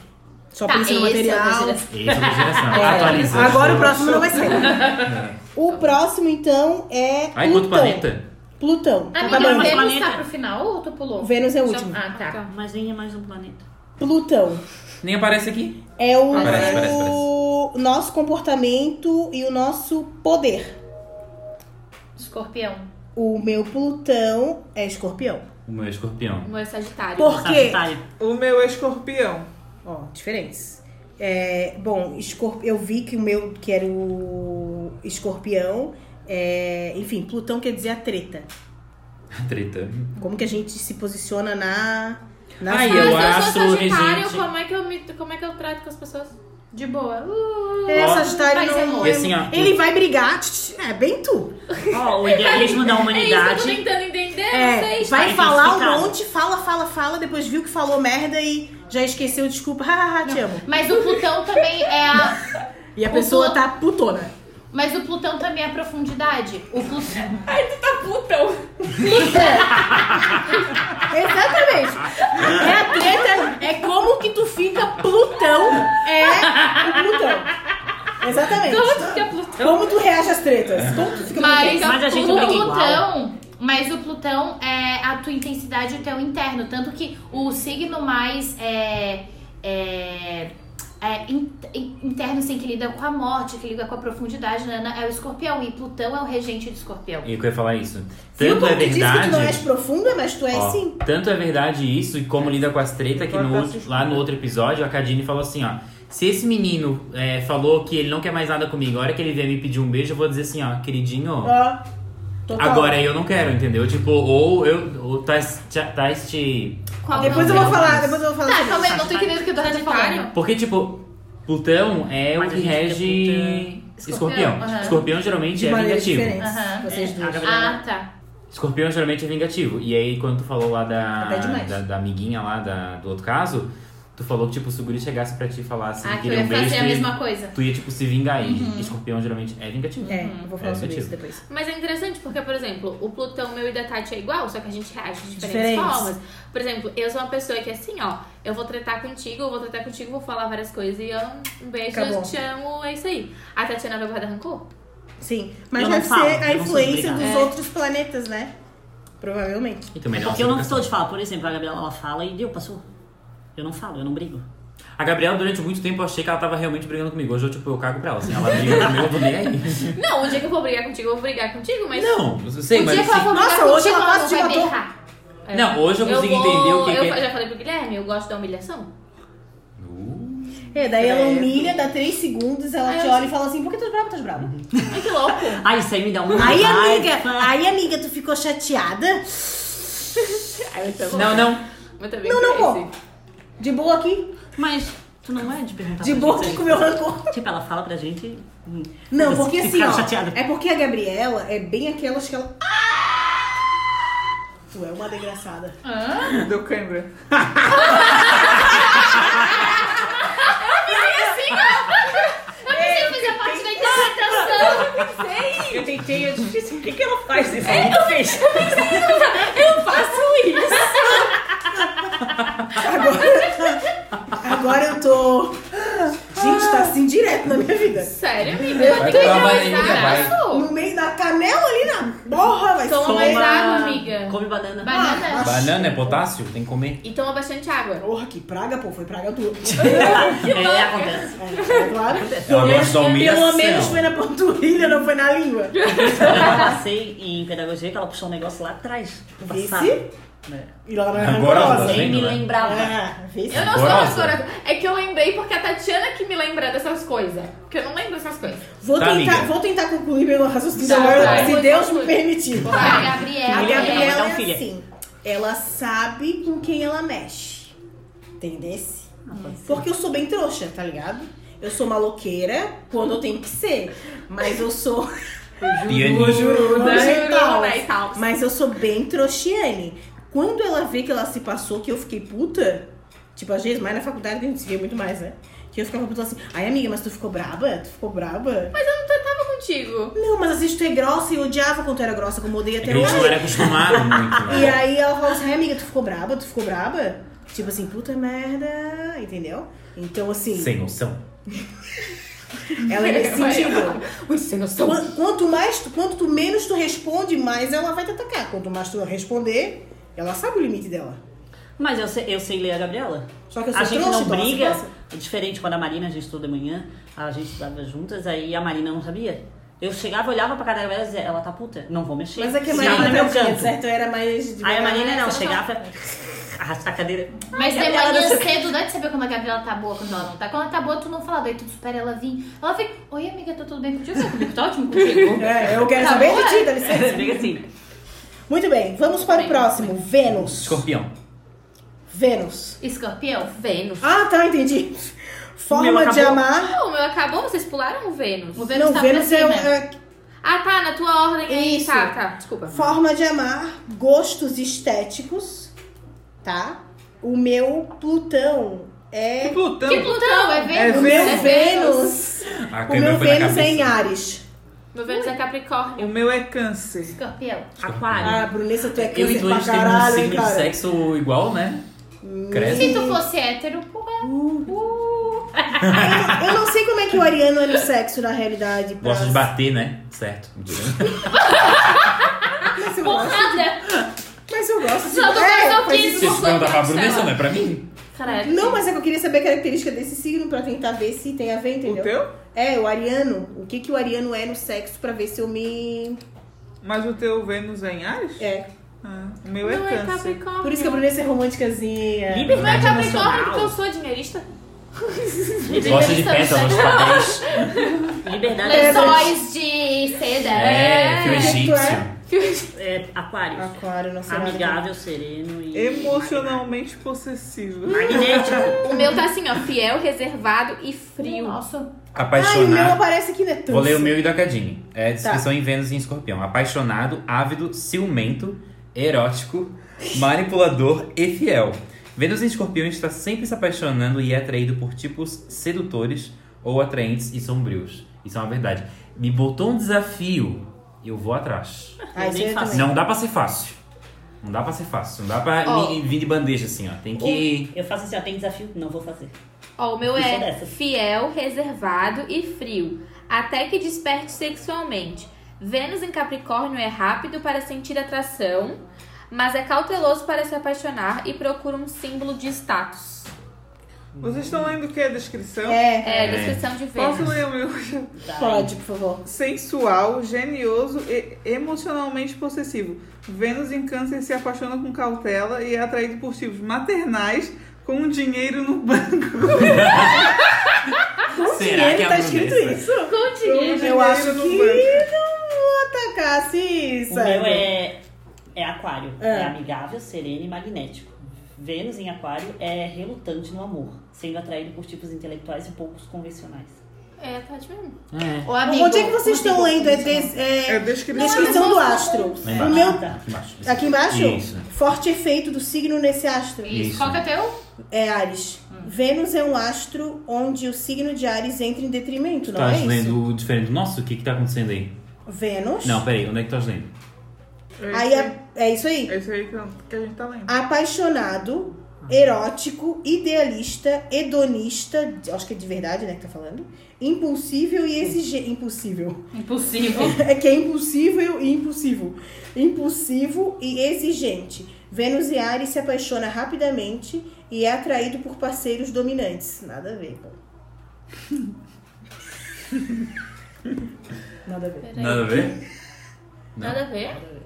[SPEAKER 2] Só
[SPEAKER 4] Tá,
[SPEAKER 2] pensa no
[SPEAKER 4] esse é o da
[SPEAKER 2] material.
[SPEAKER 4] geração.
[SPEAKER 6] Isso, da geração.
[SPEAKER 2] É,
[SPEAKER 6] Atualizando.
[SPEAKER 2] Agora o próximo não vai ser. O próximo, então, é.
[SPEAKER 6] Ai, quanto
[SPEAKER 2] Plutão.
[SPEAKER 6] planeta?
[SPEAKER 2] Plutão. então.
[SPEAKER 4] Amiga,
[SPEAKER 7] bom,
[SPEAKER 3] então
[SPEAKER 4] o
[SPEAKER 7] mas
[SPEAKER 4] Vênus
[SPEAKER 7] planeta.
[SPEAKER 4] tá pro final ou tu pulou?
[SPEAKER 2] Vênus é o último.
[SPEAKER 4] Ah, tá.
[SPEAKER 7] Mas nem é mais um planeta.
[SPEAKER 2] Plutão.
[SPEAKER 6] Nem aparece aqui.
[SPEAKER 2] É o,
[SPEAKER 6] Parece, parece,
[SPEAKER 2] o nosso comportamento e o nosso poder.
[SPEAKER 4] Escorpião.
[SPEAKER 2] O meu Plutão é escorpião.
[SPEAKER 6] O meu escorpião.
[SPEAKER 3] O meu é Sagitário.
[SPEAKER 2] Por quê?
[SPEAKER 7] Sagitário.
[SPEAKER 5] O meu é escorpião.
[SPEAKER 2] Ó, diferença. É, bom, escorp... eu vi que o meu, que era o escorpião, é, enfim, Plutão quer dizer a treta.
[SPEAKER 6] Treta.
[SPEAKER 2] Como que a gente se posiciona na. na
[SPEAKER 6] Ai,
[SPEAKER 3] Mas
[SPEAKER 6] eu
[SPEAKER 3] se
[SPEAKER 6] acho,
[SPEAKER 3] eu sou Sagitário,
[SPEAKER 6] gente-
[SPEAKER 3] como é que eu me. Como é que eu trato com as pessoas?
[SPEAKER 4] De boa. Uh,
[SPEAKER 2] É,
[SPEAKER 6] Ó.
[SPEAKER 2] Sagitário
[SPEAKER 4] Mas é
[SPEAKER 2] não-
[SPEAKER 4] louco.
[SPEAKER 6] E assim, ó.
[SPEAKER 2] Ele vai brigar. tch, tch, É bem tu.
[SPEAKER 7] Ó, o idealismo da
[SPEAKER 3] É isso que eu tô
[SPEAKER 7] humanidade.
[SPEAKER 3] tentando entender,
[SPEAKER 2] É,
[SPEAKER 3] vocês.
[SPEAKER 7] eles
[SPEAKER 2] Vai
[SPEAKER 7] estarem
[SPEAKER 2] falar um
[SPEAKER 7] identificados.
[SPEAKER 2] monte, fala, fala, fala, depois viu que falou merda e já esqueceu, desculpa, hahaha, te amo.
[SPEAKER 4] Mas o Plutão também é a.
[SPEAKER 2] E a
[SPEAKER 4] O
[SPEAKER 2] pessoa
[SPEAKER 4] Plutão-
[SPEAKER 2] tá putona.
[SPEAKER 4] Mas o Plutão também é a profundidade. O Plutão.
[SPEAKER 3] tá Plutão.
[SPEAKER 2] Exatamente. É a treta, é como que tu fica Plutão, é o Plutão. Exatamente.
[SPEAKER 3] Como tu
[SPEAKER 4] é
[SPEAKER 3] fica Plutão?
[SPEAKER 2] Como tu reage às tretas? Como tu fica
[SPEAKER 4] Mas,
[SPEAKER 2] Plutão?
[SPEAKER 7] Mas a gente
[SPEAKER 4] o
[SPEAKER 7] briga igual.
[SPEAKER 4] Plutão. Mas o Plutão é a tua intensidade e o teu interno. Tanto que o signo mais é, é, é in- in- interno, assim, que lida com a morte, que lida com a profundidade, Nana, é o escorpião. E Plutão é o regente do escorpião.
[SPEAKER 6] E que eu ia falar isso.
[SPEAKER 2] Viu
[SPEAKER 6] Tanto
[SPEAKER 2] como
[SPEAKER 6] é
[SPEAKER 2] tu diz que tu não és
[SPEAKER 6] verdade.
[SPEAKER 2] profunda, mas tu és
[SPEAKER 6] ó,
[SPEAKER 2] sim.
[SPEAKER 6] tanto é verdade isso, e como lida com as tretas, que
[SPEAKER 5] Agora
[SPEAKER 6] no
[SPEAKER 5] tá
[SPEAKER 6] outro-
[SPEAKER 5] assistindo.
[SPEAKER 6] lá no outro episódio a Cadine falou assim, ó. Se esse menino é, falou que ele não quer mais nada comigo, a hora que ele vier me pedir um beijo, eu vou dizer assim, ó, queridinho,
[SPEAKER 2] Ó, total.
[SPEAKER 6] agora é eu não quero, entendeu? Tipo, ou eu. Ou tá, este- tá este.
[SPEAKER 4] Qual
[SPEAKER 2] Depois eu
[SPEAKER 4] é o
[SPEAKER 2] vou
[SPEAKER 4] teu?
[SPEAKER 2] falar, depois eu vou falar.
[SPEAKER 4] Tá,
[SPEAKER 2] sobre
[SPEAKER 4] calma aí,
[SPEAKER 2] isso.
[SPEAKER 4] não tô entendendo o que o Dora tá falando.
[SPEAKER 3] Sagitário?
[SPEAKER 6] Porque, tipo, Plutão
[SPEAKER 7] Mas
[SPEAKER 6] é o
[SPEAKER 7] a
[SPEAKER 6] que
[SPEAKER 7] gente tem
[SPEAKER 6] rege. Escorpião.
[SPEAKER 4] Escorpião, aham.
[SPEAKER 6] Escorpião geralmente
[SPEAKER 2] de
[SPEAKER 6] é
[SPEAKER 2] maneiras
[SPEAKER 6] vingativo.
[SPEAKER 2] diferentes.
[SPEAKER 4] Aham.
[SPEAKER 2] Vocês duas.
[SPEAKER 7] A Gabriela
[SPEAKER 4] Ah, tá.
[SPEAKER 6] Escorpião geralmente é vingativo. E aí, quando tu falou lá da,
[SPEAKER 2] Até demais.
[SPEAKER 6] da, da amiguinha lá da- do outro caso, tu falou que, tipo, se o guri chegasse pra ti e falasse
[SPEAKER 3] Ah,
[SPEAKER 6] que
[SPEAKER 3] que eu
[SPEAKER 6] queria
[SPEAKER 3] ia
[SPEAKER 6] um beijo,
[SPEAKER 3] fazer a
[SPEAKER 6] tu ia-
[SPEAKER 3] mesma coisa.
[SPEAKER 6] tu ia, tipo, se vingar. E escorpião geralmente é vingativo.
[SPEAKER 2] Uhum. É, eu vou falar
[SPEAKER 6] É
[SPEAKER 2] sobre
[SPEAKER 6] vingativo.
[SPEAKER 2] isso depois.
[SPEAKER 3] Mas é interessante porque, por exemplo, o Plutão meu e da Tati é igual, só que a gente reage de diferentes
[SPEAKER 2] Diferente.
[SPEAKER 3] formas. Por exemplo, eu sou uma pessoa que é assim, ó, eu vou tratar contigo, eu vou tratar contigo, vou falar várias coisas e eu um beijo,
[SPEAKER 2] Acabou.
[SPEAKER 3] eu te amo, é isso aí. A Tatiana vai guardar rancor?
[SPEAKER 2] Sim. Mas
[SPEAKER 7] Eu não
[SPEAKER 2] deve
[SPEAKER 7] falo,
[SPEAKER 2] ser a
[SPEAKER 7] eu não sou
[SPEAKER 2] influência dos
[SPEAKER 7] obrigada.
[SPEAKER 2] outros planetas, né? Provavelmente.
[SPEAKER 6] E também
[SPEAKER 7] É
[SPEAKER 6] dá uma
[SPEAKER 7] porque eu não
[SPEAKER 6] educação.
[SPEAKER 7] sou de falar. Por exemplo, a Gabriela ela fala e deu, passou. Eu não falo, eu não brigo.
[SPEAKER 6] assim, A Gabriela, durante muito tempo, eu achei que ela tava realmente brigando comigo. Hoje eu, tipo, eu cago pra ela. Assim, ela briga comigo, eu tô nem aí.
[SPEAKER 3] Não, o dia que eu vou brigar contigo, eu vou brigar contigo, mas.
[SPEAKER 6] Não, eu sei,
[SPEAKER 3] o
[SPEAKER 6] mas.
[SPEAKER 3] dia que ela
[SPEAKER 6] assim,
[SPEAKER 3] for brigar
[SPEAKER 2] Nossa, hoje
[SPEAKER 3] contigo,
[SPEAKER 2] ela
[SPEAKER 3] ela
[SPEAKER 2] quase
[SPEAKER 3] não vai
[SPEAKER 2] te matou.
[SPEAKER 3] berrar. É.
[SPEAKER 6] Não, hoje eu consigo entender o que
[SPEAKER 3] eu
[SPEAKER 6] que
[SPEAKER 3] fa-
[SPEAKER 6] é- Uh.
[SPEAKER 3] já falei pro Guilherme, eu gosto da humilhação.
[SPEAKER 2] É, daí ela humilha, dá três segundos, ela te olha e fala assim, por que tu tá brava, tá brava?
[SPEAKER 3] Ai, que louco.
[SPEAKER 7] Ai, isso aí me dá uma
[SPEAKER 2] Aí,
[SPEAKER 7] raiva.
[SPEAKER 2] amiga, aí, amiga, tu ficou chateada?
[SPEAKER 6] Não, não.
[SPEAKER 3] Mas também
[SPEAKER 2] Não, não,
[SPEAKER 3] parece.
[SPEAKER 2] pô. De boa aqui?
[SPEAKER 7] Mas tu não é de perguntar
[SPEAKER 2] De
[SPEAKER 7] pra
[SPEAKER 2] boa
[SPEAKER 7] gente
[SPEAKER 2] aqui
[SPEAKER 7] isso.
[SPEAKER 2] com meu rancor?
[SPEAKER 7] Tipo, ela fala pra gente. hum,
[SPEAKER 2] Não,
[SPEAKER 7] você
[SPEAKER 2] porque assim,
[SPEAKER 7] fica
[SPEAKER 2] ó,
[SPEAKER 7] chateada.
[SPEAKER 2] é porque a Gabriela é bem aquelas que ela... Tu é uma desgraçada.
[SPEAKER 5] Deu câimbra.
[SPEAKER 4] Eu pensei que fazia parte da interpretação.
[SPEAKER 7] Eu tentei, eu disse, o que, que ela faz? Isso? Ela fez.
[SPEAKER 2] Agora, agora eu tô... Gente, tá assim direto na minha vida.
[SPEAKER 3] Sério, amiga? Eu
[SPEAKER 6] Vai
[SPEAKER 3] tenho
[SPEAKER 6] tomar
[SPEAKER 3] é mais
[SPEAKER 6] banho,
[SPEAKER 3] nada.
[SPEAKER 6] vai.
[SPEAKER 2] No meio da canela ali na borra, vai
[SPEAKER 3] Toma mais água, amiga.
[SPEAKER 7] Come banana.
[SPEAKER 3] Banana.
[SPEAKER 6] Banana é potássio? Tem que comer.
[SPEAKER 3] E toma bastante água.
[SPEAKER 2] Porra, que praga, pô. Foi praga tua.
[SPEAKER 7] É, acontece.
[SPEAKER 2] É, claro.
[SPEAKER 6] Ela gosta da
[SPEAKER 2] Pelo
[SPEAKER 6] humilhação.
[SPEAKER 2] menos foi na panturrilha, não foi na língua.
[SPEAKER 7] Eu passei em pedagogia que ela puxou um negócio lá atrás. no
[SPEAKER 2] Esse?
[SPEAKER 7] passado. É.
[SPEAKER 2] E lá na
[SPEAKER 6] Agora ela
[SPEAKER 2] rancorosa.
[SPEAKER 6] tá
[SPEAKER 7] Nem me
[SPEAKER 6] vendo, né?
[SPEAKER 7] lembrava.
[SPEAKER 2] Ah, vê se-
[SPEAKER 3] Eu não sou
[SPEAKER 6] Gosta?
[SPEAKER 3] rancorosa. É que eu lembrei porque a Tatiana que me lembra dessas coisas. Porque eu não lembro dessas coisas.
[SPEAKER 2] Vou,
[SPEAKER 6] Tá,
[SPEAKER 2] tentar,
[SPEAKER 6] amiga.
[SPEAKER 2] vou tentar concluir meu raciocínio
[SPEAKER 3] Tá,
[SPEAKER 2] agora,
[SPEAKER 3] vai.
[SPEAKER 2] se
[SPEAKER 3] Foi,
[SPEAKER 2] Deus
[SPEAKER 3] foi,
[SPEAKER 2] me
[SPEAKER 3] foi.
[SPEAKER 2] permitir.
[SPEAKER 4] Vai,
[SPEAKER 2] A
[SPEAKER 7] Filha,
[SPEAKER 4] Gabriela.
[SPEAKER 7] ela vai dar
[SPEAKER 2] Gabriela
[SPEAKER 7] um
[SPEAKER 2] é
[SPEAKER 7] filha.
[SPEAKER 2] assim. Ela sabe com quem ela mexe. Entendesse?
[SPEAKER 7] Ah,
[SPEAKER 2] Porque eu sou bem trouxa, tá ligado? Eu sou maloqueira quando eu tenho que ser. Mas eu sou.
[SPEAKER 6] Pianinho.
[SPEAKER 2] Jujuba
[SPEAKER 3] Jujuba
[SPEAKER 2] e tal.
[SPEAKER 3] né, e tal.
[SPEAKER 2] Mas eu sou bem trouxiane. Quando ela vê que ela se passou, que eu fiquei puta, tipo, às vezes, mais na faculdade que a gente se vê muito mais, né? Que eu ficava puta assim, ai amiga, mas tu ficou braba? Tu ficou braba?
[SPEAKER 3] Mas eu não tratava contigo.
[SPEAKER 2] Não, mas às vezes tu é grossa e eu odiava quando tu era grossa, como eu odeio
[SPEAKER 6] É
[SPEAKER 2] até
[SPEAKER 6] que a gente não
[SPEAKER 2] hoje.
[SPEAKER 6] era acostumado muito,
[SPEAKER 2] E
[SPEAKER 6] né?
[SPEAKER 2] aí ela falou assim, ai amiga, tu ficou braba? Tu ficou braba? Tipo assim, puta merda, entendeu? Então assim,
[SPEAKER 6] Sem noção.
[SPEAKER 2] ela é nesse
[SPEAKER 3] Vai.
[SPEAKER 2] sentido.
[SPEAKER 3] Ui, sem noção.
[SPEAKER 2] Quan- Então, Quanto mais, tu- quanto tu menos tu responde, mais ela vai te atacar. Quanto mais tu responder, ela sabe o limite dela.
[SPEAKER 7] Mas eu sei, eu sei ler a Gabriela.
[SPEAKER 2] Só que eu sou
[SPEAKER 7] a gente
[SPEAKER 2] trouxa,
[SPEAKER 7] não
[SPEAKER 2] então ela se
[SPEAKER 7] briga.
[SPEAKER 2] passa.
[SPEAKER 7] É diferente quando a Marina, a gente estudou de manhã, a gente estudava juntas, aí a Marina não sabia. Eu chegava, olhava pra cara dela e dizia, ela tá puta, não vou mexer.
[SPEAKER 2] Mas é que a
[SPEAKER 7] Se ela
[SPEAKER 2] Marina
[SPEAKER 7] no meu
[SPEAKER 2] tadinha, de
[SPEAKER 7] canto.
[SPEAKER 2] certo era mais.
[SPEAKER 7] Aí a
[SPEAKER 2] devagar.
[SPEAKER 7] Marina não,
[SPEAKER 4] Essa
[SPEAKER 7] chegava, arrastar a cadeira.
[SPEAKER 4] Mas de
[SPEAKER 7] Ai, Gabriela,
[SPEAKER 4] manhã
[SPEAKER 7] não sei o quê.
[SPEAKER 4] cedo, dá de saber quando a Gabriela tá boa, quando ela não tá. Quando ela tá boa, tu não fala, daí tu espera ela vir. Ela fica, oi amiga, tá tudo bem contigo? Tá Comigo tá ótimo contigo.
[SPEAKER 2] É, eu quero
[SPEAKER 4] Tá
[SPEAKER 2] saber
[SPEAKER 4] boa?
[SPEAKER 2] de ti, dá licença.
[SPEAKER 7] Briga assim.
[SPEAKER 2] Muito bem, vamos para o próximo. Vênus.
[SPEAKER 6] Escorpião.
[SPEAKER 2] Vênus.
[SPEAKER 4] Escorpião?
[SPEAKER 3] Vênus. Ah,
[SPEAKER 2] Ah, tá, entendi.
[SPEAKER 7] O meu
[SPEAKER 2] Forma de
[SPEAKER 7] acabou.
[SPEAKER 2] amar.
[SPEAKER 3] Não, o meu acabou, vocês pularam o Vênus.
[SPEAKER 4] O Vênus
[SPEAKER 2] não,
[SPEAKER 4] tá
[SPEAKER 2] Vênus
[SPEAKER 4] pra
[SPEAKER 2] é,
[SPEAKER 4] cima.
[SPEAKER 2] é.
[SPEAKER 3] Ah, tá, na tua ordem aí.
[SPEAKER 2] Isso.
[SPEAKER 3] Tá, tá, desculpa.
[SPEAKER 2] é, Forma de amar, gostos estéticos, tá? O meu Plutão
[SPEAKER 5] Que
[SPEAKER 2] é.
[SPEAKER 5] Plutão.
[SPEAKER 3] Que Plutão? É Vênus?
[SPEAKER 2] O meu
[SPEAKER 3] É
[SPEAKER 2] Vênus!
[SPEAKER 6] A
[SPEAKER 2] O meu Vênus é em Ares.
[SPEAKER 3] Meu Vênus é Capricórnio.
[SPEAKER 5] O meu é câncer.
[SPEAKER 4] Escorpião.
[SPEAKER 7] Aquário.
[SPEAKER 2] Ah, Brunessa, tu é
[SPEAKER 6] Eu e
[SPEAKER 2] câncer
[SPEAKER 6] tu,
[SPEAKER 2] pra
[SPEAKER 6] a gente tem um
[SPEAKER 2] caralho, hein,
[SPEAKER 6] signo de
[SPEAKER 2] cara.
[SPEAKER 6] sexo igual, né?
[SPEAKER 4] Se
[SPEAKER 6] Cresce.
[SPEAKER 4] tu fosse hétero, porra. Uh.
[SPEAKER 2] Eu, eu não sei como é que o Ariano é no sexo na realidade. pra-
[SPEAKER 6] Gosta de bater, né? Certo. Mentira.
[SPEAKER 2] Mas eu gosto.
[SPEAKER 3] Porrada!
[SPEAKER 2] Mas eu gosto de
[SPEAKER 3] Só do
[SPEAKER 2] É,
[SPEAKER 3] casal
[SPEAKER 2] faz
[SPEAKER 3] quinze.
[SPEAKER 2] isso.
[SPEAKER 6] Se isso perguntar pra Brunessa, não é pra mim?
[SPEAKER 3] Caralho.
[SPEAKER 2] Não, mas é que eu queria saber a característica desse signo pra tentar ver se tem a ver, entendeu?
[SPEAKER 5] O teu?
[SPEAKER 2] É, o ariano. O que que o ariano é no sexo pra ver se eu me...
[SPEAKER 5] Mas o teu Vênus é em Ares?
[SPEAKER 2] É.
[SPEAKER 5] Ah, o meu
[SPEAKER 3] Não
[SPEAKER 5] é
[SPEAKER 3] é
[SPEAKER 5] câncer.
[SPEAKER 3] Capricórnio.
[SPEAKER 2] Por isso que a Brunessa é românticazinha.
[SPEAKER 3] Não é
[SPEAKER 7] Liberdade
[SPEAKER 3] Capricórnio porque eu
[SPEAKER 7] emocional.
[SPEAKER 3] sou dinheirista.
[SPEAKER 6] Gosta de pétalas, papéis.
[SPEAKER 7] Liberdade é
[SPEAKER 4] Lençóis de seda.
[SPEAKER 6] É, fio
[SPEAKER 2] que tu
[SPEAKER 6] egípcio.
[SPEAKER 7] é aquário.
[SPEAKER 2] Aquário, não sei nada.
[SPEAKER 7] Amigável, sereno e.
[SPEAKER 5] Emocionalmente possessivo.
[SPEAKER 7] Magnético.
[SPEAKER 3] O meu tá assim, ó, fiel, reservado e frio.
[SPEAKER 4] Nossa.
[SPEAKER 2] Ai, o meu
[SPEAKER 6] Apaixonado.
[SPEAKER 2] aparece aqui, né? Tanso.
[SPEAKER 6] Vou ler o meu e da Cadine.
[SPEAKER 2] Tá.
[SPEAKER 6] É descrição em Vênus e em Escorpião. Apaixonado, ávido, ciumento, erótico, manipulador e fiel. Vênus em Escorpião está sempre se apaixonando e é atraído por tipos sedutores ou atraentes e sombrios. Isso é uma verdade. Me botou um desafio, eu vou atrás.
[SPEAKER 2] Ah, isso
[SPEAKER 7] Nem
[SPEAKER 2] eu
[SPEAKER 7] faço.
[SPEAKER 2] também.
[SPEAKER 6] Não dá pra ser fácil. Não dá pra ser fácil. Não dá pra
[SPEAKER 3] Ó.
[SPEAKER 6] me- vir de bandeja assim, ó. Tem que.
[SPEAKER 7] Eu faço assim, ó, tem desafio? Não vou fazer.
[SPEAKER 3] Ó, o meu
[SPEAKER 7] Eu sou
[SPEAKER 3] é
[SPEAKER 7] dessas.
[SPEAKER 3] fiel, reservado e frio, até que desperte sexualmente. Vênus em Capricórnio é rápido para sentir atração, mas é cauteloso para se apaixonar e procura um símbolo de status.
[SPEAKER 5] Vocês estão lendo o que? A descrição?
[SPEAKER 2] É,
[SPEAKER 3] É,
[SPEAKER 6] É.
[SPEAKER 3] descrição de
[SPEAKER 5] Posso
[SPEAKER 3] Vênus.
[SPEAKER 5] ler o meu?
[SPEAKER 7] Tá.
[SPEAKER 2] pode, por favor.
[SPEAKER 5] Sensual, genioso e emocionalmente possessivo. Vênus em câncer se apaixona com cautela e é atraído por tipos maternais com dinheiro no banco.
[SPEAKER 6] Será que é
[SPEAKER 2] Ele
[SPEAKER 6] a
[SPEAKER 2] tá escrito
[SPEAKER 6] Brunessa-
[SPEAKER 2] isso?
[SPEAKER 3] Continue.
[SPEAKER 2] Eu acho
[SPEAKER 5] no
[SPEAKER 2] que
[SPEAKER 5] é banco.
[SPEAKER 2] não atacasse isso.
[SPEAKER 7] O meu é, é aquário.
[SPEAKER 2] É.
[SPEAKER 7] É. amigável, sereno e magnético. Vênus em aquário é relutante no amor, sendo atraído por tipos intelectuais e poucos convencionais.
[SPEAKER 3] É, tá de mesmo.
[SPEAKER 6] É.
[SPEAKER 3] Ô, amigo.
[SPEAKER 2] Onde é que vocês estão lendo? É, des-
[SPEAKER 5] É a
[SPEAKER 2] é
[SPEAKER 5] descrição.
[SPEAKER 2] descrição do astro.
[SPEAKER 6] Lá
[SPEAKER 2] O
[SPEAKER 6] embaixo.
[SPEAKER 2] meu
[SPEAKER 7] Tá.
[SPEAKER 6] Aqui embaixo.
[SPEAKER 2] Aqui embaixo?
[SPEAKER 6] Isso.
[SPEAKER 2] Forte efeito do signo nesse astro.
[SPEAKER 6] Isso.
[SPEAKER 4] Isso. Qual que é teu?
[SPEAKER 2] É Ares. Vênus é um astro onde o signo de Ares entra em detrimento, não
[SPEAKER 6] Tá
[SPEAKER 2] é isso?
[SPEAKER 6] lendo o diferente do nosso? O que que tá acontecendo aí?
[SPEAKER 2] Vênus.
[SPEAKER 6] Não, peraí, onde é que tu tá lendo?
[SPEAKER 2] Aí é, é isso aí.
[SPEAKER 5] É isso aí que eu- que a gente tá lendo.
[SPEAKER 2] Apaixonado, erótico, idealista, hedonista, acho que é de verdade, né, que tá falando? Impulsível e exigente. Impulsível.
[SPEAKER 4] Impossível.
[SPEAKER 2] É que é impulsível e impulsivo. Impulsivo e exigente. Vênus e Ares se apaixona rapidamente e é atraído por parceiros dominantes. Nada a ver, pô. Nada a ver.
[SPEAKER 3] Peraí.
[SPEAKER 6] Nada a ver?
[SPEAKER 3] Nada a ver?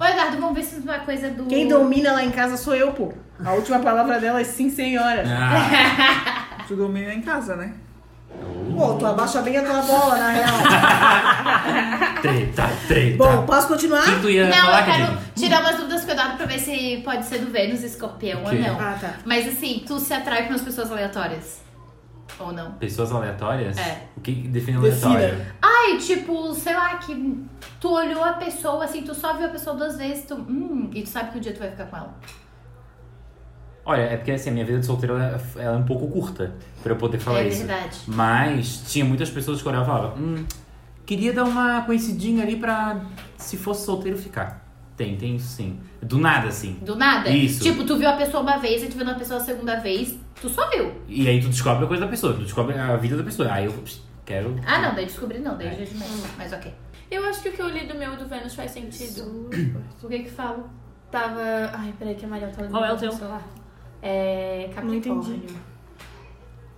[SPEAKER 4] Ô, Eduardo, vamos ver se uma coisa do.
[SPEAKER 2] Quem um domina lá em casa sou eu, pô. A última palavra dela é sim, senhora.
[SPEAKER 6] Ah,
[SPEAKER 5] Tu domina em casa, né?
[SPEAKER 2] Pô, tu abaixa bem a tua bola, na real.
[SPEAKER 6] treta, treta.
[SPEAKER 2] Bom, posso continuar?
[SPEAKER 6] que é tu ia
[SPEAKER 4] Ah, Não,
[SPEAKER 6] falar,
[SPEAKER 4] eu
[SPEAKER 6] Cadine?
[SPEAKER 4] quero tirar umas dúvidas com o Eduardo pra ver se pode ser do Vênus escorpião
[SPEAKER 6] Ok.
[SPEAKER 4] ou não.
[SPEAKER 2] Ah, tá.
[SPEAKER 4] Mas assim, tu se atrai com as pessoas aleatórias. Ou não?
[SPEAKER 6] Pessoas aleatórias?
[SPEAKER 4] É.
[SPEAKER 6] O que que define
[SPEAKER 2] Defina.
[SPEAKER 6] aleatório?
[SPEAKER 4] Ai, tipo, sei lá, que tu olhou a pessoa, assim, tu só viu a pessoa duas vezes, tu. Hum, e tu sabe que um dia tu vai ficar com ela.
[SPEAKER 6] Olha, é porque assim, a minha vida de solteiro ela, ela é um pouco curta pra eu poder falar
[SPEAKER 4] é
[SPEAKER 6] isso.
[SPEAKER 4] verdade.
[SPEAKER 6] Mas tinha muitas pessoas que olhavam e falavam, hum, queria dar uma conhecidinha ali pra se fosse solteiro ficar. Tem, tem isso sim. Do nada, assim.
[SPEAKER 4] Do nada.
[SPEAKER 6] Isso.
[SPEAKER 4] Tipo, tu viu a pessoa uma vez e tu viu a pessoa a segunda vez, tu só viu.
[SPEAKER 6] E aí tu descobre a coisa da pessoa, tu descobre a vida da pessoa. Aí eu pss, quero.
[SPEAKER 4] Ah, não, daí descobri não, daí já é
[SPEAKER 2] Hum.
[SPEAKER 4] demais. Mas ok.
[SPEAKER 3] Eu acho que o que eu li do meu e do Vênus faz sentido.
[SPEAKER 4] O que que falo?
[SPEAKER 3] Tava. Ai, peraí, que a Maria tava
[SPEAKER 7] Qual é o
[SPEAKER 3] no
[SPEAKER 7] teu?
[SPEAKER 3] celular. É. Capricórnio.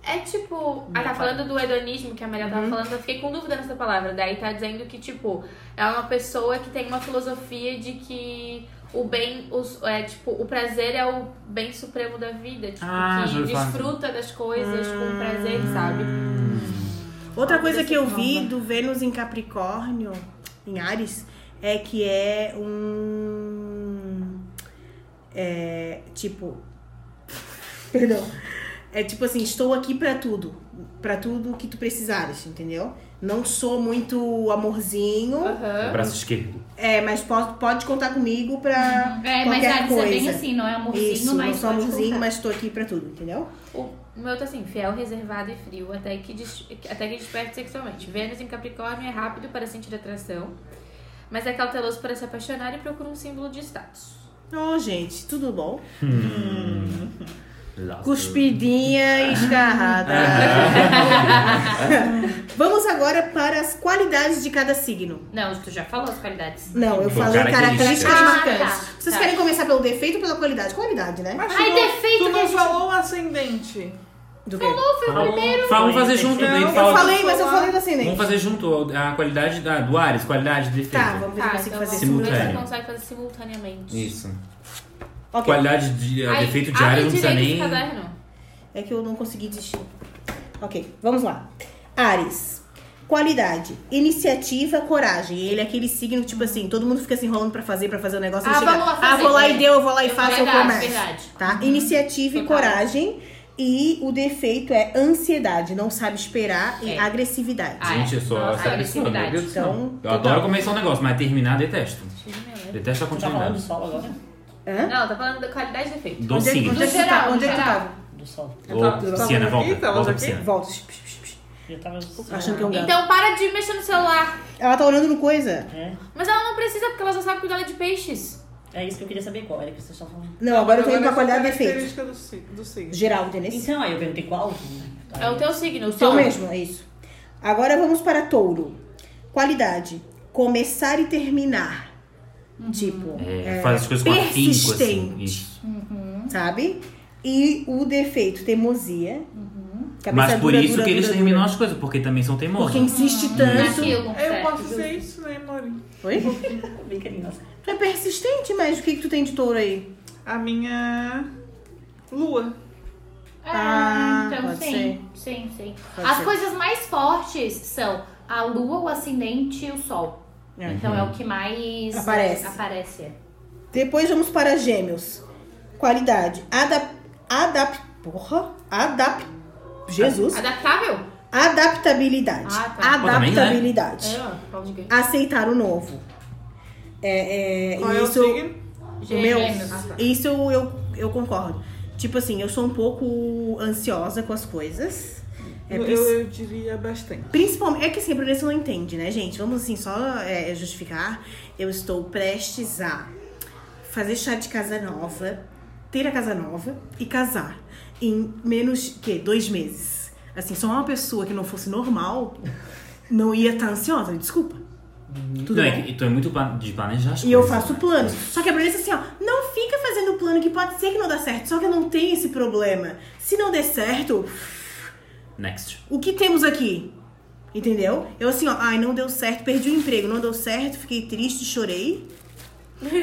[SPEAKER 3] É tipo. Ah, tá falando do hedonismo que a Maria tava falando, eu fiquei com dúvida nessa palavra. Daí tá dizendo que, tipo, é uma pessoa que tem uma filosofia de que o bem. Os, é, tipo, o prazer é o bem supremo da vida. Tipo,
[SPEAKER 6] Ah, já
[SPEAKER 3] que
[SPEAKER 6] ouvi falar.
[SPEAKER 3] desfruta das coisas com prazer, sabe?
[SPEAKER 2] Outra coisa que eu vi do Vênus em Capricórnio, em Ares, é que é um. É. Tipo. Perdão. É tipo assim, estou aqui pra tudo. Pra tudo que tu precisares, entendeu? Não sou muito amorzinho.
[SPEAKER 3] Aham.
[SPEAKER 6] Braço esquerdo.
[SPEAKER 2] É, mas pode, pode contar comigo pra
[SPEAKER 4] É, mas a
[SPEAKER 2] qualquer
[SPEAKER 4] Alice é
[SPEAKER 2] coisa.
[SPEAKER 4] bem assim, não é amorzinho,
[SPEAKER 2] Isso,
[SPEAKER 4] mas
[SPEAKER 2] não sou
[SPEAKER 4] pode
[SPEAKER 2] amorzinho,
[SPEAKER 4] contar.
[SPEAKER 2] mas tô aqui pra tudo, entendeu?
[SPEAKER 3] O meu tá assim, fiel, reservado e frio, até que, des- até que desperte sexualmente. Vênus em Capricórnio é rápido para sentir atração, mas é cauteloso para se apaixonar e procura um símbolo de status.
[SPEAKER 2] Ô, Então, gente, tudo bom?
[SPEAKER 6] Lázaro.
[SPEAKER 2] Cuspidinha escarrada.
[SPEAKER 4] Ah.
[SPEAKER 2] Vamos agora para as qualidades de cada signo.
[SPEAKER 4] Não, tu já falou as qualidades.
[SPEAKER 2] Não, eu
[SPEAKER 6] Bom,
[SPEAKER 2] falei
[SPEAKER 6] características.
[SPEAKER 2] características marcantes.
[SPEAKER 4] Ah, tá.
[SPEAKER 2] Vocês
[SPEAKER 4] Tá.
[SPEAKER 2] querem começar pelo defeito ou pela qualidade? Qualidade, né?
[SPEAKER 5] Mas tu
[SPEAKER 4] Ai,
[SPEAKER 5] não,
[SPEAKER 4] defeito
[SPEAKER 5] tu
[SPEAKER 4] que a
[SPEAKER 5] não
[SPEAKER 4] gente-
[SPEAKER 5] falou o ascendente.
[SPEAKER 2] Do quê?
[SPEAKER 6] Fala, vamos fazer junto.
[SPEAKER 5] Não,
[SPEAKER 6] daí
[SPEAKER 5] eu
[SPEAKER 2] Eu
[SPEAKER 6] fala-
[SPEAKER 2] falei, mas eu falei do
[SPEAKER 6] Vamos
[SPEAKER 2] ascendente.
[SPEAKER 6] fazer junto a qualidade da, do Ares, qualidade de defeito.
[SPEAKER 2] Tá, vamos ver se eu consigo fazer
[SPEAKER 3] então
[SPEAKER 2] isso.
[SPEAKER 3] vamos ver se você
[SPEAKER 6] simultâneo.
[SPEAKER 3] consegue fazer simultaneamente.
[SPEAKER 6] Isso.
[SPEAKER 2] Ok.
[SPEAKER 6] Qualidade de a
[SPEAKER 3] Aí,
[SPEAKER 6] defeito de
[SPEAKER 3] abre
[SPEAKER 6] Ares não precisa
[SPEAKER 3] direito
[SPEAKER 6] nem.
[SPEAKER 3] esse caderno.
[SPEAKER 2] É que eu não consegui desistir. Ok, vamos lá. Ares. Qualidade, iniciativa, coragem. Ele é aquele signo, tipo assim, todo mundo fica se enrolando pra fazer, pra fazer o negócio.
[SPEAKER 4] Ah,
[SPEAKER 2] ele chega,
[SPEAKER 4] vamos lá fazer,
[SPEAKER 2] ah, vou lá
[SPEAKER 4] né?
[SPEAKER 2] e deu, eu vou lá e
[SPEAKER 4] Eu-
[SPEAKER 2] faço, eu
[SPEAKER 4] verdade,
[SPEAKER 2] começo.
[SPEAKER 4] verdade.
[SPEAKER 2] Tá? Iniciativa e
[SPEAKER 3] Total.
[SPEAKER 2] coragem. E o defeito é ansiedade, não sabe esperar e
[SPEAKER 4] É.
[SPEAKER 2] agressividade.
[SPEAKER 4] Ah,
[SPEAKER 6] Gente, eu sou
[SPEAKER 4] Nossa,
[SPEAKER 6] essa pessoa, meu Deus do céu.
[SPEAKER 2] Então,
[SPEAKER 7] tá
[SPEAKER 6] Eu adoro começar um negócio, mas terminar detesto.
[SPEAKER 3] Tira minha letra.
[SPEAKER 6] Detesto a
[SPEAKER 7] Tu tá falando do
[SPEAKER 6] continuidade.
[SPEAKER 7] sol agora?
[SPEAKER 6] É?
[SPEAKER 2] Hã?
[SPEAKER 3] é. Não, tá falando da qualidade e defeito.
[SPEAKER 6] Do
[SPEAKER 2] Onde é, onde
[SPEAKER 6] signo.
[SPEAKER 2] é que Tá Então, tu tá?
[SPEAKER 4] geral,
[SPEAKER 2] Onde é que tu
[SPEAKER 4] geral.
[SPEAKER 2] tava?
[SPEAKER 7] Do sol.
[SPEAKER 2] Eu
[SPEAKER 6] Ô,
[SPEAKER 2] tava
[SPEAKER 6] Luciana,
[SPEAKER 5] aqui,
[SPEAKER 6] volta.
[SPEAKER 5] tava
[SPEAKER 6] Volta,
[SPEAKER 5] aqui.
[SPEAKER 6] Luciana.
[SPEAKER 2] é Volta.
[SPEAKER 7] Eu tava...
[SPEAKER 2] Achando que é um gato.
[SPEAKER 3] Então para de mexer no celular.
[SPEAKER 2] Ela tá olhando no coisa.
[SPEAKER 7] É,
[SPEAKER 3] Mas ela não precisa, porque ela já sabe cuidar de peixes.
[SPEAKER 7] é isso que eu queria saber qual era que vocês estavam falando.
[SPEAKER 2] Não, agora eu tô indo pra
[SPEAKER 5] essa
[SPEAKER 2] qualidade e defeito.
[SPEAKER 5] característica do si- do signo.
[SPEAKER 2] Geral, entendeu?
[SPEAKER 7] Então, aí eu perguntei qual. né?
[SPEAKER 3] É o teu signo, o
[SPEAKER 2] Então
[SPEAKER 3] sol.
[SPEAKER 2] mesmo, é isso. Agora vamos para touro. Qualidade. Começar e terminar. Tipo,
[SPEAKER 6] É, faz as coisas com afinco, assim.
[SPEAKER 2] persistente.
[SPEAKER 6] Isso.
[SPEAKER 2] sabe? E o defeito, teimosia. Cabeça
[SPEAKER 6] Mas por
[SPEAKER 2] dura,
[SPEAKER 6] isso
[SPEAKER 2] dura,
[SPEAKER 6] que eles
[SPEAKER 2] dura,
[SPEAKER 6] terminam
[SPEAKER 2] dura.
[SPEAKER 6] as coisas, porque também são teimosos.
[SPEAKER 2] Porque insiste tanto.
[SPEAKER 4] Naquilo.
[SPEAKER 5] Eu posso
[SPEAKER 4] certo.
[SPEAKER 5] ser isso, né, Mori?
[SPEAKER 2] Oi?
[SPEAKER 7] Bem carinhosa.
[SPEAKER 2] Tu é persistente, mas o que, que tu tem de touro aí?
[SPEAKER 5] A minha lua.
[SPEAKER 4] É,
[SPEAKER 2] Ah,
[SPEAKER 4] então
[SPEAKER 2] pode
[SPEAKER 4] sim. Sim, sim.
[SPEAKER 2] Pode
[SPEAKER 4] As
[SPEAKER 2] ser.
[SPEAKER 4] coisas mais fortes são a lua, o ascendente e o sol.
[SPEAKER 2] É.
[SPEAKER 4] Então é o que mais
[SPEAKER 2] Aparece.
[SPEAKER 4] aparece.
[SPEAKER 2] Depois vamos para gêmeos. Qualidade. Adap... Adap... Porra. Adap... Jesus.
[SPEAKER 3] Adaptável?
[SPEAKER 2] Adaptabilidade.
[SPEAKER 3] Ah, tá.
[SPEAKER 6] Pô, também, né?
[SPEAKER 2] Adaptabilidade.
[SPEAKER 3] É, ó, pau de gay.
[SPEAKER 2] aceitar o novo. É, é,
[SPEAKER 5] Qual
[SPEAKER 2] e
[SPEAKER 5] é o
[SPEAKER 2] isso,
[SPEAKER 5] signo? Ah, tá.
[SPEAKER 2] o meu,
[SPEAKER 4] Gêmeos.
[SPEAKER 2] isso eu, eu concordo. Tipo assim, eu sou um pouco ansiosa com as coisas. É,
[SPEAKER 5] Eu,
[SPEAKER 2] prin-
[SPEAKER 5] eu diria bastante.
[SPEAKER 2] Principalmente. É que assim, a Brunessa não entende, né, gente? Vamos assim, só é, justificar. Eu estou prestes a fazer chá de casa nova, ter a casa nova e casar em menos que dois meses. Assim, só uma pessoa que não fosse normal não ia estar ansiosa, desculpa. Tudo
[SPEAKER 6] Não,
[SPEAKER 2] bem.
[SPEAKER 6] é que tu é muito pla- de planejar as coisas.
[SPEAKER 2] E eu faço
[SPEAKER 6] né?
[SPEAKER 2] planos. Só que a Brunessa assim, ó, não fica fazendo plano que pode ser que não dá certo. Só que eu não tenho esse problema. Se não der certo,
[SPEAKER 6] Next.
[SPEAKER 2] o que temos aqui? Entendeu? Eu assim, ó, ai, não deu certo, perdi o emprego, não deu certo, fiquei triste, chorei.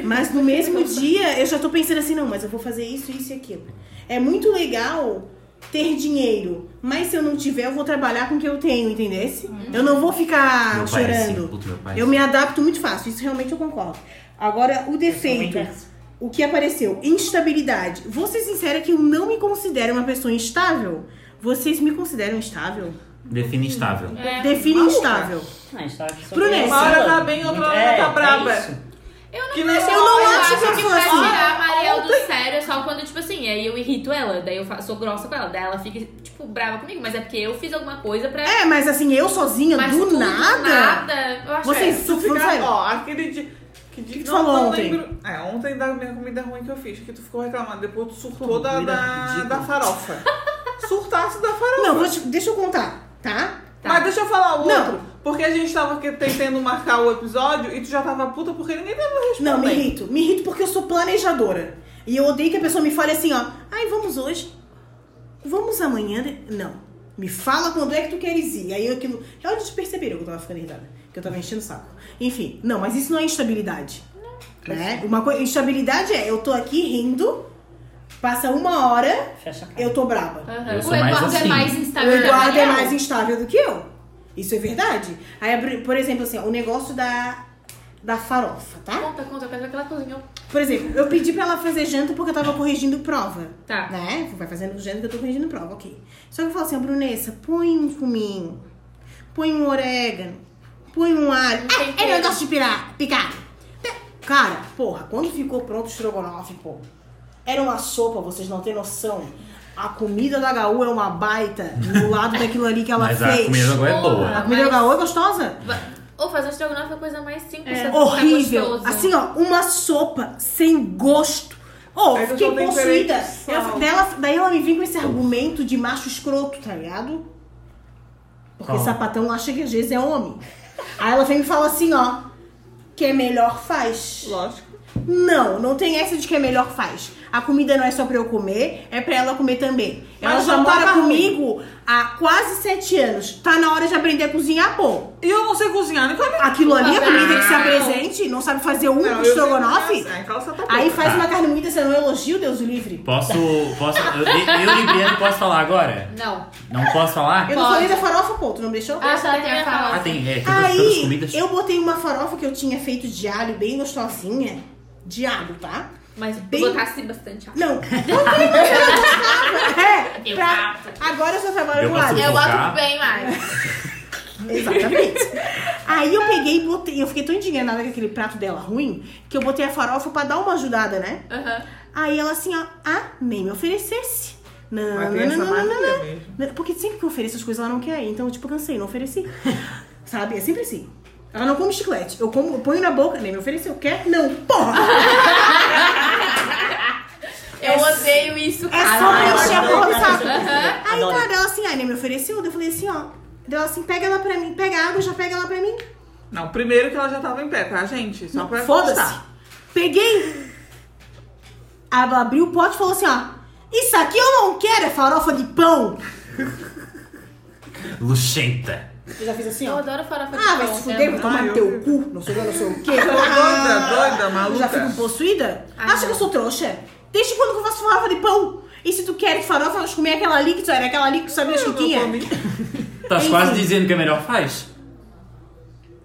[SPEAKER 2] Mas no mesmo dia eu já tô pensando assim, não, mas eu vou fazer isso, isso e aquilo. É muito legal ter dinheiro, mas se eu não tiver, eu vou trabalhar com o que eu tenho, entendesse? Eu não vou ficar
[SPEAKER 6] Meu pai é assim,
[SPEAKER 2] Ah, chorando.
[SPEAKER 6] puto, meu pai é
[SPEAKER 2] Eu
[SPEAKER 6] assim.
[SPEAKER 2] me adapto muito fácil, isso realmente eu concordo. Agora, o defeito.
[SPEAKER 7] inversa.
[SPEAKER 2] O que apareceu? Instabilidade. Vou ser sincera que eu não me considero uma pessoa instável. Vocês me consideram instável?
[SPEAKER 6] assim. Define estável.
[SPEAKER 3] É.
[SPEAKER 2] Define
[SPEAKER 5] Maluca.
[SPEAKER 2] instável.
[SPEAKER 7] Ah, a gente tava aqui sobre
[SPEAKER 2] Brunessa.
[SPEAKER 7] isso.
[SPEAKER 5] Uma hora tá bem, outra hora
[SPEAKER 7] É,
[SPEAKER 5] tá braba.
[SPEAKER 7] é isso.
[SPEAKER 3] Eu não,
[SPEAKER 5] Que nem
[SPEAKER 3] acho,
[SPEAKER 5] eu não
[SPEAKER 2] acho que eu
[SPEAKER 3] que
[SPEAKER 2] sou
[SPEAKER 3] pra
[SPEAKER 2] assim.
[SPEAKER 3] tirar a Mariel do sério é só quando, tipo assim, aí eu irrito ela, daí eu fa- sou grossa com ela, daí ela fica, tipo, brava comigo, mas é porque eu fiz alguma coisa pra.
[SPEAKER 2] É, mas assim, eu sozinha,
[SPEAKER 3] mas
[SPEAKER 2] do
[SPEAKER 3] tudo,
[SPEAKER 2] nada.
[SPEAKER 3] nada. Eu acho
[SPEAKER 2] Vocês
[SPEAKER 5] Tu
[SPEAKER 2] não
[SPEAKER 5] fica,
[SPEAKER 2] sabe?
[SPEAKER 5] ó, aquele dia. Que dia
[SPEAKER 2] que tu falou ontem?
[SPEAKER 5] lembro. É, ontem da minha comida ruim que eu fiz, que tu ficou reclamando. Depois tu surtou
[SPEAKER 7] Pô,
[SPEAKER 5] da,
[SPEAKER 7] comida
[SPEAKER 5] da,
[SPEAKER 7] ridícula.
[SPEAKER 5] da farofa. Surtasse da farofa.
[SPEAKER 2] Não, vou te- deixa eu contar, tá?
[SPEAKER 3] Tá.
[SPEAKER 5] Mas deixa eu falar o outro.
[SPEAKER 2] Não.
[SPEAKER 5] Porque a gente tava que- tentando marcar o episódio e tu já tava puta porque ninguém tava respondendo.
[SPEAKER 2] Não, me irrito. Me irrito porque eu sou planejadora. E eu odeio que a pessoa me fale assim, ó. Ai, vamos hoje. Vamos amanhã. de-" Não. Me fala quando é que tu queres ir. Aí eu aquilo. Já eles perceberam que eu tava ficando irritada. Que eu tava enchendo o saco. Enfim, não, mas isso não é instabilidade. Né? Uma coisa. Instabilidade é eu tô aqui rindo, passa uma hora,
[SPEAKER 7] Fecha a cara.
[SPEAKER 2] eu tô braba.
[SPEAKER 3] Aham.
[SPEAKER 6] Eu
[SPEAKER 4] O
[SPEAKER 6] sou mais
[SPEAKER 4] Eduardo é
[SPEAKER 6] assim.
[SPEAKER 4] mais
[SPEAKER 2] O
[SPEAKER 4] instável.
[SPEAKER 2] Eduardo
[SPEAKER 4] que a
[SPEAKER 2] é
[SPEAKER 4] Mariel.
[SPEAKER 3] um
[SPEAKER 2] mais instável do que eu. Isso é verdade. Aí, abri- por exemplo, assim, ó, o negócio da, da farofa, tá?
[SPEAKER 3] Conta, conta, eu quero ver aquela cozinha.
[SPEAKER 2] Por exemplo, eu pedi pra ela fazer janta porque eu tava corrigindo prova.
[SPEAKER 3] Tá.
[SPEAKER 2] Né? Vai fazendo janta que eu tô corrigindo prova, ok. Só que eu falo assim, ó, Brunessa, põe um fuminho. põe um orégano, põe um alho.
[SPEAKER 3] tem
[SPEAKER 2] É, é
[SPEAKER 3] que-
[SPEAKER 2] negócio de pirar, picado. Cara, porra, quando ficou pronto o estrogonofe, pô, era uma sopa, vocês não têm noção. A comida da Gaú é uma baita do lado daquilo ali que ela
[SPEAKER 6] Mas
[SPEAKER 2] fez.
[SPEAKER 6] a comida agora é
[SPEAKER 2] A
[SPEAKER 6] boa.
[SPEAKER 2] comida da Gaú é gostosa?
[SPEAKER 3] Ou fazer estrogonofe é a coisa mais simples. tá
[SPEAKER 2] horrível.
[SPEAKER 3] gostoso.
[SPEAKER 2] Assim, ó, uma sopa sem gosto. Oh,
[SPEAKER 5] Aí eu
[SPEAKER 2] fiquei
[SPEAKER 5] só temperei
[SPEAKER 2] possuída.
[SPEAKER 5] com
[SPEAKER 2] Eu-
[SPEAKER 5] sal.
[SPEAKER 2] dela- daí ela me vem com esse argumento de macho escroto, tá ligado? Porque
[SPEAKER 6] Qual?
[SPEAKER 2] sapatão acha que às vezes é homem. Aí ela vem e fala assim, ó. Quem é melhor faz.
[SPEAKER 5] Lógico.
[SPEAKER 2] Não, não tem essa de quem é melhor faz. A comida não é só pra eu comer, é pra ela comer também.
[SPEAKER 5] Mas
[SPEAKER 2] ela já
[SPEAKER 5] não
[SPEAKER 2] mora
[SPEAKER 5] tava
[SPEAKER 2] comigo há quase sete anos. Tá na hora de aprender a cozinhar, pô.
[SPEAKER 5] E eu não sei cozinhar, nem comer.
[SPEAKER 2] Aquilo ali é comida que se
[SPEAKER 3] Ah.
[SPEAKER 2] apresente, não sabe fazer um
[SPEAKER 5] Não, eu sei
[SPEAKER 2] estrogonofe?
[SPEAKER 5] cozinhar, assim, calça tá
[SPEAKER 2] Aí
[SPEAKER 5] pouca.
[SPEAKER 2] faz uma carne moída, você não elogia o Deus o livre?
[SPEAKER 6] Posso. posso eu, eu e Briana posso falar agora?
[SPEAKER 3] Não.
[SPEAKER 6] Não posso falar?
[SPEAKER 2] Eu não
[SPEAKER 3] Pode.
[SPEAKER 2] falei da farofa, pô, tu não deixou?
[SPEAKER 3] Ah, tá, tem
[SPEAKER 4] tem
[SPEAKER 3] a
[SPEAKER 4] a
[SPEAKER 6] Ah,
[SPEAKER 3] farofa.
[SPEAKER 6] tem. É, todas, todas as
[SPEAKER 2] Aí
[SPEAKER 6] comidas.
[SPEAKER 2] eu botei uma farofa que eu tinha feito de alho, bem gostosinha. De alho, tá?
[SPEAKER 3] Mas
[SPEAKER 2] Bem-
[SPEAKER 3] botasse bastante água.
[SPEAKER 2] Não, botei, mas eu gostava. É,
[SPEAKER 4] Eu
[SPEAKER 2] pra... Agora eu só trabalho
[SPEAKER 6] Deu
[SPEAKER 2] com
[SPEAKER 6] pra
[SPEAKER 2] alho.
[SPEAKER 3] Eu
[SPEAKER 6] Colocar.
[SPEAKER 3] boto bem mais.
[SPEAKER 2] Exatamente. Aí eu peguei e botei. Eu fiquei tão indignada com aquele prato dela ruim que eu botei a farofa pra dar uma ajudada, né?
[SPEAKER 3] Aham.
[SPEAKER 2] Aí ela assim, ó, ah, nem me oferecesse. Não,
[SPEAKER 5] Mas
[SPEAKER 2] não,
[SPEAKER 5] tem
[SPEAKER 2] não,
[SPEAKER 5] essa
[SPEAKER 2] não, não, não,
[SPEAKER 5] mania mesmo.
[SPEAKER 2] não. Porque sempre que eu ofereço as coisas, ela não quer. Então, eu, tipo, cansei, não ofereci. Sabe? É sempre assim. Ela não come chiclete. Eu como, eu ponho na boca, nem me ofereceu. Quer? Não. Porra!
[SPEAKER 3] Eu odeio isso,
[SPEAKER 2] É
[SPEAKER 3] cara.
[SPEAKER 2] só pra
[SPEAKER 3] Ah, Eu
[SPEAKER 2] encher a
[SPEAKER 3] adoro. né?
[SPEAKER 2] porra do saco.
[SPEAKER 3] Aham.
[SPEAKER 2] Aí tá, dela assim, ai, nem me ofereceu. Daí eu falei assim, ó. Dela assim, pega ela pra mim, pega a água, já pega ela pra mim.
[SPEAKER 5] Não, primeiro que ela já tava em pé, tá, gente? Só pra
[SPEAKER 2] Foda-se.
[SPEAKER 5] constar.
[SPEAKER 2] Peguei. Ela abriu o pote e falou assim, ó. Isso aqui eu não quero, é farofa de pão.
[SPEAKER 6] Luxenta.
[SPEAKER 2] Eu já fiz assim,
[SPEAKER 3] Eu
[SPEAKER 2] ó.
[SPEAKER 3] adoro farofa de
[SPEAKER 2] Ah, vai
[SPEAKER 3] pão,
[SPEAKER 2] se fuder,
[SPEAKER 3] né?
[SPEAKER 2] vai tomar
[SPEAKER 5] Ah,
[SPEAKER 2] no
[SPEAKER 5] eu-
[SPEAKER 2] teu cu, não sei o que, não sei o quê.
[SPEAKER 5] Doida, doida,
[SPEAKER 2] Eu Já fico
[SPEAKER 5] maluca.
[SPEAKER 2] possuída?
[SPEAKER 3] Ah,
[SPEAKER 2] Acha
[SPEAKER 3] não.
[SPEAKER 2] que eu sou trouxa? Desde quando que eu faço farofa de pão? E se tu quer farofa, nós comer aquela ali que tu era aquela ali que tu sabia
[SPEAKER 5] Eu
[SPEAKER 2] que
[SPEAKER 5] não
[SPEAKER 2] tinha?
[SPEAKER 5] comi.
[SPEAKER 6] Tá
[SPEAKER 2] Enfim.
[SPEAKER 6] quase dizendo que é melhor faz?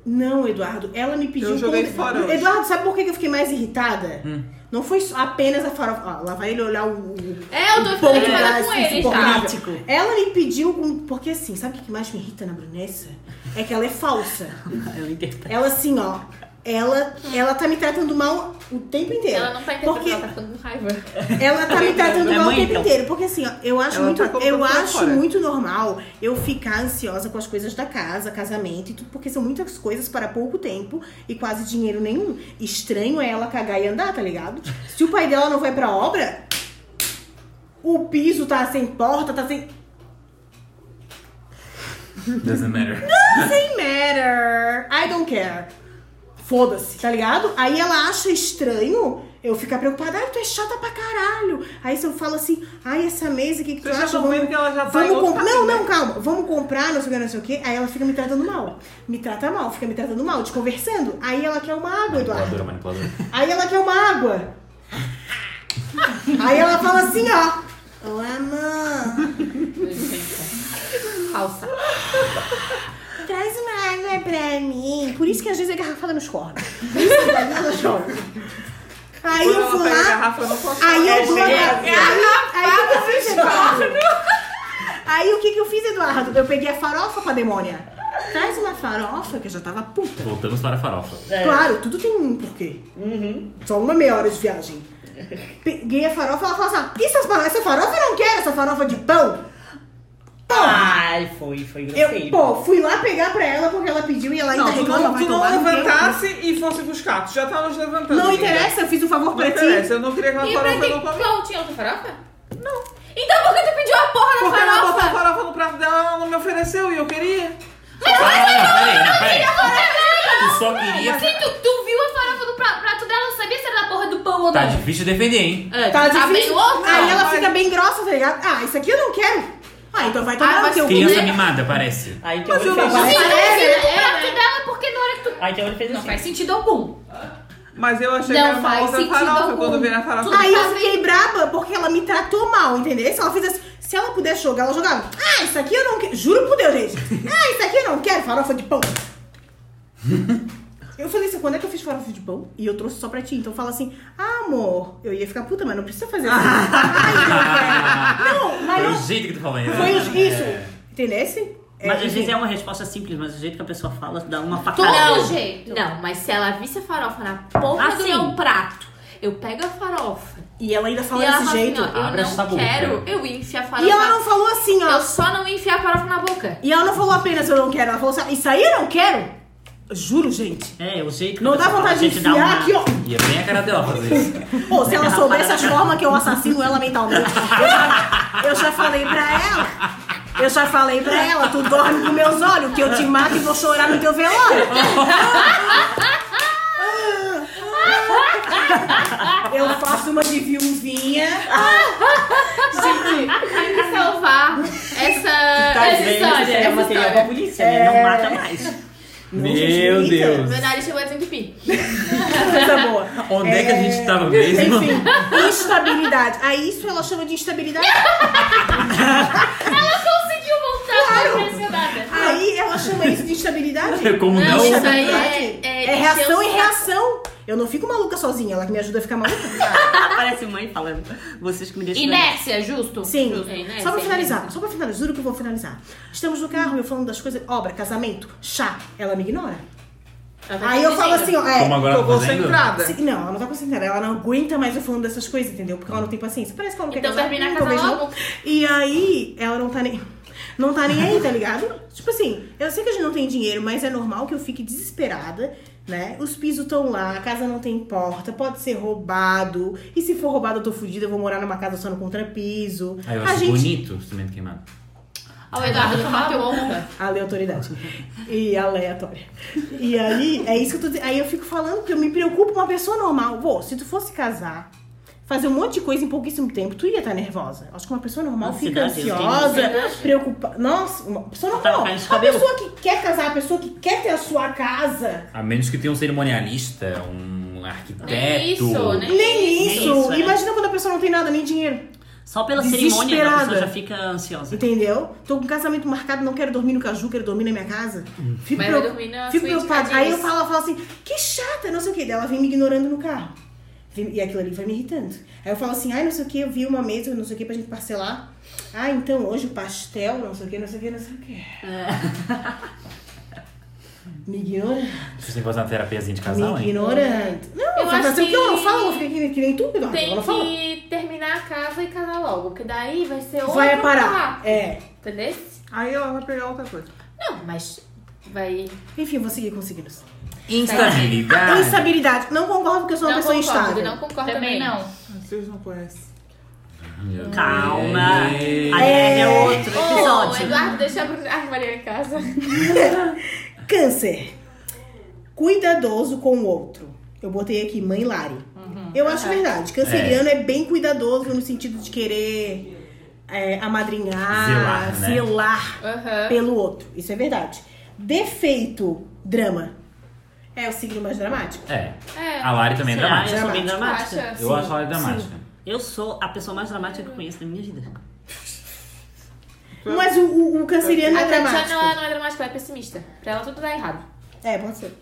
[SPEAKER 2] Não, Eduardo, ela me pediu... um
[SPEAKER 5] Eu joguei
[SPEAKER 2] todo-
[SPEAKER 5] fora hoje. Hum.
[SPEAKER 2] Eduardo, sabe por que que eu fiquei mais irritada? Não foi só- apenas a farofa... Ó, lá vai ele olhar o... o-
[SPEAKER 3] É, eu tô
[SPEAKER 2] o pão
[SPEAKER 3] ficando
[SPEAKER 2] que
[SPEAKER 3] irritada
[SPEAKER 2] dá
[SPEAKER 3] com
[SPEAKER 2] esse
[SPEAKER 3] ele tá? já.
[SPEAKER 2] insuportável. Ela me pediu... com- Porque assim, sabe o que que mais me irrita na Brunessa? É que ela é falsa.
[SPEAKER 7] Eu interpreto.
[SPEAKER 2] Ela assim, ó. Ela, ela tá me tratando mal o tempo inteiro.
[SPEAKER 3] Ela não tá
[SPEAKER 2] Porque
[SPEAKER 3] interpretando, ela tá ficando com raiva.
[SPEAKER 2] ela tá me tratando
[SPEAKER 7] É
[SPEAKER 2] mal o
[SPEAKER 7] mãe,
[SPEAKER 2] tempo
[SPEAKER 7] então.
[SPEAKER 2] inteiro. Porque assim, ó, eu acho,
[SPEAKER 5] Ela
[SPEAKER 2] muito,
[SPEAKER 5] tá colocando
[SPEAKER 2] eu
[SPEAKER 5] pra
[SPEAKER 2] acho
[SPEAKER 5] fora.
[SPEAKER 2] muito normal eu ficar ansiosa com as coisas da casa, casamento e tudo, porque são muitas coisas para pouco tempo e quase dinheiro nenhum. Estranho é ela cagar e andar, tá ligado? Se o pai dela não vai pra obra, o piso tá sem porta, tá sem.
[SPEAKER 6] Doesn't matter.
[SPEAKER 2] Doesn't matter. I don't care. Foda-se, tá ligado? Aí ela acha estranho eu ficar preocupada. Ai, tu é chata pra caralho. Aí se eu falo assim, ai, essa mesa, o que, que tu
[SPEAKER 5] Vocês já
[SPEAKER 2] acha?
[SPEAKER 5] estão vendo que ela já tá em
[SPEAKER 2] vamos
[SPEAKER 5] outro
[SPEAKER 2] comprar.
[SPEAKER 5] caminho,
[SPEAKER 2] Não,
[SPEAKER 5] né?
[SPEAKER 2] não, calma. Vamos comprar, não sei o que, não sei o que. Aí ela fica me tratando mal. Me trata mal, fica me tratando mal, te conversando. Aí ela quer uma água, Eduardo.
[SPEAKER 6] Manipuladora, manipuladora.
[SPEAKER 2] Aí ela quer uma água. Aí ela fala assim, ó. Ô, amor,
[SPEAKER 3] Falsa.
[SPEAKER 2] traz uma água pra mim. Por isso que às vezes é garrafada nos cornos. Por isso que é garrafada nos cornos. Aí
[SPEAKER 5] Quando
[SPEAKER 2] eu
[SPEAKER 5] ela
[SPEAKER 2] fui
[SPEAKER 5] pega a
[SPEAKER 2] lá,
[SPEAKER 5] garrafa, eu não posso
[SPEAKER 2] Aí
[SPEAKER 5] falar.
[SPEAKER 2] eu dou a
[SPEAKER 5] É,
[SPEAKER 2] garrafa.
[SPEAKER 5] é,
[SPEAKER 2] Aí, aí o que que eu fiz, Eduardo? Aí o que, que eu fiz, Eduardo? Eu peguei a farofa pra demônia. Traz uma farofa que eu já tava puta.
[SPEAKER 6] Voltamos para a farofa.
[SPEAKER 5] É.
[SPEAKER 2] Claro, tudo tem um porquê.
[SPEAKER 5] Uhum.
[SPEAKER 2] Só uma meia hora de viagem. Peguei a farofa, ela falou assim: "Isso, essa, essa farofa eu não quero, essa farofa de pão.
[SPEAKER 5] Ah,
[SPEAKER 7] Ai, foi, foi
[SPEAKER 2] Eu, pô, fui lá pegar pra ela porque ela pediu e ela ainda
[SPEAKER 5] Não, tu
[SPEAKER 2] reclama,
[SPEAKER 5] não,
[SPEAKER 2] vai
[SPEAKER 5] tu não
[SPEAKER 2] tomar no
[SPEAKER 5] levantasse e fosse buscar. Tu já tava nos
[SPEAKER 2] teu-
[SPEAKER 5] levantando.
[SPEAKER 2] Não
[SPEAKER 5] amiga.
[SPEAKER 2] interessa, eu fiz um favor
[SPEAKER 5] Não
[SPEAKER 2] pra
[SPEAKER 5] interessa.
[SPEAKER 2] ti.
[SPEAKER 5] Eu não queria aquela
[SPEAKER 3] E pra
[SPEAKER 5] farofa, eu não
[SPEAKER 3] que?
[SPEAKER 5] comi.
[SPEAKER 3] Não, tinha outra farofa? Não. Então por que tu pediu a porra
[SPEAKER 2] tá
[SPEAKER 3] da
[SPEAKER 5] Porque ela botou a
[SPEAKER 3] farofa?
[SPEAKER 5] farofa no prato dela, ela não me ofereceu e eu queria.
[SPEAKER 6] Ah, peraí, não, peraí.
[SPEAKER 3] É
[SPEAKER 6] Tu só queria.
[SPEAKER 4] Assim, tu, tu viu a farofa do pra- prato dela, não sabia se era da porra do pão ou
[SPEAKER 6] Tá
[SPEAKER 4] não.
[SPEAKER 6] difícil defender, hein?
[SPEAKER 3] Ah,
[SPEAKER 4] É,
[SPEAKER 2] Tá
[SPEAKER 4] bem
[SPEAKER 2] difícil.
[SPEAKER 4] louco?
[SPEAKER 2] Aí ela
[SPEAKER 5] mas-
[SPEAKER 2] fica bem grossa, tá ligado? Ah, isso aqui eu não quero. Ah, então vai
[SPEAKER 7] Ah,
[SPEAKER 2] tomar no
[SPEAKER 7] mas
[SPEAKER 2] teu cu.
[SPEAKER 6] Criança mimada, parece.
[SPEAKER 7] Aí teu
[SPEAKER 5] Mas
[SPEAKER 7] olho
[SPEAKER 5] eu não
[SPEAKER 7] fez assim.
[SPEAKER 5] sei.
[SPEAKER 4] Sim,
[SPEAKER 2] Parece,
[SPEAKER 4] é, prato dela, porque na hora que tu...
[SPEAKER 7] Aí teu olho fez
[SPEAKER 4] Não
[SPEAKER 7] assim.
[SPEAKER 4] faz sentido algum.
[SPEAKER 5] Mas eu achei
[SPEAKER 4] Não
[SPEAKER 5] que era uma
[SPEAKER 4] faz
[SPEAKER 5] outra
[SPEAKER 4] sentido
[SPEAKER 5] farofa.
[SPEAKER 4] algum.
[SPEAKER 5] Quando veio a farofa,
[SPEAKER 4] Tudo
[SPEAKER 2] Aí
[SPEAKER 4] tá
[SPEAKER 2] eu fiquei braba porque ela me tratou mal, entendeu? Se ela fizesse. Se ela pudesse jogar, ela jogava. Ah, isso aqui eu não quero. Juro por Deus, gente. Ah, isso aqui eu não quero. Farofa de pão. Eu falei assim, quando é que eu fiz farofa de pão? E eu trouxe só pra ti. Então fala assim, ah, amor, eu ia ficar puta, mas não precisa fazer assim. Ai, eu não quero. Não, mas
[SPEAKER 6] Foi
[SPEAKER 2] Ah, não.
[SPEAKER 6] o jeito que tu falou É, ainda.
[SPEAKER 3] É.
[SPEAKER 2] Foi os- isso. Entendesse?
[SPEAKER 7] Mas às vezes é uma resposta simples, mas o jeito que a pessoa fala dá uma
[SPEAKER 3] Todo
[SPEAKER 7] facada.
[SPEAKER 3] jeito. Ah, Ah, Não, mas se ela visse a farofa na porra do
[SPEAKER 7] Assim.
[SPEAKER 3] meu prato, eu pego a farofa.
[SPEAKER 2] E ela ainda fala
[SPEAKER 3] e ela
[SPEAKER 2] desse
[SPEAKER 3] fala
[SPEAKER 2] jeito.
[SPEAKER 3] assim, ó, eu
[SPEAKER 6] Abre essa
[SPEAKER 3] não
[SPEAKER 6] boca.
[SPEAKER 3] quero, eu enfio a farofa.
[SPEAKER 2] e ela não falou assim, ó.
[SPEAKER 3] Eu só não enfio a farofa na boca.
[SPEAKER 2] E ela não falou apenas eu não quero. Ela falou assim, isso aí eu não quero. Juro, gente.
[SPEAKER 7] É, o jeito que
[SPEAKER 2] Não
[SPEAKER 7] a
[SPEAKER 2] dá
[SPEAKER 7] pessoa fala,
[SPEAKER 2] vontade de
[SPEAKER 3] assim,
[SPEAKER 7] a gente dá
[SPEAKER 2] enfiar
[SPEAKER 7] uma-
[SPEAKER 3] um
[SPEAKER 2] aqui, ó.
[SPEAKER 6] E é bem a cara dela fazer isso.
[SPEAKER 2] Pô, se ela soubesse as formas que eu assassino ela mentalmente. Eu já, eu já falei pra ela. Eu já falei pra ela, tu dorme com meus olhos, que eu te mato e vou chorar no teu velório. Eu faço uma de viúvinha.
[SPEAKER 3] Tem que salvar essa,
[SPEAKER 7] Tá
[SPEAKER 3] essa
[SPEAKER 7] vendo?
[SPEAKER 3] história.
[SPEAKER 7] É
[SPEAKER 3] essa
[SPEAKER 7] material pra
[SPEAKER 3] história.
[SPEAKER 7] polícia, né?
[SPEAKER 2] É.
[SPEAKER 7] Não mata mais.
[SPEAKER 2] Não, gente,
[SPEAKER 6] Meu
[SPEAKER 2] eita,
[SPEAKER 6] Deus.
[SPEAKER 3] Meu nariz chegou a desentupir.
[SPEAKER 2] Coisa boa.
[SPEAKER 6] Onde é que a gente tava mesmo?
[SPEAKER 2] Enfim, instabilidade. Aí isso ela chama de instabilidade.
[SPEAKER 3] Conseguiu voltar claro. impressionada.
[SPEAKER 2] Aí ela chama isso de instabilidade.
[SPEAKER 6] Como
[SPEAKER 3] Não,
[SPEAKER 6] não?
[SPEAKER 3] isso aí
[SPEAKER 2] Instabilidade?
[SPEAKER 3] é- é
[SPEAKER 2] é reação
[SPEAKER 3] encher
[SPEAKER 2] e
[SPEAKER 3] o
[SPEAKER 2] reação. Eu não fico maluca sozinha, ela que me ajuda a ficar maluca.
[SPEAKER 7] Parece mãe falando. Vocês que me deixam.
[SPEAKER 4] Inércia, justo?
[SPEAKER 2] Sim.
[SPEAKER 4] Justo.
[SPEAKER 3] É, né?
[SPEAKER 2] Só pra
[SPEAKER 3] Sim.
[SPEAKER 2] finalizar, só pra finalizar, juro que eu vou finalizar. Estamos no carro, eu falando das coisas, obra, casamento, chá, ela me ignora.
[SPEAKER 3] Ela tá
[SPEAKER 2] Aí eu falo assim,
[SPEAKER 3] dirigindo.
[SPEAKER 2] ó, é.
[SPEAKER 6] Como agora
[SPEAKER 5] Tô
[SPEAKER 6] tá fazendo?
[SPEAKER 5] concentrada.
[SPEAKER 2] se- Não, ela não tá concentrada, ela não aguenta mais eu falando dessas coisas, entendeu? Porque ela não tem paciência. Parece que ela não
[SPEAKER 3] Então
[SPEAKER 2] quer
[SPEAKER 3] termina a
[SPEAKER 2] comigo,
[SPEAKER 3] casa
[SPEAKER 2] talvez
[SPEAKER 3] logo.
[SPEAKER 2] E aí, ela não tá nem. Não tá nem aí, tá ligado? Tipo assim, eu sei que a gente não tem dinheiro, mas é normal que eu fique desesperada, né? Os pisos estão lá, a casa não tem porta, pode ser roubado. E se for roubado, eu tô fudida, eu vou morar numa casa só no contrapiso.
[SPEAKER 6] Aí eu
[SPEAKER 2] a
[SPEAKER 6] acho bonito o cimento queimado.
[SPEAKER 3] Ó, o Eduardo bateu onda.
[SPEAKER 2] Aleatoriedade. E aleatória. E aí, é isso que eu tô dizendo. Aí eu fico falando que eu me preocupo com uma pessoa normal. Vô, se tu fosse casar, fazer um monte de coisa em pouquíssimo tempo, tu ia estar nervosa. Acho que uma pessoa normal fica
[SPEAKER 7] Ansiedade, eu tenho
[SPEAKER 2] ansiosa,
[SPEAKER 7] ansiedade.
[SPEAKER 2] preocupada. Nossa, uma pessoa
[SPEAKER 7] Tá
[SPEAKER 2] normal.
[SPEAKER 7] caindo de
[SPEAKER 2] a
[SPEAKER 7] cabelo.
[SPEAKER 2] pessoa que quer casar, a pessoa que quer ter a sua casa.
[SPEAKER 6] A menos que tenha um cerimonialista, um arquiteto.
[SPEAKER 3] Nem isso, né?
[SPEAKER 2] Nem isso.
[SPEAKER 7] isso, né?
[SPEAKER 2] Imagina quando a pessoa não tem nada, nem dinheiro.
[SPEAKER 7] Só pela cerimônia a pessoa
[SPEAKER 2] Desesperada.
[SPEAKER 7] já fica ansiosa.
[SPEAKER 2] Entendeu? Tô com casamento marcado, não quero dormir no caju, quero dormir na minha casa. Fico,
[SPEAKER 3] Mas
[SPEAKER 2] preo-
[SPEAKER 3] vai dormir na
[SPEAKER 2] fico
[SPEAKER 3] suíte
[SPEAKER 2] preocupada.
[SPEAKER 3] Cadiz.
[SPEAKER 2] Aí eu falo, ela fala assim, que chata, não sei o que. Daí ela vem me ignorando no carro. Vem- E aquilo ali vai me irritando. Aí eu falo assim, ai, não sei o que, eu vi uma mesa, não sei o que, pra gente parcelar. Ah, então hoje o pastel, não sei o que, não sei o que, não sei o que.
[SPEAKER 3] É.
[SPEAKER 2] Me ignorando.
[SPEAKER 6] Vocês têm que fazer uma terapiazinha de casal,
[SPEAKER 2] Me
[SPEAKER 6] hein?
[SPEAKER 2] ignorando. Não, eu
[SPEAKER 3] Eu
[SPEAKER 2] falo
[SPEAKER 3] acho
[SPEAKER 2] assim, o que eu não
[SPEAKER 3] que
[SPEAKER 2] falo, eu vou ficar que, que nem tu, Eduardo. Eu
[SPEAKER 3] Tem
[SPEAKER 2] não falo.
[SPEAKER 3] que terminar a casa e casar logo, porque daí vai ser outro
[SPEAKER 2] Vai parar.
[SPEAKER 3] papo,
[SPEAKER 2] É.
[SPEAKER 3] Entendeu?
[SPEAKER 5] Aí ela vai pegar outra coisa.
[SPEAKER 3] Não, mas vai...
[SPEAKER 2] Enfim, eu vou seguir conseguindo.
[SPEAKER 7] é
[SPEAKER 6] Instabilidade.
[SPEAKER 2] Instabilidade. Não concordo porque eu sou uma
[SPEAKER 3] não
[SPEAKER 2] pessoa
[SPEAKER 3] concordo,
[SPEAKER 2] instável.
[SPEAKER 3] não concordo
[SPEAKER 4] Também não.
[SPEAKER 5] Ah, Vocês não conhecem.
[SPEAKER 6] Meu Deus.
[SPEAKER 7] Calma. Aí é outro
[SPEAKER 3] Ô,
[SPEAKER 7] episódio.
[SPEAKER 3] Eduardo, deixa a Bruna- a Maria em casa.
[SPEAKER 2] Câncer. Cuidadoso com o outro. Eu botei aqui, mãe Lari.
[SPEAKER 3] Uhum.
[SPEAKER 2] Eu acho verdade. Canceriano é. bem cuidadoso no sentido de querer é, amadrinhar,
[SPEAKER 6] Zelar, né?
[SPEAKER 2] zelar
[SPEAKER 3] Aham.
[SPEAKER 2] pelo outro. Isso é verdade. Defeito, drama. É o signo mais dramático.
[SPEAKER 6] É.
[SPEAKER 3] É.
[SPEAKER 6] A Lari também é
[SPEAKER 7] Será?
[SPEAKER 6] dramática.
[SPEAKER 7] Eu sou bem
[SPEAKER 2] Dramática.
[SPEAKER 7] dramática.
[SPEAKER 3] Acha?
[SPEAKER 6] Eu acho a Lari dramática.
[SPEAKER 7] Eu sou a pessoa mais dramática que eu conheço na minha vida.
[SPEAKER 2] Mas o, o- o canceriano
[SPEAKER 3] A
[SPEAKER 2] é
[SPEAKER 3] Tatiana,
[SPEAKER 2] dramático.
[SPEAKER 3] ela não é dramática, ela é pessimista. Pra ela tudo dá errado.
[SPEAKER 2] É, pode ser.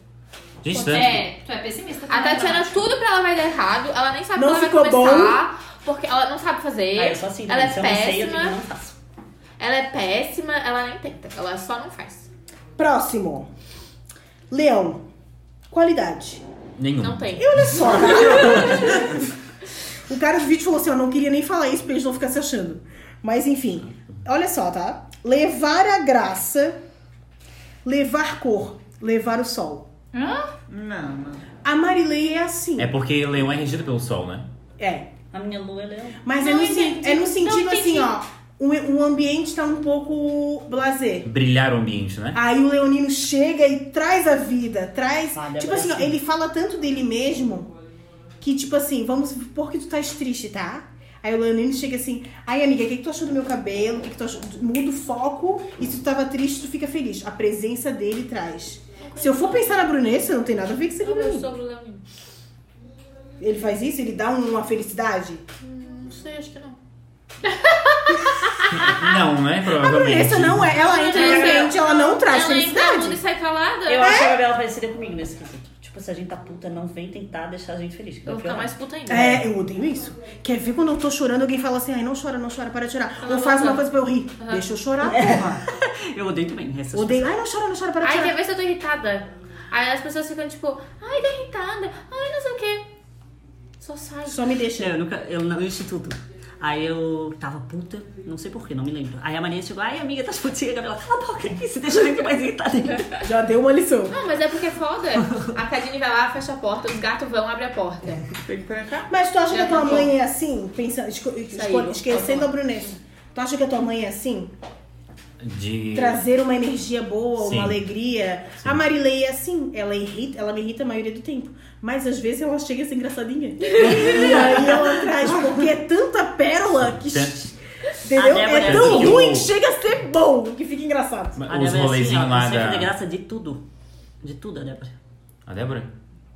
[SPEAKER 6] Gente, tanto que-
[SPEAKER 4] É, tu é pessimista.
[SPEAKER 3] A Tatiana, tudo pra ela vai dar errado. Ela nem sabe
[SPEAKER 2] Não
[SPEAKER 3] quando
[SPEAKER 2] ficou
[SPEAKER 3] vai começar. Porque ela não sabe fazer.
[SPEAKER 7] Ah, eu sou assim,
[SPEAKER 3] ela é
[SPEAKER 7] se eu não sei, eu
[SPEAKER 3] péssima.
[SPEAKER 7] também não tá. faço.
[SPEAKER 3] ela é péssima, ela nem tenta. Ela só não faz.
[SPEAKER 2] Próximo. Leão. Qualidade.
[SPEAKER 6] nenhum.
[SPEAKER 3] Não tem.
[SPEAKER 2] Olha só. tá? o cara do vídeo falou assim, ó, não queria nem falar isso pra eles não ficar se achando. Mas enfim, olha só, tá? Levar a graça, levar cor, levar o sol.
[SPEAKER 5] Não, não.
[SPEAKER 2] A Marilei é assim.
[SPEAKER 6] É porque leão é regido pelo sol, né?
[SPEAKER 2] É.
[SPEAKER 7] A minha lua é leão.
[SPEAKER 2] Mas é
[SPEAKER 3] Não
[SPEAKER 2] no, sen-
[SPEAKER 3] entendi.
[SPEAKER 2] é no
[SPEAKER 3] Não
[SPEAKER 2] sentido
[SPEAKER 3] entendi.
[SPEAKER 2] assim, ó. O, o ambiente tá um pouco blazer.
[SPEAKER 6] Brilhar o ambiente, né?
[SPEAKER 2] Aí o Leonino chega e traz a vida, traz.
[SPEAKER 7] Ah,
[SPEAKER 2] tipo
[SPEAKER 7] Débora,
[SPEAKER 2] assim, ó,
[SPEAKER 7] sim.
[SPEAKER 2] ele fala tanto dele mesmo que, tipo assim, vamos supor que tu estás triste, tá? Aí o Leonino chega assim, ai amiga, o que, que tu achou do meu cabelo? O que, que tu achou? Muda o foco e se tu tava triste, tu fica feliz. A presença dele traz. Se eu for pensar na Brunessa, não tem nada a ver com isso aqui
[SPEAKER 3] O
[SPEAKER 2] pra
[SPEAKER 3] meu
[SPEAKER 2] mim.
[SPEAKER 3] sogro Leonino.
[SPEAKER 2] Ele faz isso, ele dá uma felicidade.
[SPEAKER 3] Não sei, acho que não.
[SPEAKER 6] Não, né?
[SPEAKER 2] Ah. A
[SPEAKER 6] Provavelmente.
[SPEAKER 2] Brunessa não é, ela entra no
[SPEAKER 3] Brunessa,
[SPEAKER 2] ambiente, ela não traz
[SPEAKER 3] ela entra no mundo
[SPEAKER 2] felicidade.
[SPEAKER 3] e sai calada.
[SPEAKER 7] Eu achava ela parecida comigo nesse quesito. Tipo tipo, se a gente tá puta, não vem tentar deixar a gente feliz. que
[SPEAKER 3] Eu
[SPEAKER 7] vai
[SPEAKER 3] vou ficar
[SPEAKER 7] piorar.
[SPEAKER 3] mais puta ainda.
[SPEAKER 2] É, eu odeio isso. Quer ver quando eu tô chorando, alguém fala assim, ai, não chora, não chora, para de chorar. Ou faz uma coisa pra eu rir. Deixa eu chorar, porra.
[SPEAKER 7] Eu odeio também essas
[SPEAKER 2] Odeio, ai, não chora, não chora, para de
[SPEAKER 3] Ai, quer
[SPEAKER 2] chorar.
[SPEAKER 3] ver se eu tô irritada? Aí as pessoas ficam tipo, ai, tá irritada, ai, não sei o quê. Só sai.
[SPEAKER 2] Só me
[SPEAKER 7] Não,
[SPEAKER 2] deixa.
[SPEAKER 7] eu nunca, eu no instituto. Aí eu tava puta, não sei porquê, não me lembro. Aí a Maria chegou, ai amiga, tá putinha, Gabriela, cala a boca aqui, você deixa a gente mais irritada. ainda."
[SPEAKER 2] Já deu uma lição.
[SPEAKER 3] Não, mas é porque é foda. A Cadine vai lá, fecha a porta, os gatos vão, abre a porta.
[SPEAKER 7] É.
[SPEAKER 5] Tem que trancar.
[SPEAKER 2] Tá. Mas tu acha que a tua
[SPEAKER 3] acabou.
[SPEAKER 2] mãe é assim? Pensa, esco- esco- esquecendo
[SPEAKER 3] acabou.
[SPEAKER 2] a Brunessa. Tu acha que a tua mãe é assim?
[SPEAKER 1] De.
[SPEAKER 2] Trazer uma energia boa,
[SPEAKER 1] Sim.
[SPEAKER 2] uma alegria. A Marilei é assim, ela irrita, ela me irrita a maioria do tempo. Mas às vezes ela chega a ser engraçadinha. e aí ela traz, porque é tanta pérola que.
[SPEAKER 1] Tanto-
[SPEAKER 2] Entendeu?
[SPEAKER 7] A Débora
[SPEAKER 2] É
[SPEAKER 7] é
[SPEAKER 2] tão
[SPEAKER 1] assim.
[SPEAKER 2] ruim que chega a ser bom, que fica engraçado.
[SPEAKER 7] A
[SPEAKER 1] Os
[SPEAKER 7] Débora é
[SPEAKER 1] rolezinhos
[SPEAKER 7] assim, ó,
[SPEAKER 1] lá
[SPEAKER 7] consegue fazer
[SPEAKER 1] da.
[SPEAKER 7] graça de tudo. De tudo, a Débora.
[SPEAKER 1] A Débora?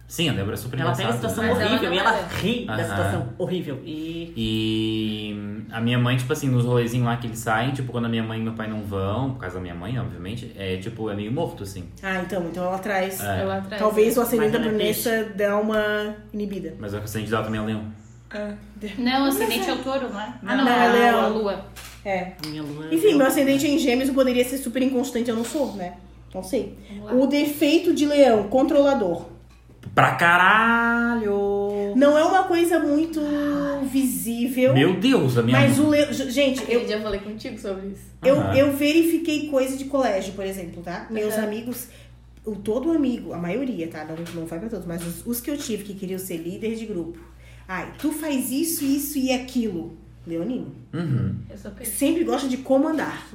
[SPEAKER 1] Sim, a Débora é super
[SPEAKER 7] Ela pega a
[SPEAKER 1] engraçada,
[SPEAKER 7] situação
[SPEAKER 1] né?
[SPEAKER 3] Mas ela
[SPEAKER 7] horrível
[SPEAKER 3] não
[SPEAKER 7] e ela
[SPEAKER 3] é.
[SPEAKER 7] ri da
[SPEAKER 1] Aham.
[SPEAKER 7] situação horrível. E
[SPEAKER 1] E a minha mãe, tipo assim, nos rolezinhos lá que eles saem, tipo, quando a minha mãe e meu pai não vão, por causa da minha mãe, obviamente, é tipo, é meio morto, assim.
[SPEAKER 2] Ah, então, então ela traz.
[SPEAKER 1] É.
[SPEAKER 3] Eu atrás.
[SPEAKER 2] Talvez o acidente da
[SPEAKER 7] Mas ela é
[SPEAKER 2] Brunessa dê uma inibida.
[SPEAKER 1] Mas o acidente dela também é leão.
[SPEAKER 2] Ah,
[SPEAKER 4] Não, o acidente é o touro, não é?
[SPEAKER 3] Ah, não,
[SPEAKER 2] Não,
[SPEAKER 3] a
[SPEAKER 2] ela é
[SPEAKER 3] lua,
[SPEAKER 2] a-
[SPEAKER 3] a lua.
[SPEAKER 2] É.
[SPEAKER 7] a minha lua...
[SPEAKER 2] Enfim,
[SPEAKER 3] assim-
[SPEAKER 2] meu ascendente é em gêmeos eu poderia ser super inconstante, eu não sou, né? Não sei. O defeito de leão, controlador.
[SPEAKER 1] Pra caralho!
[SPEAKER 2] Não é uma coisa muito visível.
[SPEAKER 1] Ah. Meu Deus, a minha
[SPEAKER 2] mas
[SPEAKER 1] mãe.
[SPEAKER 2] o leão. Gente,
[SPEAKER 3] Aquele
[SPEAKER 2] eu,
[SPEAKER 3] dia eu falei contigo sobre isso.
[SPEAKER 2] eu,
[SPEAKER 1] Aham.
[SPEAKER 2] eu verifiquei coisa de colégio, por exemplo, tá? Meus
[SPEAKER 3] Aham.
[SPEAKER 2] amigos. O todo amigo, a maioria, tá? Não, não vai pra todos, mas os, os que eu tive que queriam ser líder de grupo. Ai, tu faz isso, isso e aquilo. Leonino.
[SPEAKER 1] Uhum.
[SPEAKER 3] Eu sou peixe.
[SPEAKER 2] Sempre gosta de comandar.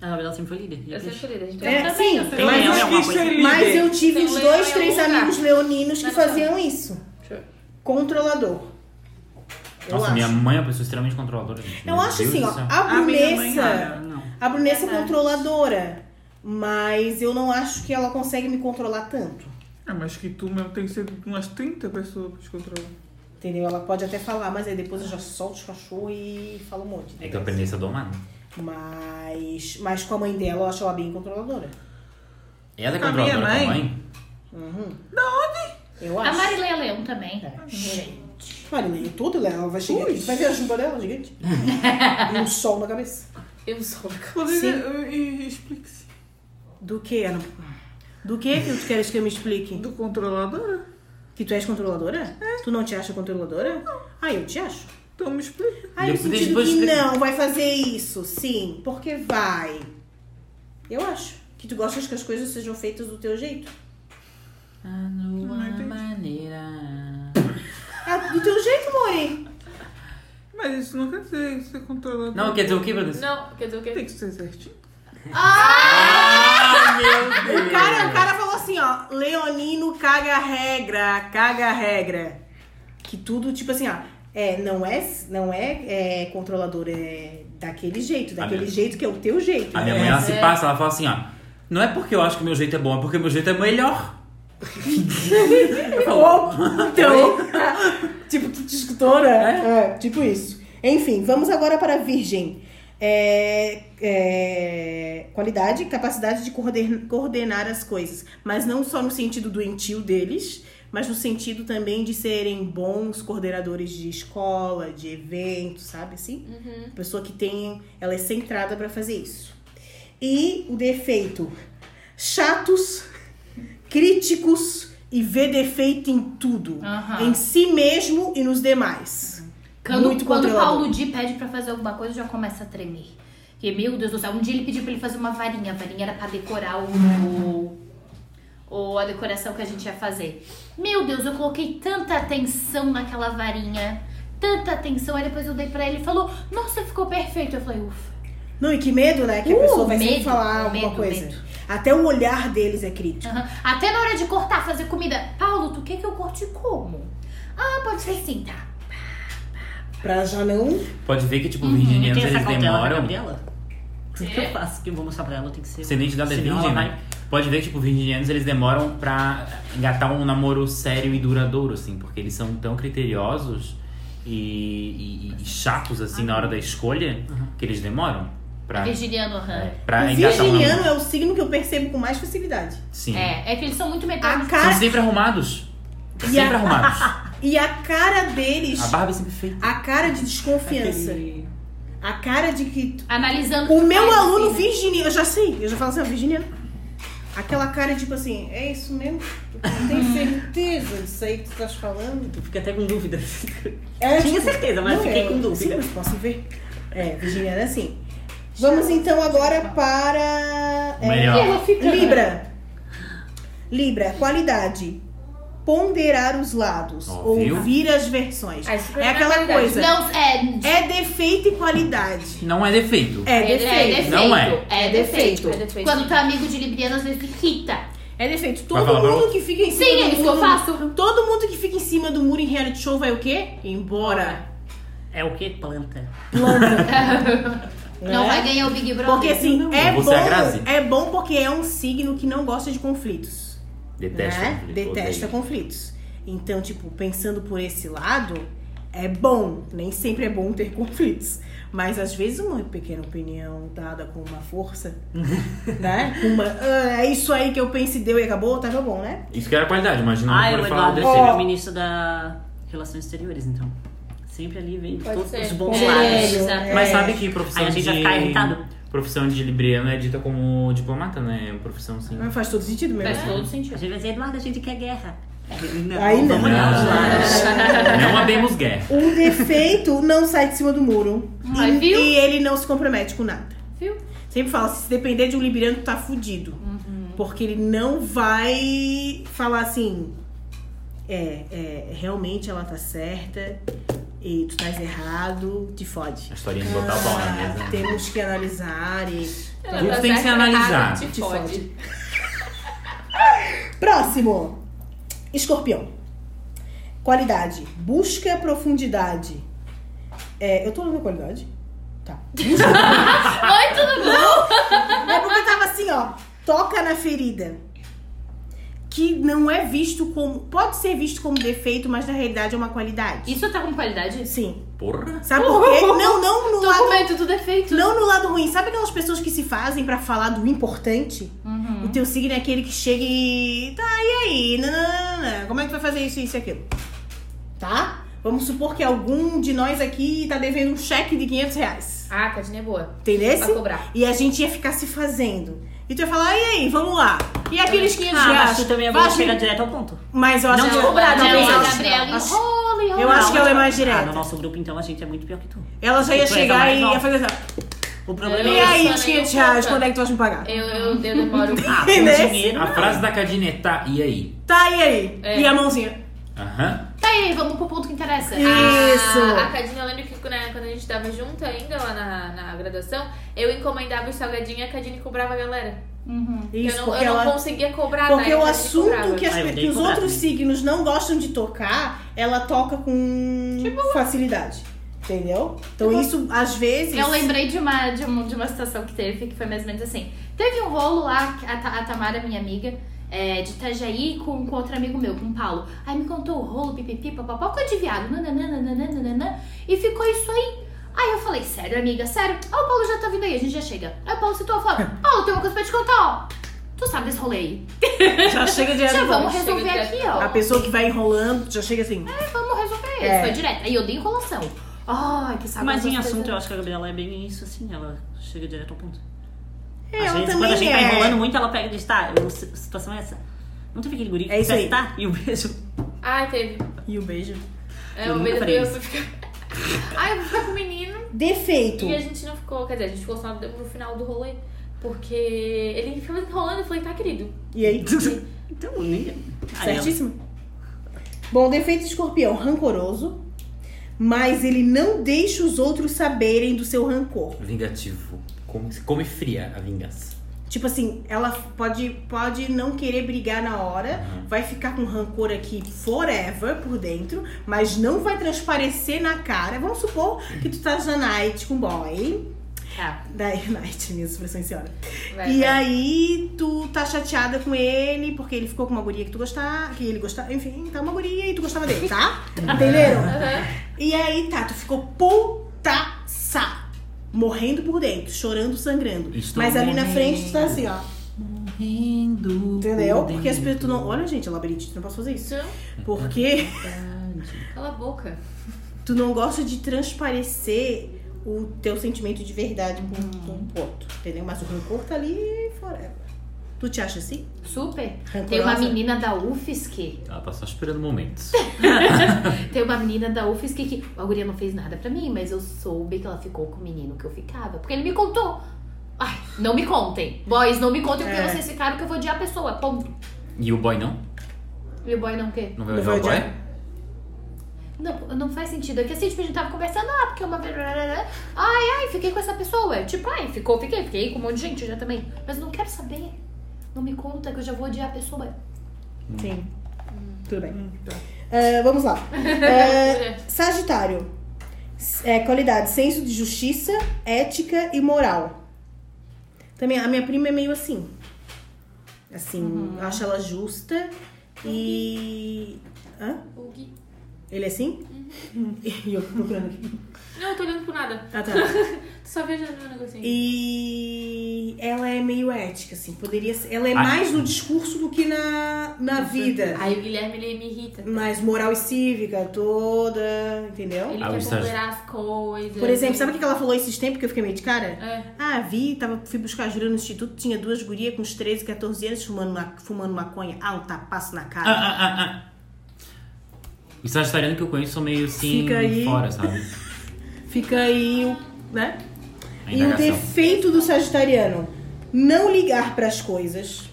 [SPEAKER 7] A Gabriela sempre foi líder.
[SPEAKER 3] Eu sou escolhida, gente.
[SPEAKER 2] É,
[SPEAKER 3] Eu
[SPEAKER 2] sim,
[SPEAKER 3] também, Então, eu sou
[SPEAKER 7] Tem
[SPEAKER 2] mas
[SPEAKER 7] leão,
[SPEAKER 2] eu-
[SPEAKER 7] é uma coisa...
[SPEAKER 5] Líder.
[SPEAKER 2] Mas eu tive
[SPEAKER 3] Tem
[SPEAKER 2] uns
[SPEAKER 3] leão
[SPEAKER 2] dois,
[SPEAKER 3] em
[SPEAKER 2] três
[SPEAKER 3] algum
[SPEAKER 2] amigos leoninos que
[SPEAKER 3] um Mas não.
[SPEAKER 2] faziam isso.
[SPEAKER 3] Sure.
[SPEAKER 2] Controlador. Eu
[SPEAKER 1] Nossa,
[SPEAKER 2] acho.
[SPEAKER 1] minha mãe é uma pessoa extremamente controladora. Gente.
[SPEAKER 2] Eu
[SPEAKER 1] Meu
[SPEAKER 2] acho
[SPEAKER 1] Deus
[SPEAKER 2] assim,
[SPEAKER 1] do
[SPEAKER 2] ó.
[SPEAKER 1] céu.
[SPEAKER 2] A
[SPEAKER 5] A minha mãe
[SPEAKER 2] Brunessa.
[SPEAKER 5] era.
[SPEAKER 7] Não.
[SPEAKER 2] A Brunessa é
[SPEAKER 3] Verdade.
[SPEAKER 2] controladora. Mas eu não acho que ela consegue me controlar tanto.
[SPEAKER 5] Ah, mas que tu mesmo tem que ser umas 30 pessoas pra te controlar.
[SPEAKER 2] Entendeu? Ela pode até falar, mas aí depois eu já solto os cachorros e falo um monte.
[SPEAKER 1] É que eu aprendi isso a domar. né?
[SPEAKER 2] Mas, mas com a mãe dela eu acho ela bem controladora.
[SPEAKER 1] Ela é
[SPEAKER 5] A minha
[SPEAKER 1] controladora com a
[SPEAKER 5] mãe?
[SPEAKER 1] mãe?
[SPEAKER 2] Eu
[SPEAKER 4] A
[SPEAKER 2] acho.
[SPEAKER 4] Marilei é leão também.
[SPEAKER 2] Marilene, tudo, né? Ela vai chegar aqui, vai ver a juba dela gigante. e um sol na cabeça.
[SPEAKER 3] Eu sou.
[SPEAKER 5] Poderia. é, E, e explique-se.
[SPEAKER 2] Do que? Ana? Do que que tu queres que eu me explique?
[SPEAKER 5] Do controlador?
[SPEAKER 2] Que tu és controladora? Tu não te acha controladora? Ah, eu te acho.
[SPEAKER 5] Então me explica.
[SPEAKER 2] Ah, eu
[SPEAKER 1] Depois-
[SPEAKER 2] sentido
[SPEAKER 1] depois
[SPEAKER 2] que
[SPEAKER 1] explica.
[SPEAKER 2] não vai fazer isso. Sim, porque vai. Eu acho. Que tu gostas que as coisas sejam feitas do teu jeito. Ah, do teu jeito, Mori.
[SPEAKER 5] Mas isso não quer dizer ser controlador.
[SPEAKER 1] Não, quer dizer o que, Brunessa?
[SPEAKER 3] Não, quer dizer o
[SPEAKER 5] Tem
[SPEAKER 3] quê?
[SPEAKER 5] que ser certinho.
[SPEAKER 2] O cara, o cara falou assim, ó. Leonino caga a regra, caga a regra. Que tudo, tipo assim, ó. É, não é, não é, é controlador, é daquele jeito. Daquele
[SPEAKER 1] minha-
[SPEAKER 2] jeito que é o teu jeito.
[SPEAKER 6] Ah,
[SPEAKER 1] A minha
[SPEAKER 2] É.
[SPEAKER 1] mãe, ela se
[SPEAKER 3] É.
[SPEAKER 1] passa, ela fala assim, ó. Não é porque eu acho que o meu jeito é bom, é porque o meu jeito é melhor.
[SPEAKER 2] Ou, então, tipo, que te escutou, né? É, tipo isso. Enfim, vamos agora para a Virgem. É, é, qualidade, capacidade de coorden- coordenar as coisas. Mas não só no sentido doentio deles, mas no sentido também de serem bons coordenadores de escola, de eventos, sabe assim?
[SPEAKER 3] Uhum.
[SPEAKER 2] Pessoa que tem. Ela é centrada pra fazer isso. E o defeito: chatos, críticos e vê defeito em tudo.
[SPEAKER 4] Aham.
[SPEAKER 2] Em si mesmo e nos demais.
[SPEAKER 4] Quando,
[SPEAKER 2] Muito
[SPEAKER 4] quando
[SPEAKER 2] controlador.
[SPEAKER 4] Paulo Di pede pra fazer alguma coisa, já começa a tremer. E, meu Deus do céu, um dia ele pediu pra ele fazer uma varinha. A varinha era pra decorar o, o, a decoração que a gente ia fazer. Meu Deus, eu coloquei tanta atenção naquela varinha. Tanta atenção. Aí depois eu dei pra ele e falou, nossa, ficou perfeito. Eu falei, ufa.
[SPEAKER 2] Não, e que medo, né? Que a
[SPEAKER 4] Uh,
[SPEAKER 2] pessoa vai sempre
[SPEAKER 4] medo,
[SPEAKER 2] falar alguma
[SPEAKER 4] medo,
[SPEAKER 2] coisa.
[SPEAKER 4] medo.
[SPEAKER 2] Até o olhar deles é crítico.
[SPEAKER 4] Aham. Até na hora de cortar, fazer comida. Paulo, tu quer que eu corte como? Ah, pode ser assim, tá. Ah.
[SPEAKER 2] Pra já não.
[SPEAKER 1] Pode ver que, tipo,
[SPEAKER 2] Uhum.
[SPEAKER 7] Não
[SPEAKER 1] virginianos,
[SPEAKER 7] tem essa
[SPEAKER 1] eles
[SPEAKER 7] cautela da
[SPEAKER 1] demoram.
[SPEAKER 7] Gabriela? Tudo
[SPEAKER 2] É.
[SPEAKER 7] que eu faço, que eu vou mostrar pra ela, tem que ser...
[SPEAKER 1] Ascendente da
[SPEAKER 7] Senão
[SPEAKER 1] Virgem,
[SPEAKER 7] ela vai-
[SPEAKER 1] né? Pode ver que, tipo, virginianos, eles demoram pra engatar um namoro sério e duradouro, assim. Porque eles são tão criteriosos e, e- e chatos, assim, na hora da escolha, que eles demoram.
[SPEAKER 6] Pra,
[SPEAKER 4] Virginiano, aham.
[SPEAKER 6] é, pra
[SPEAKER 2] o
[SPEAKER 6] engatar um
[SPEAKER 2] virginiano
[SPEAKER 6] namoro.
[SPEAKER 2] é o signo que eu percebo com mais facilidade.
[SPEAKER 6] Sim.
[SPEAKER 4] É, é que eles são muito
[SPEAKER 2] A
[SPEAKER 4] metódicos.
[SPEAKER 6] São
[SPEAKER 2] cara,
[SPEAKER 6] sempre arrumados.
[SPEAKER 2] E a-
[SPEAKER 6] Sempre arrumados.
[SPEAKER 2] e a cara deles,
[SPEAKER 6] A barba é sempre feita.
[SPEAKER 2] a cara de desconfiança, a cara de que
[SPEAKER 4] Analisando.
[SPEAKER 2] O
[SPEAKER 4] tudo
[SPEAKER 2] meu
[SPEAKER 4] mais,
[SPEAKER 2] aluno
[SPEAKER 4] assim, né?
[SPEAKER 2] virginiano, eu já sei, eu já falo assim, ó, virginiano. Aquela cara, tipo assim, é isso mesmo? Tu
[SPEAKER 4] Uhum.
[SPEAKER 2] tem certeza disso aí que tu estás falando?
[SPEAKER 7] Eu fico até com dúvida.
[SPEAKER 2] É,
[SPEAKER 7] Tinha certeza, mas
[SPEAKER 2] não,
[SPEAKER 7] fiquei
[SPEAKER 2] é,
[SPEAKER 7] com
[SPEAKER 2] Sim,
[SPEAKER 7] dúvida.
[SPEAKER 2] mas posso ver. É, virginiano é assim. Vamos então agora para... é,
[SPEAKER 6] Melhor.
[SPEAKER 2] Libra. Libra, qualidade. Ponderar os lados.
[SPEAKER 6] Ouviu?
[SPEAKER 2] Ouvir as versões.
[SPEAKER 3] Ah, isso foi
[SPEAKER 2] É aquela
[SPEAKER 3] qualidade.
[SPEAKER 2] coisa.
[SPEAKER 4] Não, é.
[SPEAKER 2] É defeito e qualidade.
[SPEAKER 6] Não é defeito.
[SPEAKER 2] É
[SPEAKER 4] É, é
[SPEAKER 2] defeito.
[SPEAKER 4] defeito.
[SPEAKER 6] Não é.
[SPEAKER 4] É defeito.
[SPEAKER 3] É defeito.
[SPEAKER 4] Quando teu amigo de Libriano às vezes irrita.
[SPEAKER 2] É defeito.
[SPEAKER 6] Vai falar
[SPEAKER 2] Todo
[SPEAKER 6] pra
[SPEAKER 2] mundo que fica em cima do
[SPEAKER 4] Sim, é isso que
[SPEAKER 2] muro-
[SPEAKER 4] eu faço.
[SPEAKER 2] Todo mundo que fica em cima do muro em reality show vai o quê? Embora.
[SPEAKER 7] É o que? Planta.
[SPEAKER 4] Não
[SPEAKER 2] É?
[SPEAKER 4] vai ganhar o Big Brother.
[SPEAKER 2] Porque assim, é
[SPEAKER 6] Eu vou ser a Grazi.
[SPEAKER 2] bom, é bom porque é um signo que não gosta de conflitos.
[SPEAKER 6] Detesta.
[SPEAKER 2] né?
[SPEAKER 6] conflito,
[SPEAKER 2] Detesta
[SPEAKER 6] odeio.
[SPEAKER 2] conflitos. Então, tipo, pensando por esse lado, é bom. Nem sempre é bom ter conflitos. Mas às vezes uma pequena opinião dada com uma força, né? Com Uma, "Ah, é isso aí que eu penso e deu e acabou, tava bom, né?
[SPEAKER 6] Isso que era qualidade, imagina
[SPEAKER 7] Ah, o
[SPEAKER 6] não pode falar
[SPEAKER 7] Eduardo
[SPEAKER 6] desse.
[SPEAKER 7] é o ministro da Relações Exteriores, então. Sempre ali vem
[SPEAKER 3] Pode
[SPEAKER 7] todos
[SPEAKER 3] ser.
[SPEAKER 7] os bons
[SPEAKER 2] É,
[SPEAKER 7] lados.
[SPEAKER 4] exato.
[SPEAKER 6] Mas
[SPEAKER 2] É.
[SPEAKER 6] sabe que profissão
[SPEAKER 7] Aí a gente vai
[SPEAKER 6] de...
[SPEAKER 7] ficar irritado.
[SPEAKER 6] Profissão de libriano é dita como diplomata, né? É uma profissão assim.
[SPEAKER 2] Mas faz todo sentido mesmo.
[SPEAKER 3] Faz todo sentido.
[SPEAKER 7] A gente vai dizer, Eduardo, a gente quer guerra. Não,
[SPEAKER 2] Aí não.
[SPEAKER 7] vamos olhar
[SPEAKER 6] Ah.
[SPEAKER 7] os lados.
[SPEAKER 6] Não abemos guerra.
[SPEAKER 2] Um defeito não sai de cima do muro.
[SPEAKER 3] Ai,
[SPEAKER 2] e,
[SPEAKER 3] viu?
[SPEAKER 2] e ele não se compromete com nada.
[SPEAKER 3] Viu?
[SPEAKER 2] Sempre fala, se depender de um libriano, tu tá fudido.
[SPEAKER 3] Uhum.
[SPEAKER 2] Porque ele não vai falar assim. É, é, realmente ela tá certa e tu estás errado, te fode.
[SPEAKER 6] A historinha de botar a bola na
[SPEAKER 2] Ah,
[SPEAKER 6] mesa.
[SPEAKER 2] Temos que analisar e.
[SPEAKER 3] Ela
[SPEAKER 6] Tudo
[SPEAKER 3] tá
[SPEAKER 6] tem que ser
[SPEAKER 3] certa, errada,
[SPEAKER 6] analisado.
[SPEAKER 3] Te fode.
[SPEAKER 2] Próximo! Escorpião. Qualidade. Busca profundidade. É, eu tô lendo a qualidade? Tá.
[SPEAKER 4] Oi, tudo bom?
[SPEAKER 2] É porque tava assim, ó. Toca na ferida. Que não é visto como. Pode ser visto como defeito, mas na realidade é uma qualidade.
[SPEAKER 3] Isso tá com qualidade?
[SPEAKER 2] Sim.
[SPEAKER 6] Porra.
[SPEAKER 2] Sabe por quê? Não, não no
[SPEAKER 3] Tô
[SPEAKER 2] lado.
[SPEAKER 3] com medo do defeito.
[SPEAKER 2] Não no lado ruim. Sabe aquelas pessoas que se fazem pra falar do importante?
[SPEAKER 7] Uhum.
[SPEAKER 2] O teu signo é aquele que chega e. Tá, e aí? Nananana. Como é que tu vai fazer isso, isso e aquilo? Tá? Vamos supor que algum de nós aqui tá devendo um cheque de 500 reais.
[SPEAKER 3] Ah, Cadinha é boa.
[SPEAKER 2] Entendeu?
[SPEAKER 3] Pra cobrar.
[SPEAKER 2] E a gente ia ficar se fazendo. E tu ia falar, "Ah, e aí, vamos lá. E aqueles 500
[SPEAKER 7] Ah,
[SPEAKER 2] reais?
[SPEAKER 7] mas tu também é bom
[SPEAKER 2] Vasco-
[SPEAKER 7] chegar direto ao ponto.
[SPEAKER 2] Mas eu acho
[SPEAKER 7] Não
[SPEAKER 2] que
[SPEAKER 7] te
[SPEAKER 4] Ah,
[SPEAKER 7] cobrar,
[SPEAKER 2] talvez
[SPEAKER 7] não,
[SPEAKER 2] ela-
[SPEAKER 7] a
[SPEAKER 4] Gabriela
[SPEAKER 2] acho-
[SPEAKER 4] enrola, enrola.
[SPEAKER 2] Eu acho que ela é mais
[SPEAKER 7] Ah, no
[SPEAKER 2] direta.
[SPEAKER 7] nosso grupo, então, a gente é muito pior que tu.
[SPEAKER 2] Ela já ia
[SPEAKER 7] Tu é
[SPEAKER 2] chegar
[SPEAKER 7] mais
[SPEAKER 2] e
[SPEAKER 7] nova.
[SPEAKER 2] ia fazer assim.
[SPEAKER 7] O problema
[SPEAKER 2] E
[SPEAKER 7] é
[SPEAKER 2] aí,
[SPEAKER 3] sou
[SPEAKER 2] os 500
[SPEAKER 3] nenhuma
[SPEAKER 2] reais,
[SPEAKER 3] puta.
[SPEAKER 2] quando é que tu vais me pagar?
[SPEAKER 3] Eu, eu, eu demoro.
[SPEAKER 7] Ah, com
[SPEAKER 2] Entendeu?
[SPEAKER 7] dinheiro,
[SPEAKER 6] A
[SPEAKER 7] não.
[SPEAKER 6] frase da Cadine é tá, e aí?
[SPEAKER 2] Tá, e aí?
[SPEAKER 3] É.
[SPEAKER 2] E a mãozinha?
[SPEAKER 6] Aham.
[SPEAKER 4] Tá aí, vamos pro ponto que interessa.
[SPEAKER 2] Isso.
[SPEAKER 3] A, a Cadinha, eu lembro que né, quando a gente tava junto ainda lá na, na graduação, eu encomendava o salgadinho e a Cadine cobrava a galera.
[SPEAKER 4] Uhum.
[SPEAKER 2] Isso,
[SPEAKER 3] eu não,
[SPEAKER 2] porque
[SPEAKER 3] eu não
[SPEAKER 2] ela...
[SPEAKER 3] conseguia cobrar
[SPEAKER 2] Porque
[SPEAKER 3] né,
[SPEAKER 2] o
[SPEAKER 3] a Cadine
[SPEAKER 2] assunto
[SPEAKER 3] cobrava.
[SPEAKER 2] que, é- as-
[SPEAKER 7] Ah, eu
[SPEAKER 2] que
[SPEAKER 7] dei
[SPEAKER 2] os
[SPEAKER 7] cobrado.
[SPEAKER 2] outros signos não gostam de tocar, ela toca com
[SPEAKER 3] Tipo,
[SPEAKER 2] facilidade. Entendeu? Então isso, às vezes...
[SPEAKER 4] Eu
[SPEAKER 3] é
[SPEAKER 4] lembrei de uma, de, um- de uma situação que teve, que foi mais ou menos assim. Teve um rolo lá, que a, Ta- a Tamara, minha amiga, é, de Itajaí, com, com outro amigo meu, com o Paulo. Aí me contou o rolo, pipipi, papapá, coisa de viado, nananana, nananana, e ficou isso aí. Aí eu falei, sério, amiga, sério? Ah, o Paulo já tá vindo aí, a gente já chega. Aí o Paulo citou, falou, Paulo, tem uma coisa pra te contar, ó. Tu sabe desse rolê aí.
[SPEAKER 2] Já chega direto.
[SPEAKER 4] Já
[SPEAKER 2] no ponto.
[SPEAKER 4] vamos
[SPEAKER 3] chega
[SPEAKER 4] resolver
[SPEAKER 3] direto
[SPEAKER 4] aqui,
[SPEAKER 3] no
[SPEAKER 4] ó.
[SPEAKER 2] A pessoa que vai enrolando já chega assim.
[SPEAKER 4] Vamos resolver isso,
[SPEAKER 2] É.
[SPEAKER 4] foi direto. Aí eu dei enrolação. Ai, que
[SPEAKER 2] Tá,
[SPEAKER 4] saco.
[SPEAKER 7] Mas em
[SPEAKER 4] essas coisas.
[SPEAKER 7] assunto, eu acho que a Gabriela é bem isso, assim. Ela chega direto ao ponto.
[SPEAKER 2] É,
[SPEAKER 7] Às
[SPEAKER 2] ela
[SPEAKER 7] vezes,
[SPEAKER 2] também
[SPEAKER 7] quando a gente tá
[SPEAKER 2] é.
[SPEAKER 7] enrolando muito, ela pega e diz, tá, eu- a situação é essa. Não teve aquele guri que
[SPEAKER 2] É isso
[SPEAKER 7] dissesse,
[SPEAKER 2] aí.
[SPEAKER 7] tá? E o beijo.
[SPEAKER 3] Ai, teve.
[SPEAKER 2] E o beijo?
[SPEAKER 3] É,
[SPEAKER 7] Eu
[SPEAKER 3] o
[SPEAKER 7] nunca
[SPEAKER 3] beijo
[SPEAKER 7] parei
[SPEAKER 3] eu
[SPEAKER 7] isso.
[SPEAKER 3] fui ficar. Ai, eu vou ficar com o menino.
[SPEAKER 2] Defeito.
[SPEAKER 3] E a gente não ficou, quer dizer, a gente ficou só no final do rolê. Porque ele ficava enrolando, eu falei, tá, querido.
[SPEAKER 2] E aí?
[SPEAKER 7] Então, ninguém... Aí ela-
[SPEAKER 2] Certíssimo? Bom, defeito de escorpião, rancoroso, mas ele não deixa os outros saberem do seu rancor.
[SPEAKER 6] Vingativo. Come, come fria a vingança.
[SPEAKER 2] Tipo assim, ela pode, pode não querer brigar na hora, vai ficar com rancor aqui forever por dentro, mas não vai transparecer na cara. Vamos supor que tu tá na night com boy.
[SPEAKER 4] Tá.
[SPEAKER 2] Daí, night, minhas expressões senhora.
[SPEAKER 3] Vai,
[SPEAKER 2] e
[SPEAKER 3] vai.
[SPEAKER 2] aí tu tá chateada com ele porque ele ficou com uma guria que tu gostava, que ele gostava, enfim, tá uma guria e tu gostava dele,
[SPEAKER 3] Tá.
[SPEAKER 2] tá? Entenderam?
[SPEAKER 3] Aham.
[SPEAKER 2] E aí tá, tu ficou putaça. morrendo por dentro, chorando, sangrando.
[SPEAKER 6] Estou
[SPEAKER 2] Mas ali na
[SPEAKER 6] morrendo.
[SPEAKER 2] frente tu tá assim, ó.
[SPEAKER 6] Rindo.
[SPEAKER 2] Entendeu?
[SPEAKER 6] por
[SPEAKER 2] Porque as
[SPEAKER 6] dentro.
[SPEAKER 2] pessoas não. Olha, gente, é labirintite, não posso fazer isso.
[SPEAKER 3] Não.
[SPEAKER 2] Porque
[SPEAKER 3] Cala a boca.
[SPEAKER 2] tu não gosta de transparecer o teu sentimento de verdade por por um ponto, entendeu? Mas o rancor tá ali forever. Tu te acha assim?
[SPEAKER 4] Super.
[SPEAKER 2] Rancorosa?
[SPEAKER 4] Tem uma menina da UFSC.
[SPEAKER 6] Ela tá só esperando momentos.
[SPEAKER 4] Tem uma menina da UFSC que. A guria não fez nada pra mim, mas eu soube que ela ficou com o menino que eu ficava. Porque ele me contou. Ai, não me contem. Boys, não me contem porque
[SPEAKER 2] É.
[SPEAKER 4] vocês ficaram que eu vou odiar a pessoa. Ponto.
[SPEAKER 6] E o boy não?
[SPEAKER 4] E o boy não quer.
[SPEAKER 6] Não vai
[SPEAKER 2] Não
[SPEAKER 6] olhar o
[SPEAKER 2] vai
[SPEAKER 6] boy?
[SPEAKER 4] Não, não faz sentido. É que assim, tipo, a gente tava conversando, ah, porque uma vez. Ai, ai, fiquei com essa pessoa. Tipo, ai, ficou, fiquei, fiquei com um monte de gente já também. Mas não quero saber. Não me conta que eu já vou odiar a pessoa.
[SPEAKER 6] Hum.
[SPEAKER 2] Sim. Tudo bem.
[SPEAKER 5] Hum, tá.
[SPEAKER 2] Ah, vamos lá. Ah, sagitário. S- É, qualidade, senso de justiça, ética e moral. Também a minha prima é meio assim. Assim, eu acho ela justa e. Hã?
[SPEAKER 3] O Gui.
[SPEAKER 2] Ele é assim? E eu procurando aqui.
[SPEAKER 3] Não, eu tô olhando pro nada.
[SPEAKER 2] Ah, tá.
[SPEAKER 3] Tô só viajando no negocinho.
[SPEAKER 2] E ela é meio ética, assim. Poderia ser. Ela é
[SPEAKER 6] Ai.
[SPEAKER 2] mais no discurso do que na, na vida.
[SPEAKER 3] Aí o Guilherme, ele me irrita.
[SPEAKER 2] Mais moral e cívica toda, entendeu?
[SPEAKER 3] Ele
[SPEAKER 6] Ah, o
[SPEAKER 3] quer
[SPEAKER 6] estágio.
[SPEAKER 3] ponderar as coisas.
[SPEAKER 6] É.
[SPEAKER 2] Por exemplo, sabe o que ela falou esses tempos que eu fiquei meio de cara?
[SPEAKER 3] É.
[SPEAKER 2] Ah, vi, tava, fui buscar ajuda no instituto, tinha duas gurias com uns 13, 14 anos fumando, ma- fumando maconha. Ah, um tapaço na
[SPEAKER 6] Ah,
[SPEAKER 2] cara.
[SPEAKER 6] ah, ah, ah. Os sagitarianos que eu conheço são meio assim
[SPEAKER 2] Fica aí.
[SPEAKER 6] fora, sabe?
[SPEAKER 2] Fica aí, o- né?
[SPEAKER 6] ah. A
[SPEAKER 2] E o
[SPEAKER 6] indagação.
[SPEAKER 2] defeito do sagitariano, não ligar pras coisas.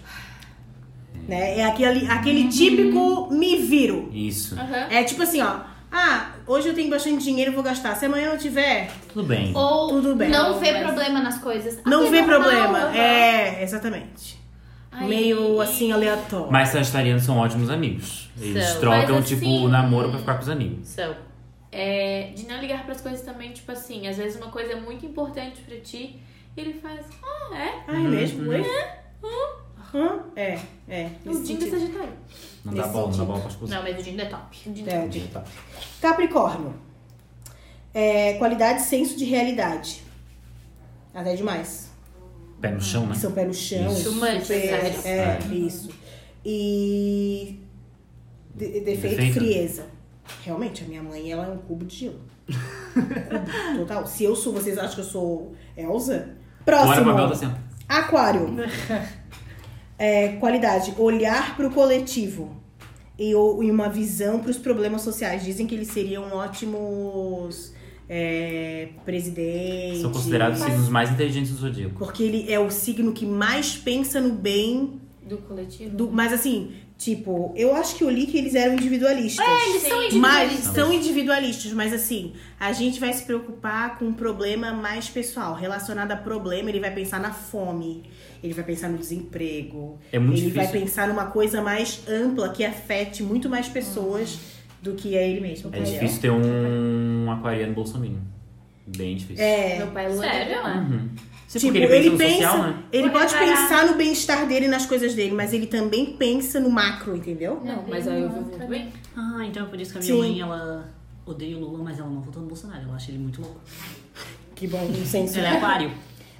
[SPEAKER 2] Né? É aquele, aquele típico me viro.
[SPEAKER 6] Isso.
[SPEAKER 3] Aham.
[SPEAKER 2] É tipo assim, ó. Ah, hoje eu tenho bastante dinheiro, vou gastar. Se amanhã eu tiver,
[SPEAKER 6] Tudo bem.
[SPEAKER 4] Ou
[SPEAKER 2] Tudo bem.
[SPEAKER 4] não vê
[SPEAKER 3] Mas-
[SPEAKER 4] problema nas coisas. Ah,
[SPEAKER 2] não
[SPEAKER 4] mas
[SPEAKER 2] vê
[SPEAKER 4] normal,
[SPEAKER 2] problema.
[SPEAKER 4] normal.
[SPEAKER 2] É, exatamente.
[SPEAKER 3] Aí-
[SPEAKER 2] Meio assim, aleatório.
[SPEAKER 6] Mas sagitarianos são ótimos amigos. Eles
[SPEAKER 4] São.
[SPEAKER 6] trocam,
[SPEAKER 3] Mas,
[SPEAKER 6] tipo,
[SPEAKER 3] assim,
[SPEAKER 6] o namoro pra ficar com os amigos.
[SPEAKER 4] São.
[SPEAKER 3] É, de não ligar pras coisas também, tipo assim, às vezes uma coisa é muito importante pra ti, e ele faz, ah, é?
[SPEAKER 2] Ah, é
[SPEAKER 6] Uhum.
[SPEAKER 2] mesmo? Oi? Hã? É, é.
[SPEAKER 3] O
[SPEAKER 2] nesse
[SPEAKER 3] Dinho do
[SPEAKER 2] sentido.
[SPEAKER 3] Sagitário.
[SPEAKER 6] Não dá
[SPEAKER 2] Nesse
[SPEAKER 6] bola, não dá
[SPEAKER 2] sentido.
[SPEAKER 6] bola pras coisas.
[SPEAKER 4] Não, mas o Dindo é top.
[SPEAKER 2] É, de-
[SPEAKER 6] Tá.
[SPEAKER 2] Capricórnio. É, qualidade, senso de realidade. Até demais.
[SPEAKER 6] Pé no chão, né?
[SPEAKER 2] São pé no chão.
[SPEAKER 6] Isso.
[SPEAKER 4] Humano, sério.
[SPEAKER 2] super, é, isso. E de- defeito,
[SPEAKER 6] Defeito.
[SPEAKER 2] frieza. Realmente, a minha mãe ela é um cubo de gelo. Cubo, Total. Se eu sou, vocês acham que eu sou Elsa?
[SPEAKER 6] Bora
[SPEAKER 2] Próximo.
[SPEAKER 6] pra Bela tá assim. ó.
[SPEAKER 2] Aquário. É, qualidade, olhar para o coletivo e, o- e uma visão para os problemas sociais. Dizem que eles seriam ótimos é, presidentes.
[SPEAKER 6] São considerados os signos assim, mais inteligentes do zodíaco.
[SPEAKER 2] Porque ele é o signo que mais pensa no bem.
[SPEAKER 3] Do coletivo.
[SPEAKER 2] Do, mas assim, tipo, eu acho que eu li que eles eram individualistas.
[SPEAKER 4] Eles são
[SPEAKER 2] Mas
[SPEAKER 4] individualistas.
[SPEAKER 2] são individualistas, mas assim, a gente vai se preocupar com um problema mais pessoal. Relacionado a problema, ele vai pensar na fome, ele vai pensar no desemprego,
[SPEAKER 6] É muito
[SPEAKER 2] ele vai
[SPEAKER 6] difícil.
[SPEAKER 2] pensar numa coisa mais ampla que afete muito mais pessoas do que é ele mesmo.
[SPEAKER 6] É difícil ter um aquariano bolsominion. Bem difícil.
[SPEAKER 2] É.
[SPEAKER 3] Meu pai Lua
[SPEAKER 4] Sério?
[SPEAKER 3] é lá.
[SPEAKER 6] Uhum. Sim,
[SPEAKER 2] Tipo,
[SPEAKER 6] porque ele
[SPEAKER 2] ele,
[SPEAKER 6] pensa no
[SPEAKER 2] pensa,
[SPEAKER 6] social, né?
[SPEAKER 2] ele
[SPEAKER 4] Vou
[SPEAKER 2] pode
[SPEAKER 4] reparar.
[SPEAKER 2] pensar no bem-estar dele, e nas coisas dele, mas ele também pensa no macro, entendeu?
[SPEAKER 3] Não, mas aí eu vivo muito bem. tá
[SPEAKER 7] Ah, então é por isso que a minha
[SPEAKER 2] Sim.
[SPEAKER 7] mãe, ela odeia o Lula, mas ela não votou no Bolsonaro. Ela acha ele muito louco.
[SPEAKER 2] Que bom, um senso.
[SPEAKER 7] Ela é aquário.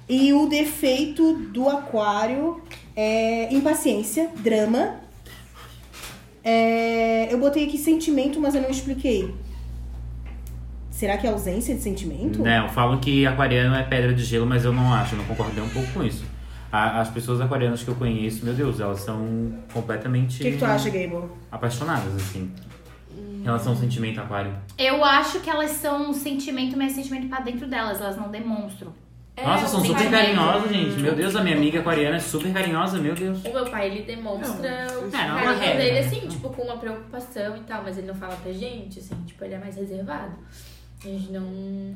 [SPEAKER 2] E o defeito do aquário é impaciência, drama. É, eu botei aqui sentimento, mas eu não expliquei. Será que é ausência de sentimento?
[SPEAKER 6] Não, falam Né, que aquariano é pedra de gelo, mas eu não acho, eu não concordo nem um pouco com isso. A- As pessoas aquarianas que eu conheço, meu Deus, elas são completamente
[SPEAKER 2] O que, que tu acha, Hum. Gable?
[SPEAKER 6] apaixonadas, assim. Em relação ao sentimento aquário.
[SPEAKER 4] Eu acho que elas são um sentimento, mas sentimento pra dentro delas, elas não demonstram.
[SPEAKER 3] É,
[SPEAKER 2] É,
[SPEAKER 6] Nossa, são
[SPEAKER 3] sim,
[SPEAKER 6] super
[SPEAKER 3] mas-
[SPEAKER 6] carinhosas, gente. Meu Deus, a minha amiga aquariana é super carinhosa, meu Deus.
[SPEAKER 3] O meu pai, ele demonstra o
[SPEAKER 7] não é uma
[SPEAKER 3] carinho
[SPEAKER 7] regra.
[SPEAKER 3] dele, assim, tipo, com uma preocupação e tal, mas ele não fala pra gente, assim, tipo, ele é mais reservado. A gente não.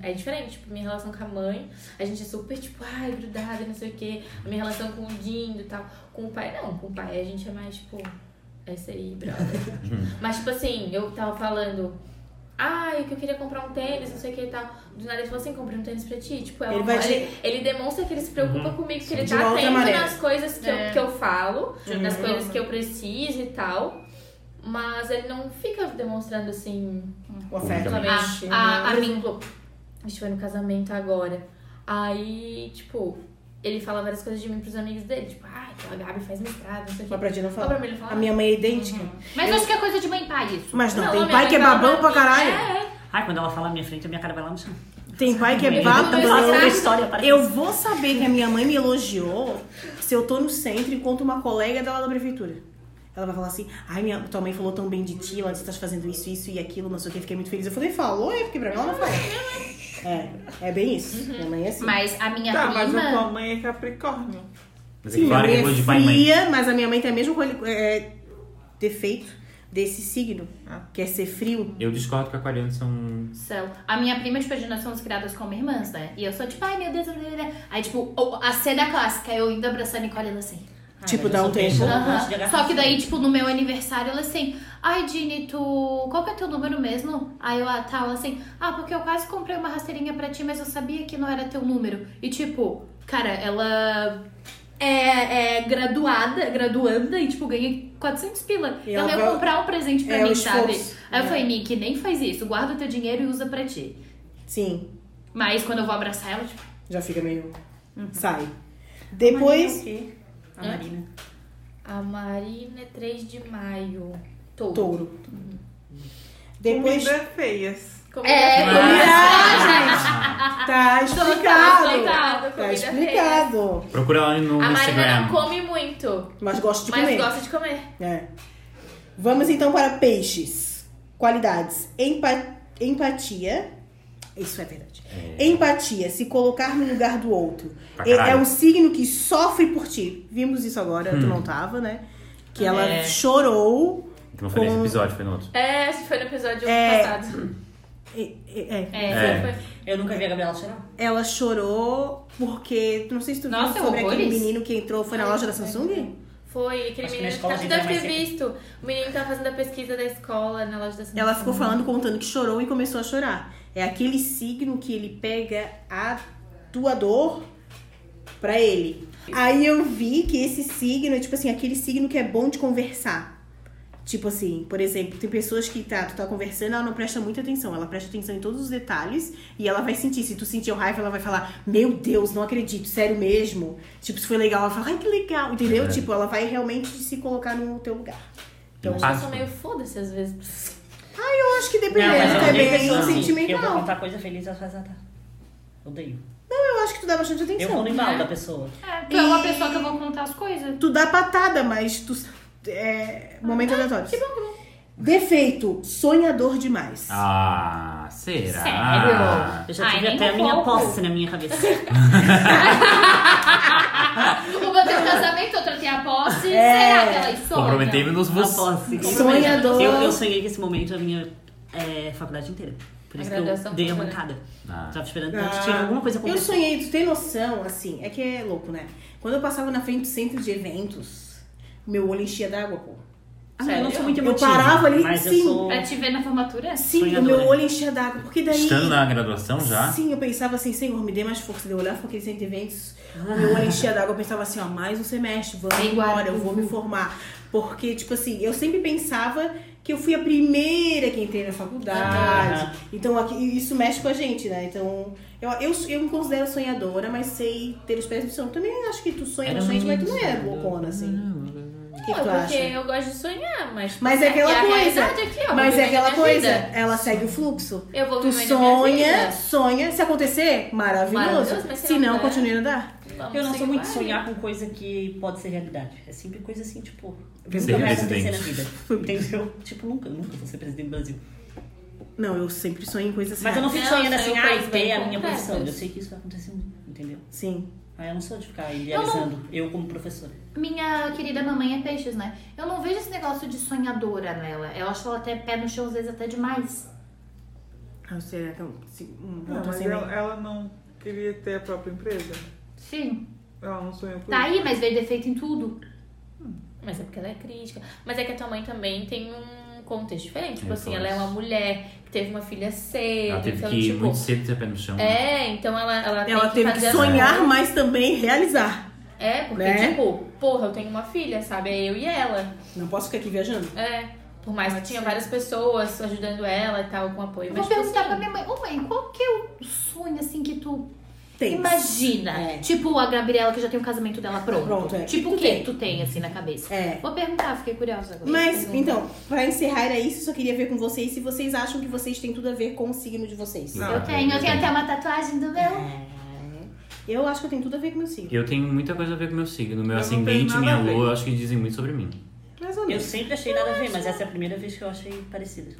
[SPEAKER 3] É diferente, tipo, minha relação com a mãe, a gente é super, tipo, ai, grudada, não sei o quê. A minha relação com o Dindo e tal. Com o pai, não, com o pai a gente é mais, tipo, é isso aí, brother. mas, tipo assim, eu tava falando. Ai, que eu queria comprar um tênis, não sei o que e tal. Do nada ele falou assim, comprei um tênis pra ti. Tipo, é
[SPEAKER 2] Ele
[SPEAKER 3] uma-
[SPEAKER 2] vai te-
[SPEAKER 3] ele, ele demonstra que ele se preocupa
[SPEAKER 2] Uhum.
[SPEAKER 3] comigo, que ele
[SPEAKER 2] De
[SPEAKER 3] tá
[SPEAKER 2] uma outra
[SPEAKER 3] atento
[SPEAKER 2] maneira.
[SPEAKER 3] nas coisas que,
[SPEAKER 4] É.
[SPEAKER 3] eu, que eu falo,
[SPEAKER 2] Uhum.
[SPEAKER 3] nas coisas que eu preciso e tal. Mas ele não fica demonstrando assim,
[SPEAKER 2] O afeto.
[SPEAKER 6] Também.
[SPEAKER 3] claramente.
[SPEAKER 4] A- a-
[SPEAKER 3] né?
[SPEAKER 4] a
[SPEAKER 3] Por
[SPEAKER 4] mim.
[SPEAKER 3] exemplo, a gente foi no casamento agora. Aí, tipo, ele fala várias coisas de mim pros amigos dele. Tipo, ah, aquela Gabi faz mestrado, não sei o quê.
[SPEAKER 2] Mas pra ti não
[SPEAKER 3] Mas
[SPEAKER 2] fala.
[SPEAKER 3] pra mim ele fala.
[SPEAKER 2] A minha mãe é idêntica.
[SPEAKER 4] Mas eu acho que é coisa de mãe e pai isso.
[SPEAKER 2] Mas não,
[SPEAKER 3] Não, a
[SPEAKER 2] tem
[SPEAKER 3] minha
[SPEAKER 2] pai que é
[SPEAKER 3] mãe fala
[SPEAKER 4] né?
[SPEAKER 2] babão pra
[SPEAKER 3] mim,
[SPEAKER 2] caralho.
[SPEAKER 3] É,
[SPEAKER 7] Ai, quando ela fala na minha frente, a minha cara vai lá no chão.
[SPEAKER 2] Tem pai que é
[SPEAKER 3] Ele
[SPEAKER 2] babão.
[SPEAKER 3] não
[SPEAKER 7] Ela tem uma
[SPEAKER 3] Exato.
[SPEAKER 7] história para
[SPEAKER 2] Eu vou saber que a minha mãe me elogiou se eu tô no centro e encontro uma colega dela da prefeitura. Ela vai falar assim, ai, minha, tua mãe falou tão bem de ti, ela disse que tá fazendo isso, isso e aquilo, não sei o que, fiquei muito feliz. Eu falei, falou, é, porque pra mim ela não falou. É, é bem
[SPEAKER 7] Uhum.
[SPEAKER 2] isso. Minha mãe é assim.
[SPEAKER 4] Mas a minha
[SPEAKER 5] Tá, mas a
[SPEAKER 4] prima.
[SPEAKER 5] tua mãe é Capricórnio.
[SPEAKER 6] Mas
[SPEAKER 2] Sim,
[SPEAKER 6] é claro que
[SPEAKER 2] minha
[SPEAKER 6] é
[SPEAKER 2] mãe
[SPEAKER 6] coisa
[SPEAKER 2] é
[SPEAKER 6] de pai e mãe.
[SPEAKER 2] fria, mas a minha mãe tem o mesmo quali- é, defeito desse signo,
[SPEAKER 7] Ah.
[SPEAKER 2] que é ser frio.
[SPEAKER 6] Eu discordo que aquarianos são.
[SPEAKER 4] Céu. A minha prima, tipo, nós somos criadas como irmãs, né? E eu sou tipo, ai meu Deus, blá, blá, blá. aí tipo, o- a cena clássica, eu indo abraçando a Nicole ela assim.
[SPEAKER 7] Ah,
[SPEAKER 2] tipo, dá um tempo.
[SPEAKER 4] Aham. Só que daí, tipo, no meu aniversário, ela assim, ai, Dini, tu. Qual que é teu número mesmo? Aí eu, ah, tá, ela assim, ah, porque eu quase comprei uma rasteirinha pra ti, mas eu sabia que não era teu número. E tipo, cara, ela é, é graduada, graduanda e, tipo, ganha 400 pila.
[SPEAKER 2] E ela
[SPEAKER 4] ela ia
[SPEAKER 2] vai-
[SPEAKER 4] comprar um presente pra
[SPEAKER 2] é, o
[SPEAKER 4] mim, sabe?
[SPEAKER 2] esforço.
[SPEAKER 4] Aí eu
[SPEAKER 2] É.
[SPEAKER 4] falei, Nick, nem faz isso, guarda o teu dinheiro e usa pra ti.
[SPEAKER 2] Sim,
[SPEAKER 4] Mas quando eu vou abraçar ela, tipo,
[SPEAKER 2] já fica meio...
[SPEAKER 7] Uhum.
[SPEAKER 2] Sai. Depois,
[SPEAKER 7] A Marina.
[SPEAKER 3] A Marina é 3 de maio. Touro.
[SPEAKER 2] touro. Depois...
[SPEAKER 5] Comida feias.
[SPEAKER 3] Como
[SPEAKER 4] É,
[SPEAKER 3] que
[SPEAKER 2] Comida,
[SPEAKER 3] fala?
[SPEAKER 2] gente! Tá explicado.
[SPEAKER 3] explicado,
[SPEAKER 2] Tá
[SPEAKER 3] comida é feia.
[SPEAKER 2] explicado.
[SPEAKER 6] Procura lá no
[SPEAKER 3] A Marina
[SPEAKER 6] Instagram.
[SPEAKER 3] não come muito,
[SPEAKER 2] Mas gosto de
[SPEAKER 3] mas
[SPEAKER 2] comer.
[SPEAKER 3] gosta de comer.
[SPEAKER 2] É. Vamos então para peixes. Qualidades. Empa- empatia. Isso é verdade. Empatia, se colocar no lugar do outro.
[SPEAKER 6] Pra
[SPEAKER 2] É,
[SPEAKER 6] caralho. Hum.
[SPEAKER 2] é um signo que sofre por ti. Vimos isso agora, tu não tava, né? Que ela
[SPEAKER 7] É.
[SPEAKER 2] chorou.
[SPEAKER 6] Que não foi nesse
[SPEAKER 2] com-
[SPEAKER 6] episódio, foi no outro.
[SPEAKER 3] É, acho que foi no episódio
[SPEAKER 2] É.
[SPEAKER 3] passado.
[SPEAKER 2] e- e- é.
[SPEAKER 4] é.
[SPEAKER 6] É.
[SPEAKER 3] Foi-
[SPEAKER 7] Eu nunca vi a Gabriela chorar.
[SPEAKER 2] Ela chorou porque. Não sei se tu viu
[SPEAKER 4] Nossa,
[SPEAKER 2] sobre aquele
[SPEAKER 4] horrores.
[SPEAKER 2] menino que entrou, foi na loja da Samsung?
[SPEAKER 3] Foi, aquele
[SPEAKER 7] Acho que na
[SPEAKER 3] menino que
[SPEAKER 7] escola
[SPEAKER 3] tá,
[SPEAKER 7] a
[SPEAKER 3] tu
[SPEAKER 7] gente
[SPEAKER 3] deve
[SPEAKER 7] vai
[SPEAKER 3] ter
[SPEAKER 7] mais
[SPEAKER 3] visto. O menino que tava fazendo a pesquisa da escola na loja da Samsung.
[SPEAKER 2] Ela ficou falando, contando que chorou e começou a chorar. É aquele signo que ele pega a tua dor pra ele. Aí eu vi que esse signo é tipo assim, aquele signo que é bom de conversar. Tipo assim, por exemplo, tem pessoas que tá, tu tá conversando, ela não presta muita atenção. Ela presta atenção em todos os detalhes e ela vai sentir. Se tu sentiu raiva, ela vai falar, meu Deus, não acredito, sério mesmo. Tipo, se foi legal, ela fala, ai que legal, entendeu?
[SPEAKER 6] É.
[SPEAKER 2] Tipo, ela vai realmente se colocar no teu lugar.
[SPEAKER 3] Eu acho que Então, eu
[SPEAKER 6] Impacto.
[SPEAKER 3] sou meio foda-se às vezes.
[SPEAKER 2] Eu acho que dependendo também é bem
[SPEAKER 7] Eu
[SPEAKER 2] sentimental.
[SPEAKER 7] vou contar coisa feliz, ela faz atar. Odeio.
[SPEAKER 2] Eu acho que tu dá bastante
[SPEAKER 7] Eu
[SPEAKER 2] atenção.
[SPEAKER 7] vou no embalo da pessoa.
[SPEAKER 4] É, tu é uma pessoa que eu vou contar as coisas.
[SPEAKER 2] Tu dá patada, mas tu. É.
[SPEAKER 7] Ah,
[SPEAKER 2] Momento
[SPEAKER 7] tá.
[SPEAKER 2] aleatório. Que bom, Defeito, sonhador demais.
[SPEAKER 6] Ah, será?
[SPEAKER 4] Sério?
[SPEAKER 7] Eu já
[SPEAKER 4] Ai,
[SPEAKER 7] tive
[SPEAKER 4] nem
[SPEAKER 7] até a
[SPEAKER 4] um
[SPEAKER 7] minha
[SPEAKER 4] pouco.
[SPEAKER 7] posse na minha cabeça.
[SPEAKER 4] O meu teu casamento, outra tem a posse.
[SPEAKER 2] É.
[SPEAKER 4] Será que ela sonha?
[SPEAKER 6] Comprometei-me nos
[SPEAKER 7] Uma
[SPEAKER 6] vos.
[SPEAKER 7] posse.
[SPEAKER 2] Sonhador.
[SPEAKER 7] Eu, eu sonhei com esse momento a minha é, faculdade inteira. Por
[SPEAKER 3] A
[SPEAKER 7] isso que eu
[SPEAKER 3] graduação
[SPEAKER 7] dei a
[SPEAKER 3] toda, né?
[SPEAKER 7] bancada.
[SPEAKER 6] Ah.
[SPEAKER 7] Tava esperando
[SPEAKER 2] Ah,
[SPEAKER 7] que tinha alguma coisa
[SPEAKER 2] Eu
[SPEAKER 7] acontecendo.
[SPEAKER 2] sonhei, tu tem noção, assim, é que é louco, né? Quando eu passava na frente do centro de eventos, meu olho enchia d'água, pô.
[SPEAKER 7] Ah, eu não sou muito
[SPEAKER 2] Eu
[SPEAKER 7] emotiva.
[SPEAKER 2] parava ali,
[SPEAKER 7] mas
[SPEAKER 2] sim. É tipo,
[SPEAKER 7] eu sou...
[SPEAKER 4] Pra te ver na formatura?
[SPEAKER 2] Sim, o
[SPEAKER 7] Sonhadora.
[SPEAKER 2] meu olho enchia d'água, porque daí.
[SPEAKER 6] Estando na graduação Então já?
[SPEAKER 2] Sim, eu pensava assim, Senhor, me dê mais força. Daí Eu olhava para aqueles centro de eventos,
[SPEAKER 3] Ah.
[SPEAKER 2] o meu olho enchia d'água. Eu pensava assim, ó, mais um semestre, vamos
[SPEAKER 4] Bem
[SPEAKER 2] embora,
[SPEAKER 4] guarda.
[SPEAKER 2] eu vou me formar. Porque, tipo assim, eu sempre pensava que eu fui a primeira que entrei na faculdade.
[SPEAKER 7] Aham.
[SPEAKER 2] Então, aqui- isso mexe com a gente, né? Então, eu, eu, eu me considero sonhadora, mas sei ter os pés no chão. Também acho que tu sonha
[SPEAKER 6] Era
[SPEAKER 5] um
[SPEAKER 2] bastante, mas tu
[SPEAKER 6] muito
[SPEAKER 2] não é
[SPEAKER 6] sonhadora.
[SPEAKER 2] loucona, assim. O que,
[SPEAKER 3] Não, é
[SPEAKER 2] que tu
[SPEAKER 3] porque
[SPEAKER 2] acha?
[SPEAKER 3] eu gosto de sonhar, mas.
[SPEAKER 2] Mas é aquela
[SPEAKER 3] e a
[SPEAKER 2] coisa.
[SPEAKER 3] realidade Aqui, ó,
[SPEAKER 2] Mas
[SPEAKER 3] vou
[SPEAKER 2] é
[SPEAKER 3] viver
[SPEAKER 2] aquela
[SPEAKER 3] minha
[SPEAKER 2] coisa,
[SPEAKER 3] vida.
[SPEAKER 2] ela segue o fluxo.
[SPEAKER 3] Eu vou
[SPEAKER 2] Tu
[SPEAKER 3] viver minha
[SPEAKER 2] sonha,
[SPEAKER 3] vida.
[SPEAKER 2] sonha. Se acontecer, maravilhoso.
[SPEAKER 3] Maravilhoso, mas né? se
[SPEAKER 2] se
[SPEAKER 3] não
[SPEAKER 2] não,
[SPEAKER 3] der-
[SPEAKER 2] continue a andar.
[SPEAKER 3] Vamos
[SPEAKER 7] Eu não
[SPEAKER 3] seguir
[SPEAKER 7] sou muito de
[SPEAKER 3] vai.
[SPEAKER 2] é.
[SPEAKER 7] sonhar com coisa que pode ser realidade. É sempre coisa assim, tipo,
[SPEAKER 6] Ser
[SPEAKER 7] nunca vai acontecer
[SPEAKER 6] presidente.
[SPEAKER 7] na vida. Entendeu? tipo, nunca, nunca vou ser presidente do Brasil.
[SPEAKER 2] Não, eu sempre sonho em coisas assim.
[SPEAKER 7] Mas eu não fico
[SPEAKER 3] Não,
[SPEAKER 7] sonhando
[SPEAKER 3] eu
[SPEAKER 7] assim,
[SPEAKER 3] sonho
[SPEAKER 7] ai,
[SPEAKER 3] coisas
[SPEAKER 7] ter
[SPEAKER 3] bem
[SPEAKER 7] a minha
[SPEAKER 3] concretas.
[SPEAKER 7] profissão. Eu sei que isso vai acontecer muito, entendeu?
[SPEAKER 2] Sim.
[SPEAKER 7] Aí eu não sou de ficar idealizando, eu, como professora.
[SPEAKER 4] Minha querida mamãe é peixes, né? Eu não vejo esse negócio de sonhadora nela. Eu acho ela até pé no chão, às vezes até demais.
[SPEAKER 2] Ah, será que eu. se- hum,
[SPEAKER 5] Não,
[SPEAKER 2] eu tô
[SPEAKER 5] mas
[SPEAKER 2] sem bem.
[SPEAKER 5] ela, ela não queria ter a própria empresa.
[SPEAKER 4] Sim.
[SPEAKER 5] Ela não sonhou com
[SPEAKER 4] Tá
[SPEAKER 5] isso.
[SPEAKER 4] aí, mas veio defeito em tudo.
[SPEAKER 3] Mas é porque ela é crítica. Mas é que a tua mãe também tem um contexto diferente. Tipo
[SPEAKER 6] É,
[SPEAKER 3] assim,
[SPEAKER 6] foi
[SPEAKER 3] ela é
[SPEAKER 6] isso.
[SPEAKER 3] uma mulher que teve uma filha cedo.
[SPEAKER 6] Ela teve
[SPEAKER 3] então,
[SPEAKER 6] que ir
[SPEAKER 3] tipo,
[SPEAKER 6] muito cedo ter pé no chão. né?
[SPEAKER 3] É, então ela, ela, tem
[SPEAKER 2] Ela
[SPEAKER 3] que
[SPEAKER 2] teve
[SPEAKER 3] fazer
[SPEAKER 2] que
[SPEAKER 3] as
[SPEAKER 2] sonhar,
[SPEAKER 3] coisas.
[SPEAKER 2] mas também realizar.
[SPEAKER 3] É, porque,
[SPEAKER 2] Né?
[SPEAKER 3] tipo, porra, eu tenho uma filha, sabe? É eu e ela.
[SPEAKER 2] Não posso ficar aqui viajando.
[SPEAKER 3] É. Por mais que tinha várias pessoas ajudando ela e tal, com apoio.
[SPEAKER 4] Eu
[SPEAKER 3] mas,
[SPEAKER 4] vou
[SPEAKER 3] tipo,
[SPEAKER 4] perguntar
[SPEAKER 3] assim,
[SPEAKER 4] pra minha mãe, ô mãe, qual que é o sonho assim que tu
[SPEAKER 2] tem.
[SPEAKER 4] Imagina.
[SPEAKER 2] É.
[SPEAKER 4] Tipo a Gabriela que já tem o casamento dela pronto.
[SPEAKER 2] Pronto, é.
[SPEAKER 4] Tipo
[SPEAKER 2] Tu
[SPEAKER 4] o que
[SPEAKER 2] tem.
[SPEAKER 4] tu tem assim na cabeça?
[SPEAKER 2] É.
[SPEAKER 4] Vou perguntar, fiquei curiosa agora.
[SPEAKER 2] Mas,
[SPEAKER 4] Pergunta.
[SPEAKER 2] então, pra encerrar era isso, só queria ver com vocês se vocês acham que vocês têm tudo a ver com o signo de vocês. É.
[SPEAKER 1] Não.
[SPEAKER 4] Eu tenho, eu tenho até uma tatuagem do meu.
[SPEAKER 2] Eu acho que eu tenho tudo a ver com o meu signo.
[SPEAKER 6] Eu tenho muita coisa a ver com meu signo. Meu
[SPEAKER 5] Eu não tenho
[SPEAKER 6] ascendente,
[SPEAKER 5] nada
[SPEAKER 6] minha
[SPEAKER 5] a ver.
[SPEAKER 6] lua, eu acho que dizem muito sobre mim.
[SPEAKER 2] Mais ou
[SPEAKER 7] Eu
[SPEAKER 2] menos.
[SPEAKER 7] sempre achei nada a ver, mas essa é a primeira vez que eu achei parecida.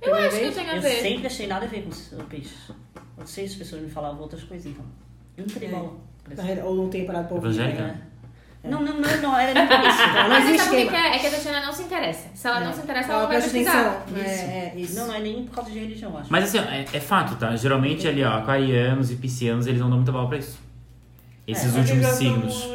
[SPEAKER 3] Eu acho que eu tenho a
[SPEAKER 7] Eu
[SPEAKER 3] ver.
[SPEAKER 7] sempre achei nada a ver com o peixe. Eu sei se as pessoas me falavam outras coisas, então. Eu não teria
[SPEAKER 2] É.
[SPEAKER 7] bola. pra isso.
[SPEAKER 2] Ou não tem parado pra ouvir.
[SPEAKER 6] Evangélica?
[SPEAKER 2] né?
[SPEAKER 7] Não, não, não, não, era nem por isso. então.
[SPEAKER 2] Mas
[SPEAKER 3] Mas você sabe o que
[SPEAKER 2] esquema.
[SPEAKER 3] que é? É que a Tatiana não se interessa. Se ela não se interessa, ela
[SPEAKER 2] Ela
[SPEAKER 3] não vai
[SPEAKER 2] presta
[SPEAKER 3] pesquisar.
[SPEAKER 2] atenção. É, é, isso.
[SPEAKER 7] Não, não é nem por causa de religião, eu acho.
[SPEAKER 6] Mas assim, ó, é, é fato, tá? Geralmente ali, ó, aquarianos e piscianos, eles não dão muita bola pra isso.
[SPEAKER 5] É,
[SPEAKER 6] Esses últimos signos.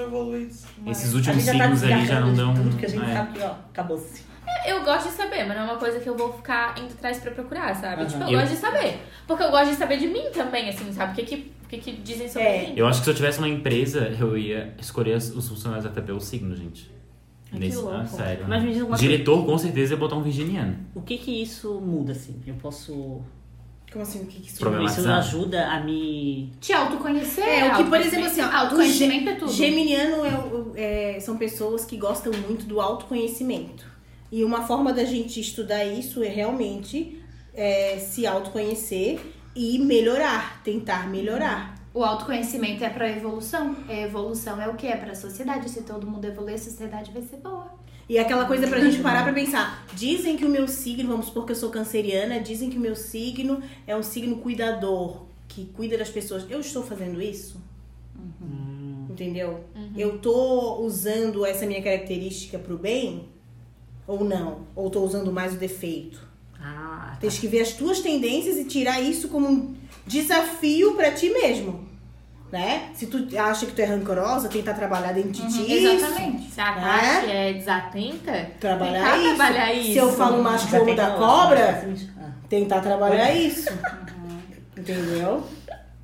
[SPEAKER 6] Esses últimos
[SPEAKER 7] a gente já tá
[SPEAKER 6] signos ali já não
[SPEAKER 7] desgarrando
[SPEAKER 6] dão.
[SPEAKER 7] de Tudo que a gente tá
[SPEAKER 6] é.
[SPEAKER 7] sabe que, ó, acabou-se.
[SPEAKER 3] Eu gosto de saber, mas não é uma coisa que eu vou ficar indo atrás pra procurar, sabe?
[SPEAKER 7] Aham.
[SPEAKER 3] Tipo, eu,
[SPEAKER 6] Eu-
[SPEAKER 3] gosto de saber. Porque eu gosto de saber de mim também, assim, sabe? O que que, o que, que dizem sobre
[SPEAKER 2] É.
[SPEAKER 3] mim?
[SPEAKER 6] Eu acho que se eu tivesse uma empresa, eu ia escolher as- os funcionários até pelo signo, gente.
[SPEAKER 3] que
[SPEAKER 6] ah,
[SPEAKER 3] louco.
[SPEAKER 6] sério.
[SPEAKER 7] Mas me diz uma
[SPEAKER 6] Diretor, com certeza, ia botar um virginiano.
[SPEAKER 7] O que que isso muda, assim? Eu posso...
[SPEAKER 2] Como assim? O que que isso
[SPEAKER 6] Problema.
[SPEAKER 7] Isso
[SPEAKER 6] Problematizar.
[SPEAKER 7] ajuda a me...
[SPEAKER 4] Te autoconhecer.
[SPEAKER 2] É, o que, por exemplo, assim, ó, o
[SPEAKER 4] autoconhecimento é tudo.
[SPEAKER 2] Geminiano é o- é- são pessoas que gostam muito do autoconhecimento. E uma forma da gente estudar isso é realmente é, se autoconhecer e melhorar, tentar melhorar.
[SPEAKER 4] O autoconhecimento é pra evolução. E a evolução é o que? É pra sociedade. Se todo mundo evoluir, a sociedade vai ser boa.
[SPEAKER 2] E é aquela coisa pra gente parar pra pensar. Dizem que o meu signo, vamos supor que eu sou canceriana, dizem que o meu signo é um signo cuidador, que cuida das pessoas. Eu estou fazendo isso? Entendeu? Eu tô usando essa minha característica pro bem ou não? Ou tô usando mais o defeito?
[SPEAKER 7] Ah,
[SPEAKER 2] Tens que ver as tuas tendências e tirar isso como um desafio pra ti mesmo. Né? Se tu acha que tu é rancorosa, tentar trabalhar dentro de ti.
[SPEAKER 3] Uhum.
[SPEAKER 4] Exatamente.
[SPEAKER 3] Se a Tati é, desatenta,
[SPEAKER 2] Trabalhar
[SPEAKER 3] tentar
[SPEAKER 2] isso.
[SPEAKER 3] trabalhar isso.
[SPEAKER 2] Se eu falo mais como da cobra,
[SPEAKER 7] assim, ah.
[SPEAKER 2] tentar trabalhar
[SPEAKER 6] Uhum.
[SPEAKER 2] isso. Entendeu?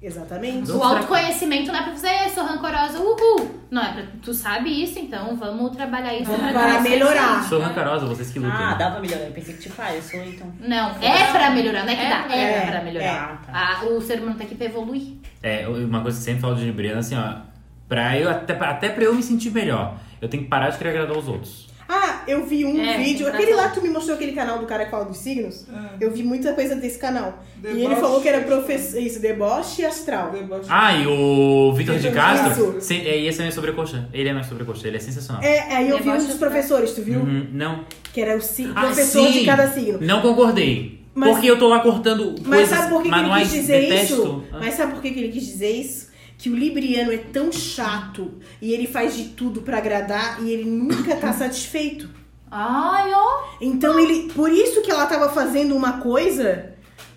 [SPEAKER 2] Exatamente.
[SPEAKER 3] Uhum.
[SPEAKER 4] O autoconhecimento não é pra você, "Ah, eu sou rancorosa, uhul. Não é pra tu sabe isso, então vamos trabalhar isso.
[SPEAKER 2] Vamos
[SPEAKER 4] pra
[SPEAKER 2] para
[SPEAKER 3] Uhum.
[SPEAKER 4] crescer.
[SPEAKER 2] melhorar.
[SPEAKER 6] Sou rancorosa, vocês que lutem.
[SPEAKER 7] Ah, dá pra melhorar. Eu pensei que, tipo, ah, eu sou, então...
[SPEAKER 4] Não, é pra melhorar, não é que
[SPEAKER 3] É,
[SPEAKER 4] dá, é,
[SPEAKER 2] é,
[SPEAKER 4] pra melhorar.
[SPEAKER 7] é.
[SPEAKER 4] Ah, o ser humano tem que evoluir.
[SPEAKER 6] É, uma coisa que sempre falo de Libriano, assim, ó. Pra eu, até, até pra eu me sentir melhor, eu tenho que parar de querer agradar os outros.
[SPEAKER 2] Ah, eu vi um
[SPEAKER 3] Uhum. É,
[SPEAKER 2] vídeo.
[SPEAKER 3] tem
[SPEAKER 2] Aquele lá
[SPEAKER 3] razão.
[SPEAKER 2] que tu me mostrou, aquele canal do cara que fala dos signos. Eu vi muita coisa desse canal. E ele
[SPEAKER 5] É, Deboche. é
[SPEAKER 2] falou que era professor. Isso, deboche astral.
[SPEAKER 6] Ah, e o Vitor
[SPEAKER 5] Vitor
[SPEAKER 6] de
[SPEAKER 5] de
[SPEAKER 6] Castro,
[SPEAKER 2] Castro.
[SPEAKER 6] se, é, esse é meu sobrecoxa. Ele é meu sobrecoxa, ele é sensacional.
[SPEAKER 2] É, aí eu vi um
[SPEAKER 3] Deboche
[SPEAKER 2] dos
[SPEAKER 3] astral.
[SPEAKER 2] professores, tu viu?
[SPEAKER 6] Uhum, não,
[SPEAKER 2] Que era o si-
[SPEAKER 6] Ah,
[SPEAKER 2] professor
[SPEAKER 6] sim.
[SPEAKER 2] de cada signo.
[SPEAKER 6] não concordei.
[SPEAKER 2] Mas-
[SPEAKER 6] porque eu tô lá cortando
[SPEAKER 2] Mas
[SPEAKER 6] coisas,
[SPEAKER 2] sabe por que, que ele
[SPEAKER 6] manuais,
[SPEAKER 2] quis dizer
[SPEAKER 6] detesto.
[SPEAKER 2] isso?
[SPEAKER 6] Ah.
[SPEAKER 2] Mas sabe por que, que ele quis dizer isso? Que o libriano é tão chato e ele faz de tudo pra agradar e ele nunca tá satisfeito.
[SPEAKER 4] Ai, ó.
[SPEAKER 2] Então ele. Por isso que ela tava fazendo uma coisa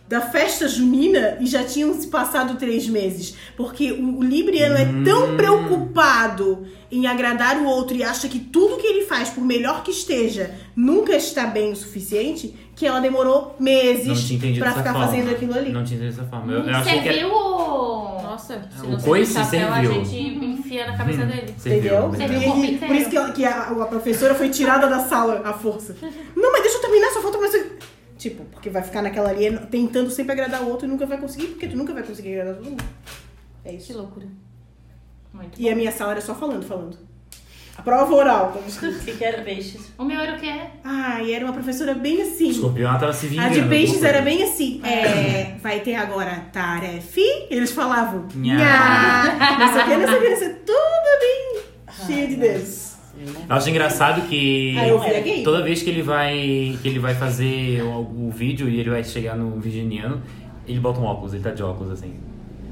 [SPEAKER 2] da festa junina e já tinham se passado três meses. Porque o, o Libriano é
[SPEAKER 6] Hum.
[SPEAKER 2] tão preocupado em agradar o outro e acha que tudo que ele faz, por melhor que esteja, nunca está bem o suficiente, que ela demorou
[SPEAKER 6] Não tinha
[SPEAKER 2] meses
[SPEAKER 6] entendido
[SPEAKER 2] pra
[SPEAKER 6] dessa
[SPEAKER 2] ficar
[SPEAKER 6] forma.
[SPEAKER 2] fazendo aquilo ali.
[SPEAKER 6] Não tinha entendido dessa forma. Eu, eu
[SPEAKER 4] Você
[SPEAKER 6] achei que era...
[SPEAKER 4] viu o.
[SPEAKER 3] Nossa, se
[SPEAKER 6] O
[SPEAKER 3] não tem
[SPEAKER 6] coice
[SPEAKER 3] papel,
[SPEAKER 6] serviu.
[SPEAKER 3] a gente enfia na cabeça dele.
[SPEAKER 2] Entendeu? É
[SPEAKER 6] Serviu.
[SPEAKER 4] Serviu.
[SPEAKER 2] E
[SPEAKER 4] o
[SPEAKER 2] ele-
[SPEAKER 4] corpo
[SPEAKER 2] por isso que, que a, a professora foi tirada da sala à força. Não, mas deixa eu terminar, só falta mais. Tipo, porque vai ficar naquela ali é tentando sempre agradar o outro e nunca vai conseguir, porque tu nunca vai conseguir agradar todo mundo. É
[SPEAKER 3] Que
[SPEAKER 2] isso.
[SPEAKER 3] loucura.
[SPEAKER 4] Muito
[SPEAKER 2] E a minha sala era só falando, falando. A prova oral. tava escrito.
[SPEAKER 7] O que que era peixes?
[SPEAKER 4] bom. O meu era o quê?
[SPEAKER 2] Ah, e era uma professora bem assim.
[SPEAKER 6] Escorpião, ela tava se
[SPEAKER 2] A
[SPEAKER 6] vingando.
[SPEAKER 2] de peixes
[SPEAKER 6] alguma
[SPEAKER 2] era
[SPEAKER 6] coisa.
[SPEAKER 2] bem assim. É, vai ter agora tarefa. Eles falavam.
[SPEAKER 6] Nhá.
[SPEAKER 2] Nhá. Não sei o que, não sei o que, não sei o que. Tudo bem cheio de dedos.
[SPEAKER 6] Eu acho engraçado que
[SPEAKER 2] Aí Ah, eu fui gay.
[SPEAKER 6] toda vez que ele vai que ele vai fazer o, o vídeo e ele vai chegar no virginiano, ele bota um óculos, ele tá de óculos assim.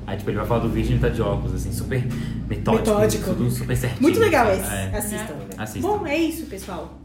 [SPEAKER 6] Aí tipo, ele vai falar do virgem, ele tá de óculos, assim, super metódico,
[SPEAKER 2] Metódico.
[SPEAKER 6] tudo super certinho.
[SPEAKER 2] Muito legal
[SPEAKER 6] sabe?
[SPEAKER 2] esse.
[SPEAKER 6] É.
[SPEAKER 2] Assistam.
[SPEAKER 6] Assistam.
[SPEAKER 2] Bom, é isso, pessoal.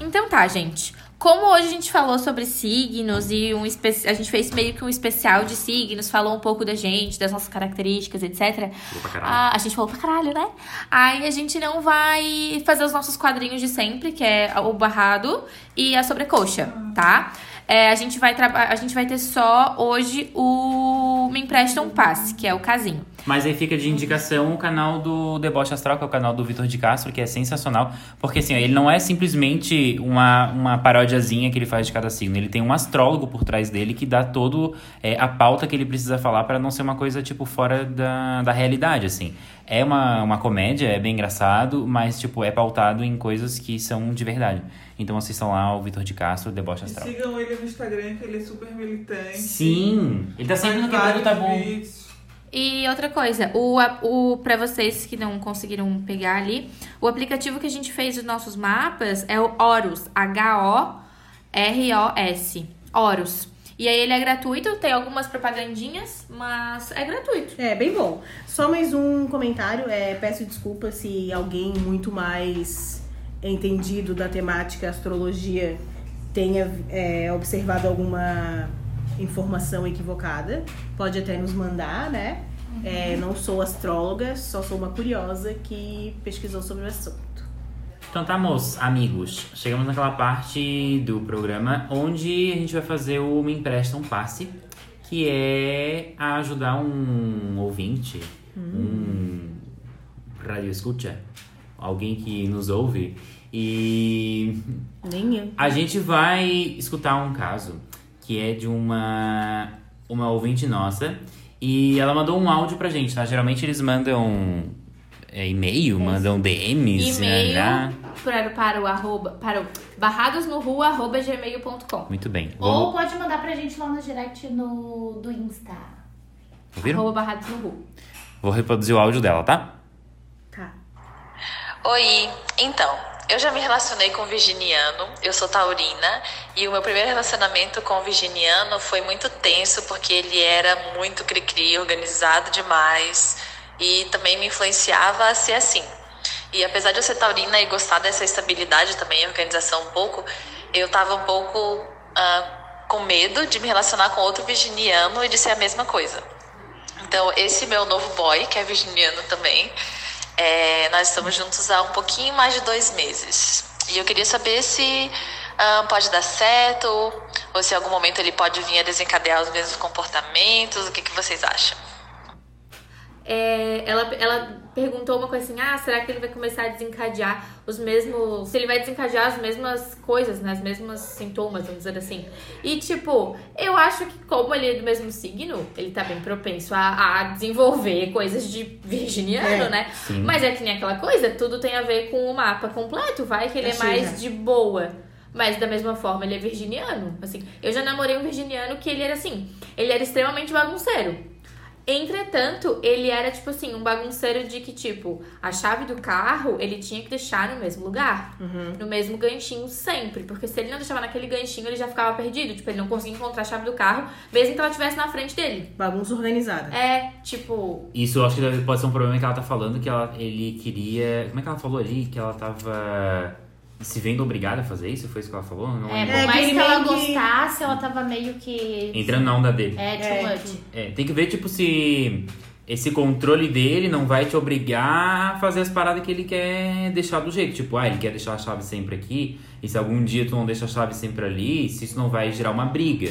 [SPEAKER 3] Então tá, gente. Como hoje a gente falou sobre signos e um espe- a gente fez meio que um especial de signos, falou um pouco da gente, das nossas características, etc.
[SPEAKER 6] Falou pra caralho.
[SPEAKER 3] Ah, a gente falou pra caralho, né? Aí a gente não vai fazer os nossos quadrinhos de sempre, que é o barrado e a sobrecoxa, tá? É, a, gente vai traba- a gente vai ter só hoje o Me Empresta um Passe, que é o casinho.
[SPEAKER 6] Mas aí fica de indicação o canal do Deboche Astral, que é o canal do Vitor de Castro, que é sensacional. Porque assim, ó, ele não é simplesmente uma, uma paródiazinha que ele faz de cada signo. Ele tem um astrólogo por trás dele que dá todo é, a pauta que ele precisa falar para não ser uma coisa, tipo, fora da, da realidade, assim. É uma, uma comédia, é bem engraçado, mas, tipo, é pautado em coisas que são de verdade. Então assistam lá o Vitor de Castro, Deboche
[SPEAKER 5] E
[SPEAKER 6] Astral.
[SPEAKER 5] sigam ele no Instagram, que ele é super militante.
[SPEAKER 6] tá. Sim, ele tá sempre no
[SPEAKER 5] Faz
[SPEAKER 6] quebrado tá
[SPEAKER 5] vários
[SPEAKER 6] bom.
[SPEAKER 5] vídeos.
[SPEAKER 3] E outra coisa, o, a- o para vocês que não conseguiram pegar ali, o aplicativo que a gente fez os nossos mapas é o Horus, H O R O S, Horus. E aí ele é gratuito, tem algumas propagandinhas, mas é gratuito.
[SPEAKER 2] É, bem bom. Só mais um comentário. É, peço desculpa se alguém muito mais entendido da temática astrologia tenha é, observado alguma informação equivocada. Pode até nos mandar, né? É, não sou astróloga, só sou uma curiosa que pesquisou sobre o assunto.
[SPEAKER 6] Então tá, meus amigos, chegamos naquela parte do programa onde a gente vai fazer o Me Empresta um Passe, que é ajudar um ouvinte, um radio escucha, alguém que nos ouve. E
[SPEAKER 2] Nem eu.
[SPEAKER 6] a gente vai escutar um caso que é de uma uma ouvinte nossa e ela mandou um áudio pra gente, tá? Geralmente eles mandam é, e-mail, mandam DMs,
[SPEAKER 3] E-mail
[SPEAKER 6] né?
[SPEAKER 3] para, para o arroba, para o barradosnorua@gmail.com.
[SPEAKER 6] Muito bem.
[SPEAKER 4] Ou
[SPEAKER 6] Vamos
[SPEAKER 4] pode mandar pra gente lá no direct no, do Insta.
[SPEAKER 6] ouviram?
[SPEAKER 3] Arroba barradosnorua.
[SPEAKER 6] Vou reproduzir o áudio dela, tá?
[SPEAKER 2] Tá.
[SPEAKER 8] Oi, então, eu já me relacionei com um virginiano, eu sou taurina, e o meu primeiro relacionamento com o virginiano foi muito tenso, porque ele era muito cri-cri, organizado demais, e também me influenciava a ser assim. E apesar de eu ser taurina e gostar dessa estabilidade também, organização um pouco, eu tava um pouco ah, com medo de me relacionar com outro virginiano e de ser a mesma coisa. Então, esse meu novo boy, que é virginiano também, é, nós estamos juntos há um pouquinho mais de dois meses. E eu queria saber se ah, pode dar certo, ou se em algum momento ele pode vir a desencadear os mesmos comportamentos, o que, que vocês acham?
[SPEAKER 3] É, ela, ela perguntou uma coisa assim: ah, será que ele vai começar a desencadear os mesmos. Se ele vai desencadear as mesmas coisas, né? Os mesmos sintomas, vamos dizer assim. E tipo, eu acho que, como ele é do mesmo signo, ele tá bem propenso a, a desenvolver coisas de virginiano, né?
[SPEAKER 6] Sim.
[SPEAKER 3] Mas é que nem aquela coisa, tudo tem a ver com o mapa completo, vai que ele é
[SPEAKER 2] Achei já.
[SPEAKER 3] mais de boa. Mas da mesma forma, ele é virginiano. Assim, eu já namorei um virginiano que ele era assim, ele era extremamente bagunceiro. Entretanto, ele era tipo assim, um bagunceiro de que tipo, a chave do carro ele tinha que deixar no mesmo lugar, no mesmo ganchinho sempre, porque se ele não deixava naquele ganchinho, ele já ficava perdido, tipo, ele não conseguia encontrar a chave do carro, mesmo que ela estivesse na frente dele.
[SPEAKER 2] Bagunça organizada.
[SPEAKER 3] É, tipo,
[SPEAKER 6] Isso eu acho que deve- pode ser um problema que ela tá falando, que ela, ele queria. Como é que ela falou ali? Que ela tava se vendo obrigada a fazer isso? Foi isso que ela falou? Não
[SPEAKER 4] É,
[SPEAKER 6] lembro.
[SPEAKER 4] por
[SPEAKER 2] que
[SPEAKER 4] mais
[SPEAKER 2] ele
[SPEAKER 4] que ela
[SPEAKER 2] meio que-
[SPEAKER 4] gostasse, ela tava meio que.
[SPEAKER 6] Entrando na onda dele.
[SPEAKER 4] É, too
[SPEAKER 2] É,
[SPEAKER 4] much.
[SPEAKER 6] É, tem que ver, tipo, se esse controle dele não vai te obrigar a fazer as paradas que ele quer deixar do jeito. Tipo, ah, ele quer deixar a chave sempre aqui, e se algum dia tu não deixa a chave sempre ali, se isso não vai gerar uma briga.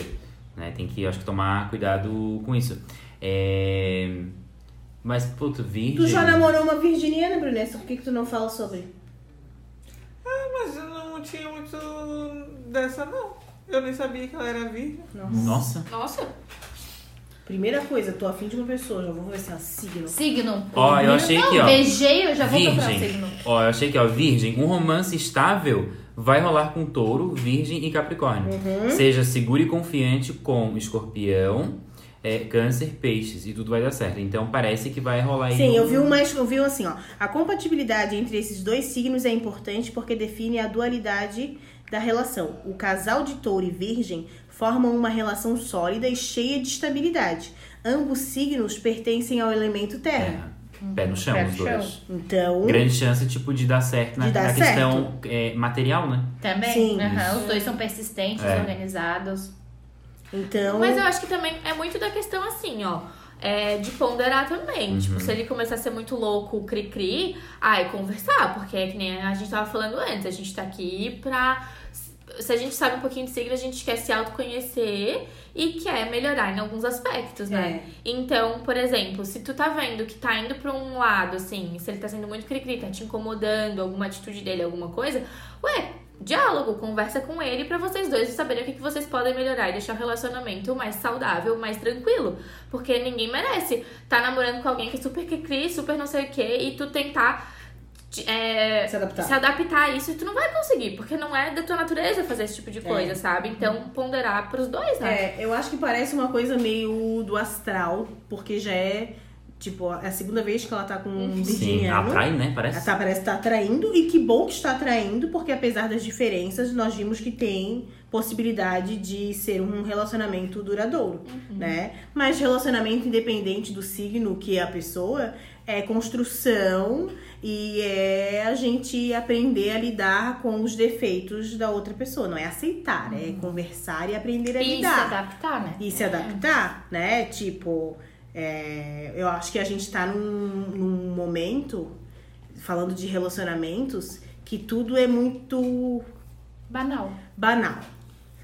[SPEAKER 6] Né? Tem que, acho que, tomar cuidado com isso. É... Mas, puto, virgem...
[SPEAKER 2] Tu já namorou uma virginiana, Brunessa? Por que, que tu não fala sobre?
[SPEAKER 5] Mas eu não tinha muito dessa, não. Eu nem sabia que ela era virgem.
[SPEAKER 6] Nossa.
[SPEAKER 3] nossa,
[SPEAKER 2] Primeira coisa, tô afim de uma pessoa, já vou ver se é um signo.
[SPEAKER 4] Signo.
[SPEAKER 6] Ó, eu achei
[SPEAKER 4] não,
[SPEAKER 6] aqui, ó.
[SPEAKER 4] Beijei, eu já vou procurar o
[SPEAKER 6] Virgem.
[SPEAKER 4] signo.
[SPEAKER 6] Ó, eu achei que, ó, virgem, um romance estável vai rolar com touro, virgem e capricórnio. Seja seguro e confiante com escorpião, é, câncer, peixes e tudo vai dar certo. Então parece que vai rolar aí.
[SPEAKER 2] Sim,
[SPEAKER 6] um-
[SPEAKER 2] eu vi um mais, eu vi um assim, ó. A compatibilidade entre esses dois signos é importante porque define a dualidade da relação. O casal de touro e virgem formam uma relação sólida e cheia de estabilidade. Ambos signos pertencem ao elemento terra.
[SPEAKER 6] Terra. É, Pé no chão,
[SPEAKER 4] Pé no
[SPEAKER 6] os dois.
[SPEAKER 2] Então,
[SPEAKER 6] É. Grande chance, tipo, de dar certo na,
[SPEAKER 2] De dar
[SPEAKER 6] na questão é, material, né?
[SPEAKER 4] Também.
[SPEAKER 2] Sim.
[SPEAKER 4] Aham, Os dois são persistentes,
[SPEAKER 6] É.
[SPEAKER 4] organizados.
[SPEAKER 2] então
[SPEAKER 3] Mas eu acho que também é muito da questão assim, ó. é, de ponderar também. Tipo, se ele começar a ser muito louco, cri-cri, aí conversar. Porque é que nem a gente tava falando antes, a gente tá aqui pra, se a gente sabe um pouquinho de signo, a gente quer se autoconhecer e quer melhorar em alguns aspectos, né?
[SPEAKER 2] é,
[SPEAKER 3] Então, por exemplo, se tu tá vendo que tá indo pra um lado, assim, se ele tá sendo muito cri-cri, tá te incomodando, alguma atitude dele, alguma coisa, ué, diálogo, conversa com ele pra vocês dois saberem o que, que vocês podem melhorar e deixar o relacionamento mais saudável, mais tranquilo. Porque ninguém merece tá namorando com alguém que é super cri-cri, super não sei o quê, e tu tentar. é,
[SPEAKER 2] Se adaptar.
[SPEAKER 3] se adaptar a isso, tu não vai conseguir, porque não é da tua natureza fazer esse tipo de coisa, sabe? Então, ponderar pros dois, né?
[SPEAKER 2] É, eu acho que parece uma coisa meio do astral, porque já é, tipo, é a segunda vez que ela tá com
[SPEAKER 3] Uhum.
[SPEAKER 2] um
[SPEAKER 6] Sim,
[SPEAKER 2] virginiano.
[SPEAKER 6] atrai, né?
[SPEAKER 2] Ela
[SPEAKER 6] Parece.
[SPEAKER 2] tá, parece que tá atraindo, e que bom que está atraindo, porque apesar das diferenças, nós vimos que tem possibilidade de ser um relacionamento duradouro, né? Mas relacionamento independente do signo que é a pessoa, é construção e é a gente aprender a lidar com os defeitos da outra pessoa. Não é aceitar, é conversar e aprender a
[SPEAKER 3] E se
[SPEAKER 2] lidar
[SPEAKER 3] adaptar, né?
[SPEAKER 2] e se adaptar, né? Tipo, é, eu acho que a gente tá num, num momento, falando de relacionamentos, que tudo é muito
[SPEAKER 4] Banal.
[SPEAKER 2] banal.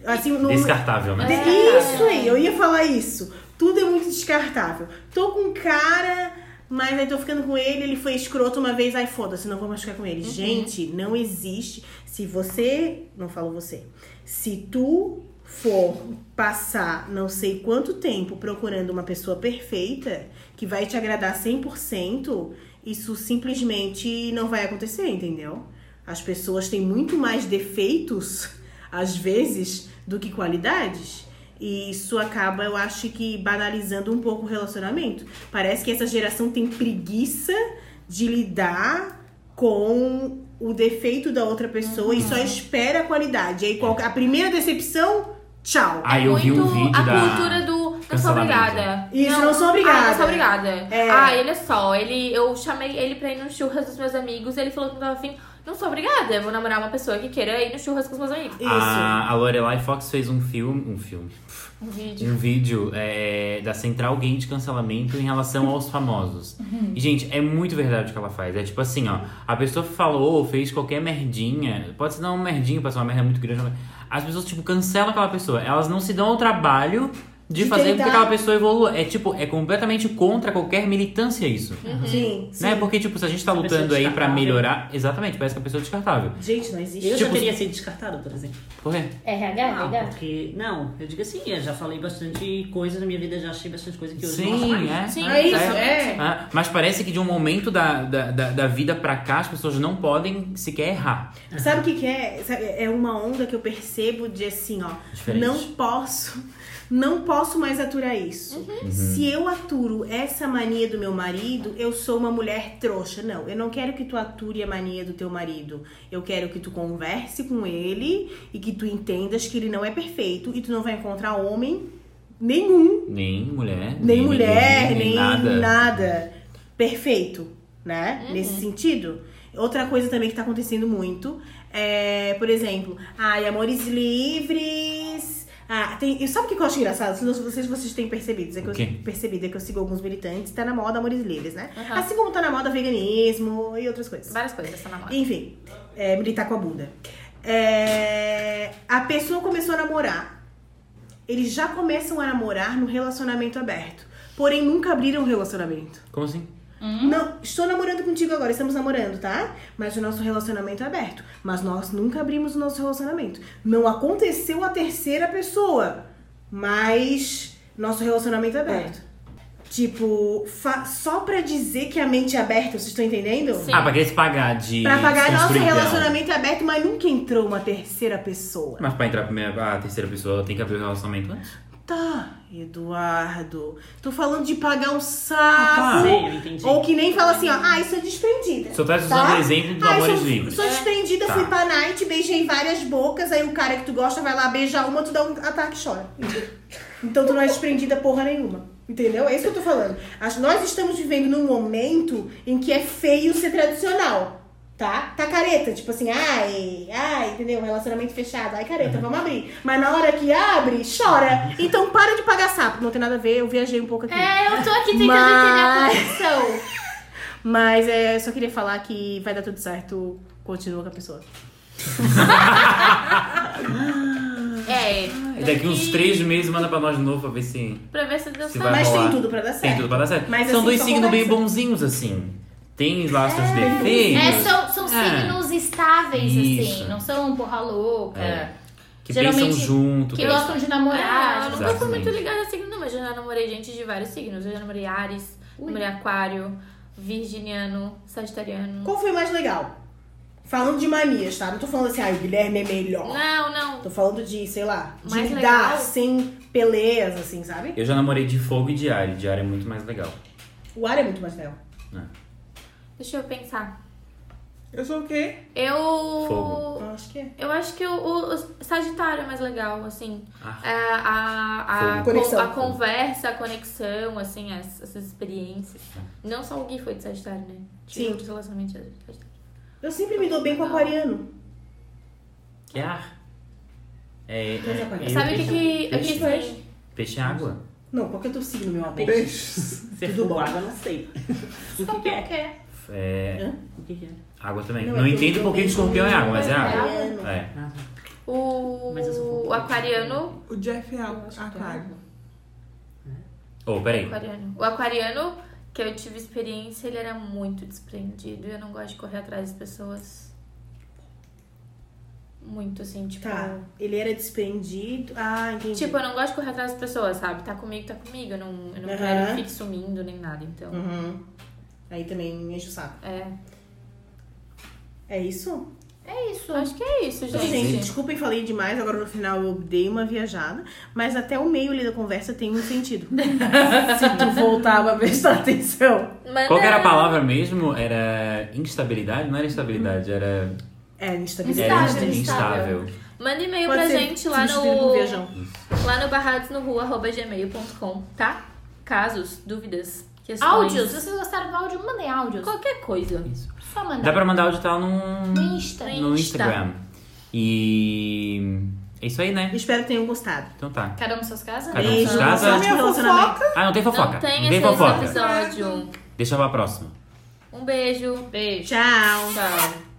[SPEAKER 2] Assim, no,
[SPEAKER 6] Descartável, né?
[SPEAKER 2] de-
[SPEAKER 3] É.
[SPEAKER 2] Isso aí, eu ia falar isso. Tudo é muito descartável. Tô com um cara, mas aí tô ficando com ele, ele foi escroto uma vez, ai foda-se, não vou mais ficar com ele. Gente, não existe. Se você. Não falo você. Se tu for passar não sei quanto tempo procurando uma pessoa perfeita que vai te agradar 100%, isso simplesmente não vai acontecer, entendeu? As pessoas têm muito mais defeitos, às vezes, do que qualidades. E isso acaba, eu acho que, banalizando um pouco o relacionamento. Parece que essa geração tem preguiça de lidar com o defeito da outra pessoa e
[SPEAKER 7] Uhum.
[SPEAKER 2] só espera a qualidade. Aí qual- é a primeira decepção, tchau.
[SPEAKER 7] Ah.
[SPEAKER 6] Aí eu vi um vídeo
[SPEAKER 3] É a
[SPEAKER 6] da.
[SPEAKER 3] cultura do não sou
[SPEAKER 6] cancelamento.
[SPEAKER 3] obrigada.
[SPEAKER 2] Isso, não sou obrigada.
[SPEAKER 3] Ah, não sou obrigada.
[SPEAKER 2] É.
[SPEAKER 3] Ah, ele é só. Ele, eu chamei ele pra ir no churras dos meus amigos. Ele falou que não tava afim. Não sou obrigada. Eu vou namorar uma pessoa que queira ir no churras com os meus amigos.
[SPEAKER 2] Isso.
[SPEAKER 7] Ah.
[SPEAKER 6] A, a Lorelai Fox fez um filme. Um filme.
[SPEAKER 3] Um vídeo.
[SPEAKER 6] Um vídeo é, da Central Gay de Cancelamento em relação aos famosos. E, gente, é muito verdade o que ela faz. É tipo assim, ó. A pessoa falou, fez qualquer merdinha. Pode ser não uma merdinha, pode ser uma merda muito grande. mas As pessoas, tipo, cancelam aquela pessoa. Elas não se dão ao trabalho de,
[SPEAKER 2] De
[SPEAKER 6] fazer com
[SPEAKER 2] tentar.
[SPEAKER 6] que aquela pessoa evolua. É tipo, é completamente contra qualquer militância isso.
[SPEAKER 2] Sim, Uhum. sim.
[SPEAKER 6] Né? Porque, tipo, se a gente tá
[SPEAKER 7] Essa pessoa é
[SPEAKER 6] lutando aí pra
[SPEAKER 7] descartável.
[SPEAKER 6] melhorar. Exatamente, parece que a pessoa é descartável.
[SPEAKER 2] Gente, não existe.
[SPEAKER 7] Eu já
[SPEAKER 6] Tipo-
[SPEAKER 7] teria sido descartada, por exemplo.
[SPEAKER 6] Por quê?
[SPEAKER 2] É
[SPEAKER 7] Não,
[SPEAKER 2] Tá
[SPEAKER 3] RH,
[SPEAKER 7] porque. Não, eu digo assim, eu já falei bastante coisa na minha vida, já achei bastante coisa que hoje eu não acho
[SPEAKER 6] Sim,
[SPEAKER 7] mais.
[SPEAKER 6] é.
[SPEAKER 3] Sim,
[SPEAKER 6] é,
[SPEAKER 2] é isso,
[SPEAKER 6] é.
[SPEAKER 2] é.
[SPEAKER 6] Ah, Mas parece que de um momento da, da, da, da vida pra cá, as pessoas não podem sequer errar.
[SPEAKER 2] Sabe o que, que é? Sabe, É uma onda que eu percebo de assim, ó.
[SPEAKER 6] É Diferente.
[SPEAKER 2] Não posso, não posso mais aturar isso. Se eu aturo essa mania do meu marido, eu sou uma mulher trouxa. Não, eu não quero que tu ature a mania do teu marido. Eu quero que tu converse com ele e que tu entendas que ele não é perfeito e tu não vai encontrar homem nenhum,
[SPEAKER 6] Nem mulher.
[SPEAKER 2] nem mulher,
[SPEAKER 6] ninguém,
[SPEAKER 2] nem, nada. perfeito, né? Nesse sentido. Outra coisa também que tá acontecendo muito é, por exemplo, ai, amores livres. Ah, tem, e sabe o que eu acho engraçado? Não sei se vocês, vocês têm percebido, é que
[SPEAKER 6] O quê?
[SPEAKER 2] eu percebido, é que eu sigo alguns militantes, tá na moda amores livres, né?
[SPEAKER 3] Aham.
[SPEAKER 2] Assim como tá na moda veganismo e outras coisas.
[SPEAKER 3] Várias coisas essa namorada.
[SPEAKER 2] Enfim, é, militar com a bunda. É, a pessoa começou a namorar. Eles já começam a namorar no relacionamento aberto. Porém, nunca abriram o relacionamento.
[SPEAKER 6] Como assim?
[SPEAKER 2] Não, estou namorando contigo agora, estamos namorando, tá? Mas o nosso relacionamento é aberto. Mas nós nunca abrimos o nosso relacionamento. Não aconteceu a terceira pessoa, mas nosso relacionamento é aberto. Tipo, fa- só pra dizer que a mente é aberta, vocês estão entendendo?
[SPEAKER 3] Sim.
[SPEAKER 6] Ah, pra querer se pagar de. um
[SPEAKER 2] Pra pagar nosso
[SPEAKER 6] desconstruidão.
[SPEAKER 2] relacionamento é aberto, mas nunca entrou uma terceira pessoa.
[SPEAKER 6] Mas pra entrar a, primeira, a terceira pessoa, ela tem que abrir o relacionamento antes?
[SPEAKER 2] Tá, Eduardo. Tô falando de pagar um
[SPEAKER 7] Ah,
[SPEAKER 2] saco.
[SPEAKER 7] sei, eu entendi.
[SPEAKER 2] Ou que nem fala assim, ó. Ah, isso é desprendida.
[SPEAKER 6] Só tá usando
[SPEAKER 2] Tá.
[SPEAKER 6] o exemplo dos
[SPEAKER 2] Ah, eu
[SPEAKER 6] amores
[SPEAKER 2] sou,
[SPEAKER 6] livres.
[SPEAKER 4] É.
[SPEAKER 2] sou desprendida,
[SPEAKER 6] Tá.
[SPEAKER 2] fui pra night, beijei várias bocas, aí o cara que tu gosta vai lá beijar uma, tu dá um ataque e chora. então tu não é desprendida porra nenhuma. Entendeu? É isso que eu tô falando. As- nós estamos vivendo num momento em que é feio ser tradicional. Tá? Tá careta, tipo assim, ai, ai, entendeu? Relacionamento fechado, ai careta, vamos abrir. Mas na hora que abre, chora. Então para de pagar sapo. Não tem nada a ver, eu viajei um pouco aqui.
[SPEAKER 3] É, eu tô aqui tentando
[SPEAKER 2] Mas-
[SPEAKER 3] entender a conexão.
[SPEAKER 2] Mas é, eu só queria falar que vai dar tudo certo, continua com a pessoa.
[SPEAKER 3] É.
[SPEAKER 6] Daqui uns três meses manda pra nós de novo pra ver se
[SPEAKER 3] Pra ver se deu
[SPEAKER 6] Se
[SPEAKER 3] certo.
[SPEAKER 6] vai
[SPEAKER 2] Mas tem
[SPEAKER 6] rolar.
[SPEAKER 2] tudo pra dar certo.
[SPEAKER 6] tem tudo pra dar certo.
[SPEAKER 2] Mas
[SPEAKER 6] São
[SPEAKER 2] assim,
[SPEAKER 6] dois
[SPEAKER 2] só
[SPEAKER 6] signos bem
[SPEAKER 2] conversa.
[SPEAKER 6] bonzinhos, assim. Tem lá seus defeitos.
[SPEAKER 4] É, são, são
[SPEAKER 6] É.
[SPEAKER 4] signos estáveis, assim.
[SPEAKER 6] Isso.
[SPEAKER 4] Não são porra louca.
[SPEAKER 6] É. Que
[SPEAKER 4] Geralmente,
[SPEAKER 6] pensam junto.
[SPEAKER 4] Que
[SPEAKER 6] que- é
[SPEAKER 4] gostam de
[SPEAKER 3] Ah,
[SPEAKER 4] namorar. tipo,
[SPEAKER 3] eu nunca fui muito ligada a signo, não, mas eu já namorei gente de vários signos. Eu já namorei Ares, namorei Aquário, Virginiano, Sagitariano.
[SPEAKER 2] Qual foi mais legal? Falando de manias, tá? Não tô falando assim, ah, o Guilherme é melhor.
[SPEAKER 3] Não, não.
[SPEAKER 2] Tô falando de, sei lá, de
[SPEAKER 3] Mais
[SPEAKER 2] lidar
[SPEAKER 3] legal?
[SPEAKER 2] sem peleias, assim, sabe?
[SPEAKER 6] Eu já namorei de fogo e de ar. e De ar é muito mais legal.
[SPEAKER 2] O ar é muito mais legal.
[SPEAKER 3] Deixa eu pensar.
[SPEAKER 5] Eu sou o quê?
[SPEAKER 3] Eu.
[SPEAKER 6] Fogo.
[SPEAKER 2] Eu acho que é.
[SPEAKER 3] Eu acho que o, o- o Sagitário é mais legal, assim.
[SPEAKER 6] Ah.
[SPEAKER 3] É, a, a,
[SPEAKER 6] Fogo.
[SPEAKER 2] Conexão.
[SPEAKER 3] a conversa, a conexão, assim, as- essas experiências. Não só o Gui foi de Sagitário, né? Tinha
[SPEAKER 2] Sim.
[SPEAKER 3] outros relacionamentos de Sagitário.
[SPEAKER 2] Eu sempre me dou bem com o aquariano.
[SPEAKER 6] Que ar? É,
[SPEAKER 2] Mas é
[SPEAKER 6] é,
[SPEAKER 2] qual?
[SPEAKER 6] é,
[SPEAKER 3] Sabe o que que.
[SPEAKER 6] peixe,
[SPEAKER 3] eu
[SPEAKER 6] peixe,
[SPEAKER 3] quis-
[SPEAKER 6] peixe é água.
[SPEAKER 2] Não, qual que é teu signo, meu amor?
[SPEAKER 5] Beijos.
[SPEAKER 7] Se é
[SPEAKER 2] Tudo
[SPEAKER 7] fogo,
[SPEAKER 2] bom.
[SPEAKER 7] água, eu não sei. O que, que é?
[SPEAKER 6] É,
[SPEAKER 7] O que, que é?
[SPEAKER 6] água também.
[SPEAKER 2] Não,
[SPEAKER 6] Não,
[SPEAKER 2] é que
[SPEAKER 6] entendo
[SPEAKER 2] eu
[SPEAKER 6] por que
[SPEAKER 2] também
[SPEAKER 6] escorpião é água, mas é
[SPEAKER 3] não
[SPEAKER 6] água.
[SPEAKER 2] Aquariano.
[SPEAKER 6] É.
[SPEAKER 3] O,
[SPEAKER 7] Mas eu sou um
[SPEAKER 3] o aquariano.
[SPEAKER 5] O Jeff é
[SPEAKER 3] Eu acho que é
[SPEAKER 5] aquário.
[SPEAKER 6] Oh, peraí.
[SPEAKER 3] aquariano. O aquariano que eu tive experiência, ele era muito desprendido. E eu não gosto de correr atrás das pessoas. Muito assim, tipo.
[SPEAKER 2] Tá, ele era desprendido. Ah, entendi.
[SPEAKER 3] Tipo, eu não gosto de correr atrás das pessoas, sabe? Tá comigo, tá comigo. Eu não, eu não
[SPEAKER 2] Aham.
[SPEAKER 3] quero fique sumindo nem nada, então.
[SPEAKER 2] Uhum. Aí também me enche o saco.
[SPEAKER 3] É.
[SPEAKER 2] É isso?
[SPEAKER 4] É isso.
[SPEAKER 3] Acho que é isso, gente.
[SPEAKER 2] Gente, desculpem, falei demais. Agora no final eu dei uma viajada. Mas até o meio ali da conversa tem um sentido. Se tu voltar pra prestar atenção.
[SPEAKER 3] Mas
[SPEAKER 6] Qual que era a
[SPEAKER 3] não,
[SPEAKER 6] palavra mesmo? Era instabilidade? Não era instabilidade, era.
[SPEAKER 2] É,
[SPEAKER 6] Era
[SPEAKER 2] instabilidade.
[SPEAKER 3] Instável,
[SPEAKER 6] insta-
[SPEAKER 3] instável.
[SPEAKER 6] instável.
[SPEAKER 3] Manda e-mail
[SPEAKER 2] Pode
[SPEAKER 3] um pra
[SPEAKER 2] ser
[SPEAKER 3] gente lá
[SPEAKER 2] substituído por um
[SPEAKER 3] no,
[SPEAKER 2] viajão.
[SPEAKER 3] lá no barradosnorua.gmail.com, tá? Casos, dúvidas, questões.
[SPEAKER 4] Áudios. Se vocês gostaram do áudio, mandem áudios.
[SPEAKER 3] Qualquer coisa.
[SPEAKER 4] Só mandar.
[SPEAKER 6] Dá pra mandar áudio tá num.
[SPEAKER 4] No Insta.
[SPEAKER 6] No Instagram. E. É isso aí, né?
[SPEAKER 2] Espero que tenham gostado.
[SPEAKER 6] Então tá.
[SPEAKER 4] Cada um nas suas casas?
[SPEAKER 6] Cada um
[SPEAKER 2] Beijo,
[SPEAKER 6] de casa.
[SPEAKER 2] sorte no
[SPEAKER 5] Minha
[SPEAKER 2] relacionamento.
[SPEAKER 5] fofoca.
[SPEAKER 6] Ah, não tem fofoca.
[SPEAKER 3] Não tem
[SPEAKER 6] tem
[SPEAKER 3] esse
[SPEAKER 6] fofoca.
[SPEAKER 3] episódio.
[SPEAKER 6] Deixa pra próxima.
[SPEAKER 3] Um beijo. Beijo.
[SPEAKER 2] Tchau.
[SPEAKER 3] Tchau.